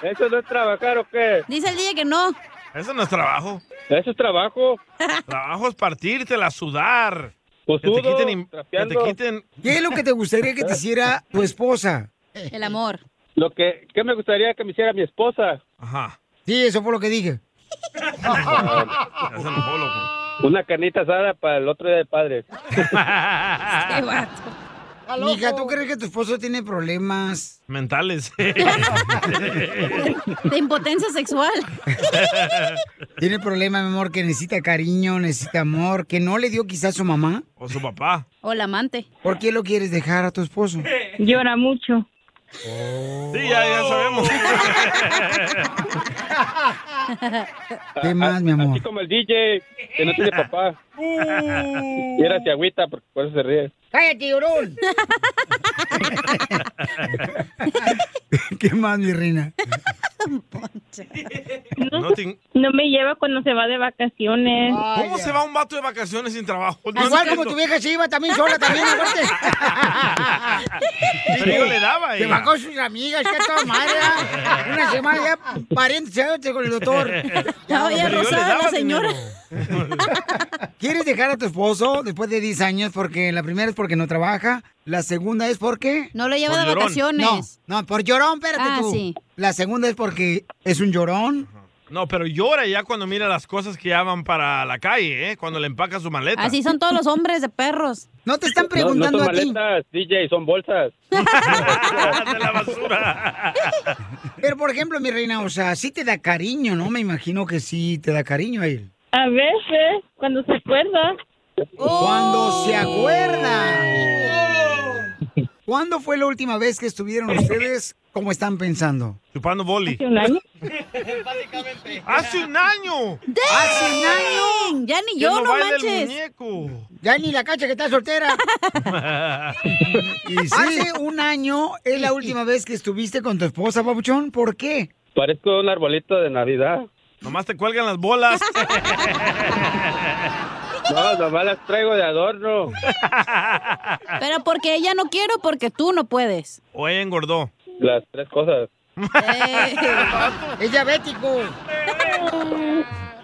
[SPEAKER 23] ¿Eso no es trabajar o qué?
[SPEAKER 3] Dice el DJ que no.
[SPEAKER 2] Eso no es trabajo.
[SPEAKER 23] Eso es trabajo.
[SPEAKER 2] Trabajo es partírtela, sudar. que te
[SPEAKER 23] sudo,
[SPEAKER 2] quiten... im- Que te
[SPEAKER 23] trapeando.
[SPEAKER 2] quiten...
[SPEAKER 1] ¿Qué es lo que te gustaría que te hiciera tu esposa?
[SPEAKER 3] El amor.
[SPEAKER 23] Lo que, ¿Qué me gustaría que me hiciera mi esposa?
[SPEAKER 2] Ajá.
[SPEAKER 1] Sí, eso fue lo que dije.
[SPEAKER 23] Ah,
[SPEAKER 2] Ah.
[SPEAKER 1] *laughs*
[SPEAKER 23] Una canita asada para el otro día de padre.
[SPEAKER 1] Mija, ¿tú crees que tu esposo tiene
[SPEAKER 2] *laughs*
[SPEAKER 1] problemas? *laughs*
[SPEAKER 2] Mentales.
[SPEAKER 3] De impotencia sexual.
[SPEAKER 1] Tiene problemas, mi amor, que necesita cariño, necesita amor, que no le dio quizás su mamá.
[SPEAKER 2] o su papá.
[SPEAKER 3] O la amante.
[SPEAKER 1] ¿Por qué lo quieres dejar a tu esposo?
[SPEAKER 11] Llora mucho.
[SPEAKER 2] Sí, ya, ya sabemos.
[SPEAKER 1] ¿Qué más, mi amor?
[SPEAKER 23] Ah, Así como el DJ, que no tiene papá.
[SPEAKER 3] Uh.
[SPEAKER 23] Y era se agüita, porque por eso se ríe.
[SPEAKER 1] ¡Cállate, llorón! *laughs* ¿Qué más, mi reina?
[SPEAKER 11] No,
[SPEAKER 2] No te-
[SPEAKER 11] no me lleva cuando se va de vacaciones.
[SPEAKER 2] *laughs* ¿Cómo se va un vato de vacaciones sin trabajo? No
[SPEAKER 1] Igual
[SPEAKER 2] entiendo.
[SPEAKER 1] como tu vieja se iba también sola, también, aparte.
[SPEAKER 2] Pero yo le daba,
[SPEAKER 1] Se
[SPEAKER 2] ella.
[SPEAKER 1] va con sus amigas, que a toda madre. ¿verdad? Una semana ya pariente con el doctor.
[SPEAKER 20] No, ya Pero yo le rosada daba la señora.
[SPEAKER 3] *laughs*
[SPEAKER 1] ¿Quieres dejar a tu esposo después de 10 años? Porque la primera es porque no trabaja, la segunda es porque...
[SPEAKER 3] No lo lleva Por de llorón. vacaciones.
[SPEAKER 1] No, no, por llorón, espérate
[SPEAKER 3] Ah,
[SPEAKER 1] tú.
[SPEAKER 3] sí.
[SPEAKER 1] La segunda es porque es un llorón.
[SPEAKER 2] *laughs* No, pero llora ya cuando mira las cosas que ya van para la calle, ¿eh? Cuando le empaca su maleta.
[SPEAKER 3] Así son todos los hombres de perros.
[SPEAKER 1] No te *laughs* están
[SPEAKER 2] preguntando
[SPEAKER 23] no,
[SPEAKER 2] a
[SPEAKER 23] no
[SPEAKER 2] ti.
[SPEAKER 23] son maletas, DJ, son
[SPEAKER 3] *laughs*
[SPEAKER 23] bolsas.
[SPEAKER 1] Pero, por ejemplo, mi reina, o sea, sí te da cariño, ¿no? Me imagino que sí te da cariño a él.
[SPEAKER 11] A veces, cuando se acuerda.
[SPEAKER 1] Cuando se acuerda. ¿Cuándo fue la última vez que estuvieron
[SPEAKER 2] *laughs*
[SPEAKER 1] ustedes como están pensando?
[SPEAKER 2] Chupando boli.
[SPEAKER 1] ¿Hace un año?
[SPEAKER 2] ¡Hace un año!
[SPEAKER 1] ¡Hace un año!
[SPEAKER 3] Ya ni
[SPEAKER 2] Que yo, no no baila el manches. muñeco.
[SPEAKER 1] Ya ni la cacha que está
[SPEAKER 2] *laughs*
[SPEAKER 1] soltera. Hace un año es la última vez que estuviste con tu esposa, papuchón. ¿Por qué?
[SPEAKER 23] Parezco un arbolito de Navidad.
[SPEAKER 2] Nomás te cuelgan las bolas.
[SPEAKER 23] *laughs* No, nomás las traigo de adorno.
[SPEAKER 3] Pero porque ella no quiere o porque tú no puedes.
[SPEAKER 2] O ella engordó.
[SPEAKER 23] Las tres cosas.
[SPEAKER 1] es diabético.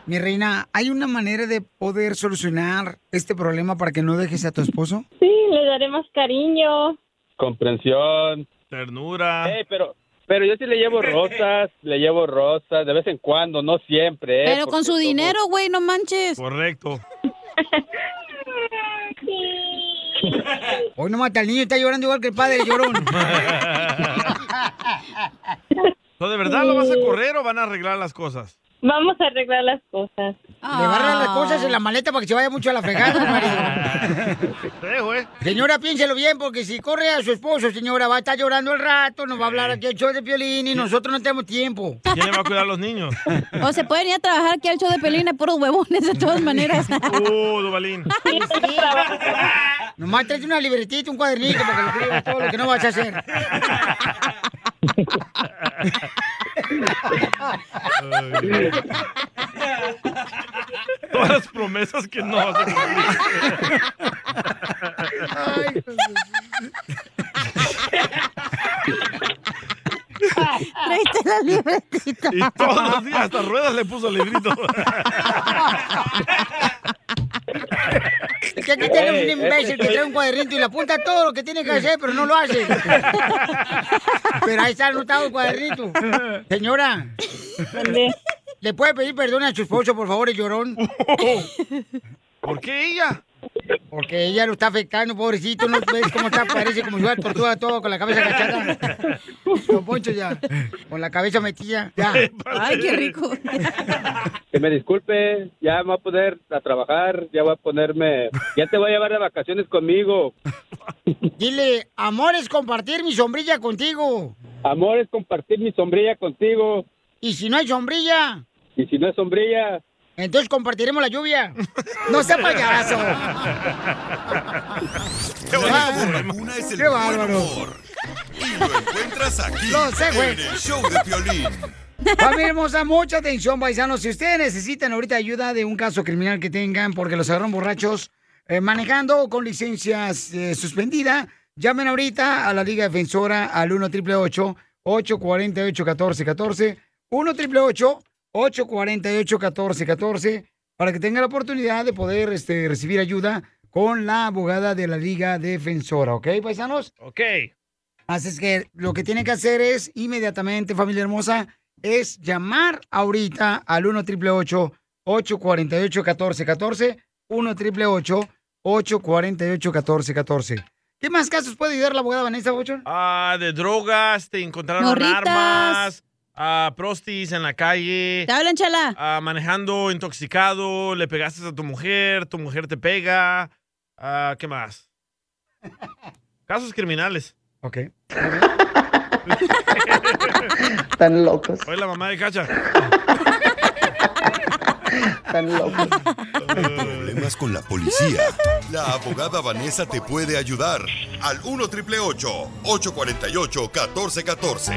[SPEAKER 1] Mi reina, ¿hay una manera de poder solucionar este problema para que no dejes a tu esposo?
[SPEAKER 11] Sí, le daré más cariño.
[SPEAKER 23] Comprensión.
[SPEAKER 2] Ternura.
[SPEAKER 23] Ey, pero, pero yo sí le llevo rosas, le llevo rosas de vez en cuando, no siempre. ¿eh?
[SPEAKER 3] Pero
[SPEAKER 23] Porque
[SPEAKER 3] con su
[SPEAKER 23] somos-
[SPEAKER 3] dinero, güey, no manches.
[SPEAKER 2] Correcto.
[SPEAKER 1] Hoy no mata al niño, está llorando igual que el padre
[SPEAKER 2] *laughs*
[SPEAKER 1] llorón.
[SPEAKER 2] ¿No de verdad lo vas
[SPEAKER 1] Uh.
[SPEAKER 2] a correr o van a arreglar las cosas?
[SPEAKER 11] Vamos a arreglar las cosas.
[SPEAKER 1] Le va a arreglar las cosas
[SPEAKER 2] Ah.
[SPEAKER 1] en la maleta para que se vaya mucho a la fregada,
[SPEAKER 2] *laughs*
[SPEAKER 1] mi marido.
[SPEAKER 2] ¿eh?
[SPEAKER 1] Señora, piénselo bien, porque si corre a su esposo, señora, va a estar llorando el rato, nos va a hablar aquí el show de violín y nosotros no tenemos tiempo.
[SPEAKER 2] ¿Quién le va a cuidar a
[SPEAKER 1] *laughs*
[SPEAKER 2] los niños?
[SPEAKER 3] O se pueden ir a trabajar aquí al show de Pelín, puros huevones de todas maneras.
[SPEAKER 2] Uh, Dubalín. *laughs*
[SPEAKER 1] Nomás tráete una libretita, un cuadernito para que lo escribas todo lo que no vas a hacer.
[SPEAKER 2] Todas las promesas que no vas a cumplir.
[SPEAKER 1] *laughs*
[SPEAKER 3] *laughs* Traiste la libretita.
[SPEAKER 2] Y todos los días, hasta ruedas le puso el librito. *laughs*
[SPEAKER 1] Es que aquí tenemos un
[SPEAKER 2] Ey,
[SPEAKER 1] imbécil que trae un cuadernito y le apunta todo lo que tiene
[SPEAKER 2] eh.
[SPEAKER 1] que hacer, pero no lo
[SPEAKER 2] *laughs*
[SPEAKER 1] hace. Pero ahí está anotado el cuadernito. Señora, ¿le puede pedir perdón a su esposo, por favor, el llorón?
[SPEAKER 2] *laughs* ¿Por qué ella?
[SPEAKER 1] Porque ella lo está afectando, pobrecito. ¿No ves cómo está? Parece como si fuera tortuga todo con la cabeza agachada.
[SPEAKER 2] *laughs*
[SPEAKER 1] Don Poncho ya, con la cabeza metida. Ya.
[SPEAKER 23] Ay, qué rico. Que me disculpe, ya me voy a poner a trabajar, ya voy a ponerme, ya te voy a llevar de vacaciones conmigo.
[SPEAKER 1] Dile, amor es compartir mi sombrilla contigo.
[SPEAKER 23] Amor es compartir mi sombrilla contigo.
[SPEAKER 1] Y si no hay sombrilla,
[SPEAKER 23] Y si no es sombrilla,
[SPEAKER 1] entonces compartiremos la lluvia. No sea payaso.
[SPEAKER 6] Qué vacuna es el
[SPEAKER 1] Qué
[SPEAKER 6] buen
[SPEAKER 1] bárbaro.
[SPEAKER 6] humor. Y lo encuentras aquí
[SPEAKER 1] Lo sé, güey.
[SPEAKER 6] en el show de Piolín.
[SPEAKER 1] Familia hermosa, mucha atención, paisanos. Si ustedes necesitan ahorita ayuda de un caso criminal que tengan porque los agarraron borrachos eh, manejando o con licencias eh, suspendida, llamen ahorita a la Liga Defensora al 1 888 848 1414 1 888 848 1414 para que tengan la oportunidad de poder este, recibir ayuda con la abogada de la Liga Defensora, ¿ok, paisanos?
[SPEAKER 2] Ok.
[SPEAKER 1] Así es que lo que tienen que hacer es inmediatamente, familia hermosa, es llamar ahorita al 1 888 848 1414 1 888 848 1414 ¿Qué más casos puede ayudar la abogada Vanessa Bochor?
[SPEAKER 2] Ah, de drogas, te encontraron
[SPEAKER 1] Morritas.
[SPEAKER 2] armas, ah, prostis en la calle.
[SPEAKER 3] Te hablan, chala.
[SPEAKER 2] Ah, manejando intoxicado, le pegaste a tu mujer, tu mujer te pega. Ah, ¿Qué más? Casos criminales. *laughs*
[SPEAKER 1] Ok.
[SPEAKER 18] Están locos,
[SPEAKER 2] Soy la mamá de Cacha.
[SPEAKER 18] están locos.
[SPEAKER 6] Problemas con la policía. La abogada Vanessa te puede ayudar al 1 848 1414.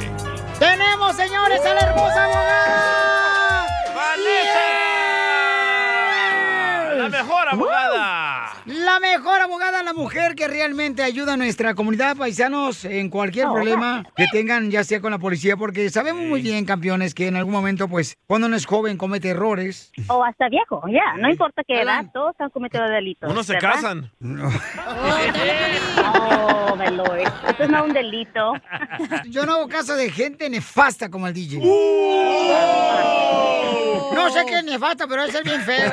[SPEAKER 1] Tenemos, señores, a la hermosa abogada. ¡Vanessa!
[SPEAKER 2] La mejor abogada.
[SPEAKER 1] La mejor abogada, la mujer que realmente ayuda a nuestra comunidad, paisanos, en cualquier problema que tengan, ya sea con la policía, porque sabemos muy bien, campeones, que en algún momento, pues, cuando uno es joven, comete errores.
[SPEAKER 24] O hasta viejo, ya. No importa qué edad, todos han cometido delitos.
[SPEAKER 2] Unos se
[SPEAKER 24] ¿verdad?
[SPEAKER 2] casan.
[SPEAKER 24] Oh, my lord. Esto es no un delito.
[SPEAKER 1] Yo no hago caso de gente nefasta como el DJ. No sé qué es nefasta, pero es el bien feo.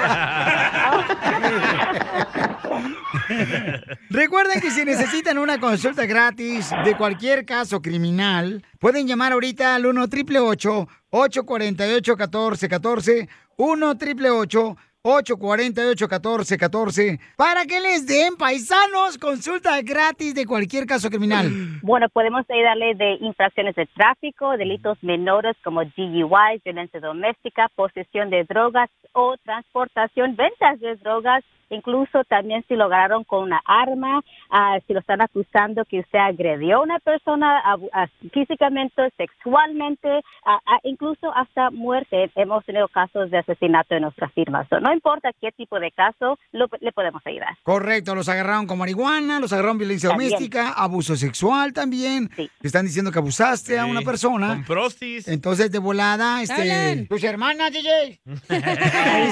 [SPEAKER 1] Recuerden que si necesitan una consulta gratis de cualquier caso criminal, pueden llamar ahorita al 1 888 848 1414 1 888 848 1414 para que les den paisanos consulta gratis de cualquier caso criminal.
[SPEAKER 24] Bueno, podemos ayudarle de infracciones de tráfico, delitos menores como DUI, violencia doméstica, posesión de drogas o transportación, ventas de drogas, incluso también si lograron con una arma, ah, si lo están acusando que usted agredió a una persona abu- ah, físicamente, sexualmente, ah, ah, incluso hasta muerte. Hemos tenido casos de asesinato en nuestras firmas. So, no importa qué tipo de caso, lo- le podemos ayudar.
[SPEAKER 1] Correcto, los agarraron con marihuana, los agarraron violencia
[SPEAKER 24] También.
[SPEAKER 1] doméstica, abuso sexual también. Están diciendo que abusaste a una persona.
[SPEAKER 2] Con prostis.
[SPEAKER 1] Entonces, de volada, este.
[SPEAKER 2] Hablen.
[SPEAKER 1] Tus hermanas, DJ.
[SPEAKER 9] *laughs*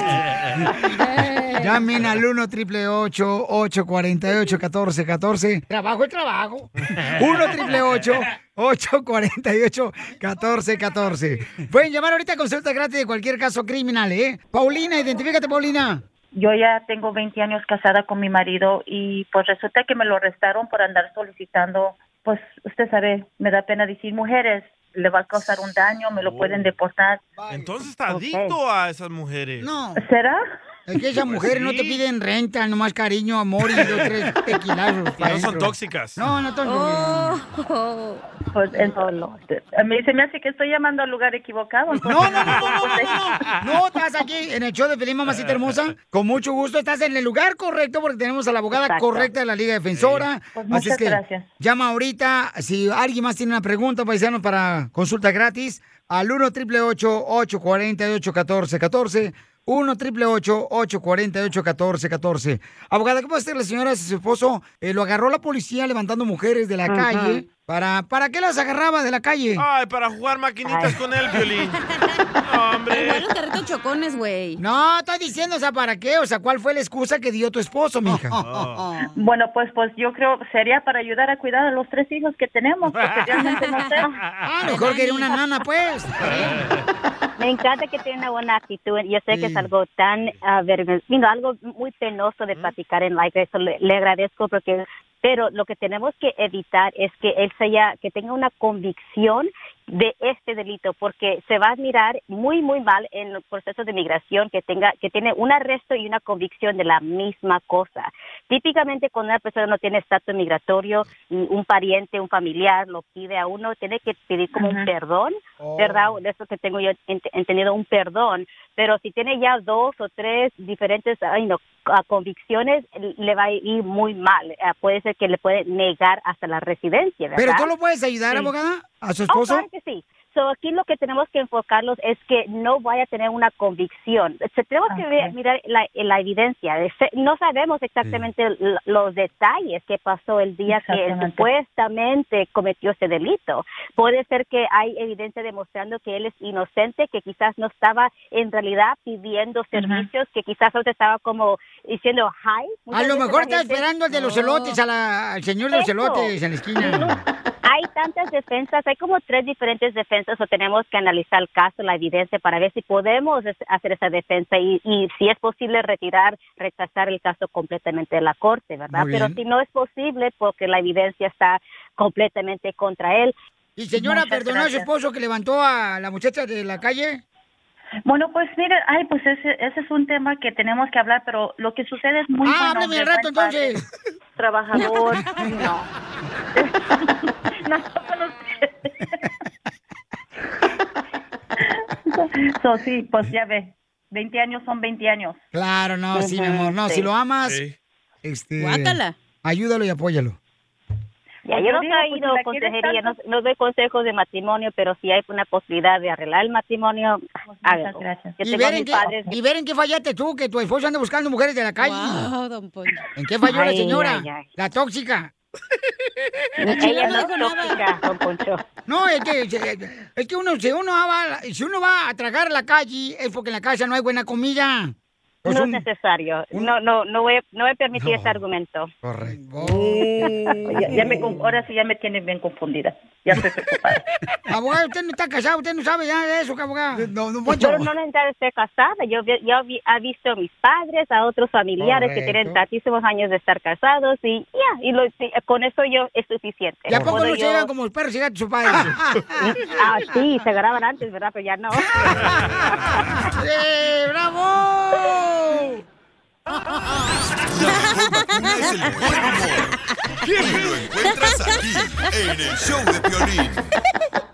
[SPEAKER 1] Llamen al 1 888 848 1414 Trabajo es trabajo. 1 triple 848 1414 Pueden llamar ahorita a consulta gratis de cualquier caso criminal, ¿eh? Paulina, identifícate, Paulina.
[SPEAKER 24] Yo ya tengo 20 años casada con mi marido y pues resulta que me lo arrestaron por andar solicitando, pues usted sabe, me da pena decir mujeres, le va a causar un daño,
[SPEAKER 1] Oh.
[SPEAKER 24] me lo pueden deportar.
[SPEAKER 2] Entonces está
[SPEAKER 24] Ok.
[SPEAKER 2] adicto a esas mujeres.
[SPEAKER 1] No.
[SPEAKER 24] ¿Será?
[SPEAKER 1] Es que
[SPEAKER 24] *laughs*
[SPEAKER 1] esas
[SPEAKER 2] Pues
[SPEAKER 1] mujeres no
[SPEAKER 2] sí.
[SPEAKER 1] te piden renta, nomás cariño, amor y dos, tres tequilazos.
[SPEAKER 2] Y no son tóxicas.
[SPEAKER 1] No, no, tóxicas.
[SPEAKER 24] Pues eso no. A mí se me hace que estoy llamando al lugar equivocado.
[SPEAKER 1] No, no, no, no,
[SPEAKER 24] *laughs*
[SPEAKER 1] no, no, no, estás aquí en el show de Pelín Mamacita Hermosa. Con mucho gusto, estás en el lugar correcto porque tenemos a la abogada
[SPEAKER 24] Exacto.
[SPEAKER 1] correcta de la Liga Defensora.
[SPEAKER 24] Pues muchas
[SPEAKER 1] Así es que
[SPEAKER 24] gracias.
[SPEAKER 1] llama ahorita. Si alguien más tiene una pregunta, paisano, para consulta gratis, al 1 888 848 1414 1 888 848 1414 Abogada, ¿cómo hacer la señora si su esposo eh, lo agarró la policía levantando mujeres de la
[SPEAKER 2] Ajá.
[SPEAKER 1] calle? ¿Para, ¿Para qué las agarraba de la calle?
[SPEAKER 2] Ay, para jugar maquinitas con él, violín.
[SPEAKER 1] Igual los carritos chocones, güey. No, estoy diciendo, o sea, ¿para qué? O sea, ¿cuál fue la excusa que dio tu esposo, mija?
[SPEAKER 24] *laughs* Bueno, pues pues yo creo sería para ayudar a cuidar a los tres hijos que tenemos, porque realmente no sé.
[SPEAKER 1] Ah, mejor que era *laughs* una nana, pues.
[SPEAKER 24] *laughs* Me encanta que tiene una buena actitud. Yo sé que es algo tan ah, vergüen- digo, algo muy penoso de platicar en live. Eso le, le agradezco porque, pero lo que tenemos que evitar es que él sea, que tenga una convicción de este delito, porque se va a mirar muy, muy mal en el proceso de migración que tenga, que tiene un arresto y una convicción de la misma cosa. Típicamente cuando una persona no tiene estatus migratorio y un pariente, un familiar lo pide a uno, tiene que pedir como un
[SPEAKER 10] Ajá.
[SPEAKER 24] perdón,
[SPEAKER 1] Oh.
[SPEAKER 24] ¿verdad? De eso que tengo yo ent- entendido, un perdón. Pero si tiene ya dos o tres diferentes ay, no, a- convicciones, le va a ir muy mal. Eh, Puede ser que le puede negar hasta la residencia, ¿verdad?
[SPEAKER 1] ¿Pero tú lo puedes ayudar,
[SPEAKER 24] Sí.
[SPEAKER 1] abogada, a su
[SPEAKER 24] Oh,
[SPEAKER 1] esposo?
[SPEAKER 24] claro que sí. So, aquí lo que tenemos que enfocarlos es que no vaya a tener una convicción. Se- tenemos que ver- mirar la, la evidencia. Se- No sabemos exactamente l- los detalles que pasó el día que él
[SPEAKER 10] Exactamente.
[SPEAKER 24] supuestamente cometió ese delito. Puede ser que hay evidencia demostrando que él es inocente, que quizás no estaba en realidad pidiendo servicios, que quizás solo estaba como diciendo hi.
[SPEAKER 1] A
[SPEAKER 24] Muchas
[SPEAKER 1] lo
[SPEAKER 24] veces
[SPEAKER 1] mejor
[SPEAKER 24] la
[SPEAKER 1] está
[SPEAKER 24] gente-
[SPEAKER 1] esperando al de los elotes, a la- al señor de los
[SPEAKER 24] Eso.
[SPEAKER 1] elotes en la esquina.
[SPEAKER 24] hay tantas defensas, hay como tres diferentes defensas o tenemos que analizar el caso, la evidencia para ver si podemos es- hacer esa defensa y, y si es posible retirar, rechazar el caso completamente de la corte, ¿verdad?
[SPEAKER 1] Muy
[SPEAKER 24] Pero
[SPEAKER 1] bien.
[SPEAKER 24] si no es posible porque la evidencia está completamente contra él.
[SPEAKER 1] ¿Y señora
[SPEAKER 24] Muchas
[SPEAKER 1] perdonó a su
[SPEAKER 24] gracias.
[SPEAKER 1] esposo que levantó a la muchacha de la calle?
[SPEAKER 22] Bueno, pues mire, ay, pues ese, ese es un tema que tenemos que hablar, pero lo que sucede es muy
[SPEAKER 1] Ah,
[SPEAKER 22] bueno.
[SPEAKER 1] hábleme
[SPEAKER 22] de
[SPEAKER 1] al rato,
[SPEAKER 22] buen padre, *laughs* Trabajador, no. *laughs* So, sí, pues ya ve, 20 años son 20 años.
[SPEAKER 1] Claro, no, sí, mi
[SPEAKER 22] Ujú,
[SPEAKER 1] amor. No,
[SPEAKER 22] sí.
[SPEAKER 1] si lo amas,
[SPEAKER 22] Sí.
[SPEAKER 1] este,
[SPEAKER 22] Guácala.
[SPEAKER 1] ayúdalo y apóyalo.
[SPEAKER 24] Ya, yo no he
[SPEAKER 22] Digo, pues,
[SPEAKER 24] caído
[SPEAKER 22] si la quieres
[SPEAKER 24] consejería, no, no doy consejos de matrimonio, pero si hay una posibilidad de arreglar el matrimonio,
[SPEAKER 22] Pues
[SPEAKER 24] hágalo. Yo
[SPEAKER 1] Y
[SPEAKER 24] tengo
[SPEAKER 1] ver,
[SPEAKER 24] a
[SPEAKER 1] en
[SPEAKER 24] mis
[SPEAKER 1] qué,
[SPEAKER 24] padres-
[SPEAKER 1] y ver en qué fallaste tú, que tu esposo anda buscando mujeres de la calle. ¿En qué falló la
[SPEAKER 24] Ay,
[SPEAKER 1] señora?
[SPEAKER 24] ay, ay.
[SPEAKER 1] La tóxica.
[SPEAKER 24] Ella no es tóxica, don Poncho.
[SPEAKER 1] No, es que, es- es que uno, si, uno va, a la- si uno va a tragar a la calle, es porque en la casa no hay buena comida. Pues
[SPEAKER 24] no
[SPEAKER 1] un-
[SPEAKER 24] es necesario. No, no, no voy, a- no voy a permitir ese argumento.
[SPEAKER 1] Correcto.
[SPEAKER 22] Ya, ya me, con- ahora sí ya me tienen bien confundida. Ya estoy preocupada.
[SPEAKER 1] Abogado, usted no está casado, usted no sabe ya de eso, que abogado. No, no, Poncho.
[SPEAKER 24] Yo no necesito ser casada. Yo, vi- yo vi- he visto a mis padres, a otros familiares que tienen
[SPEAKER 1] Correcto.
[SPEAKER 24] tantísimos años de estar casados y ya, y lo- sí, con eso yo es suficiente.
[SPEAKER 1] ¿Y a poco
[SPEAKER 24] Puedo
[SPEAKER 1] no
[SPEAKER 24] Eh, yo-
[SPEAKER 1] llegan como los perros y gatos su padre?
[SPEAKER 24] *laughs* Ah, sí, se agarraban antes, ¿verdad? Pero
[SPEAKER 1] *laughs*
[SPEAKER 24] ya no.
[SPEAKER 1] ¡Eh, bravo!
[SPEAKER 7] Y lo encuentras aquí, en el show de Piolín.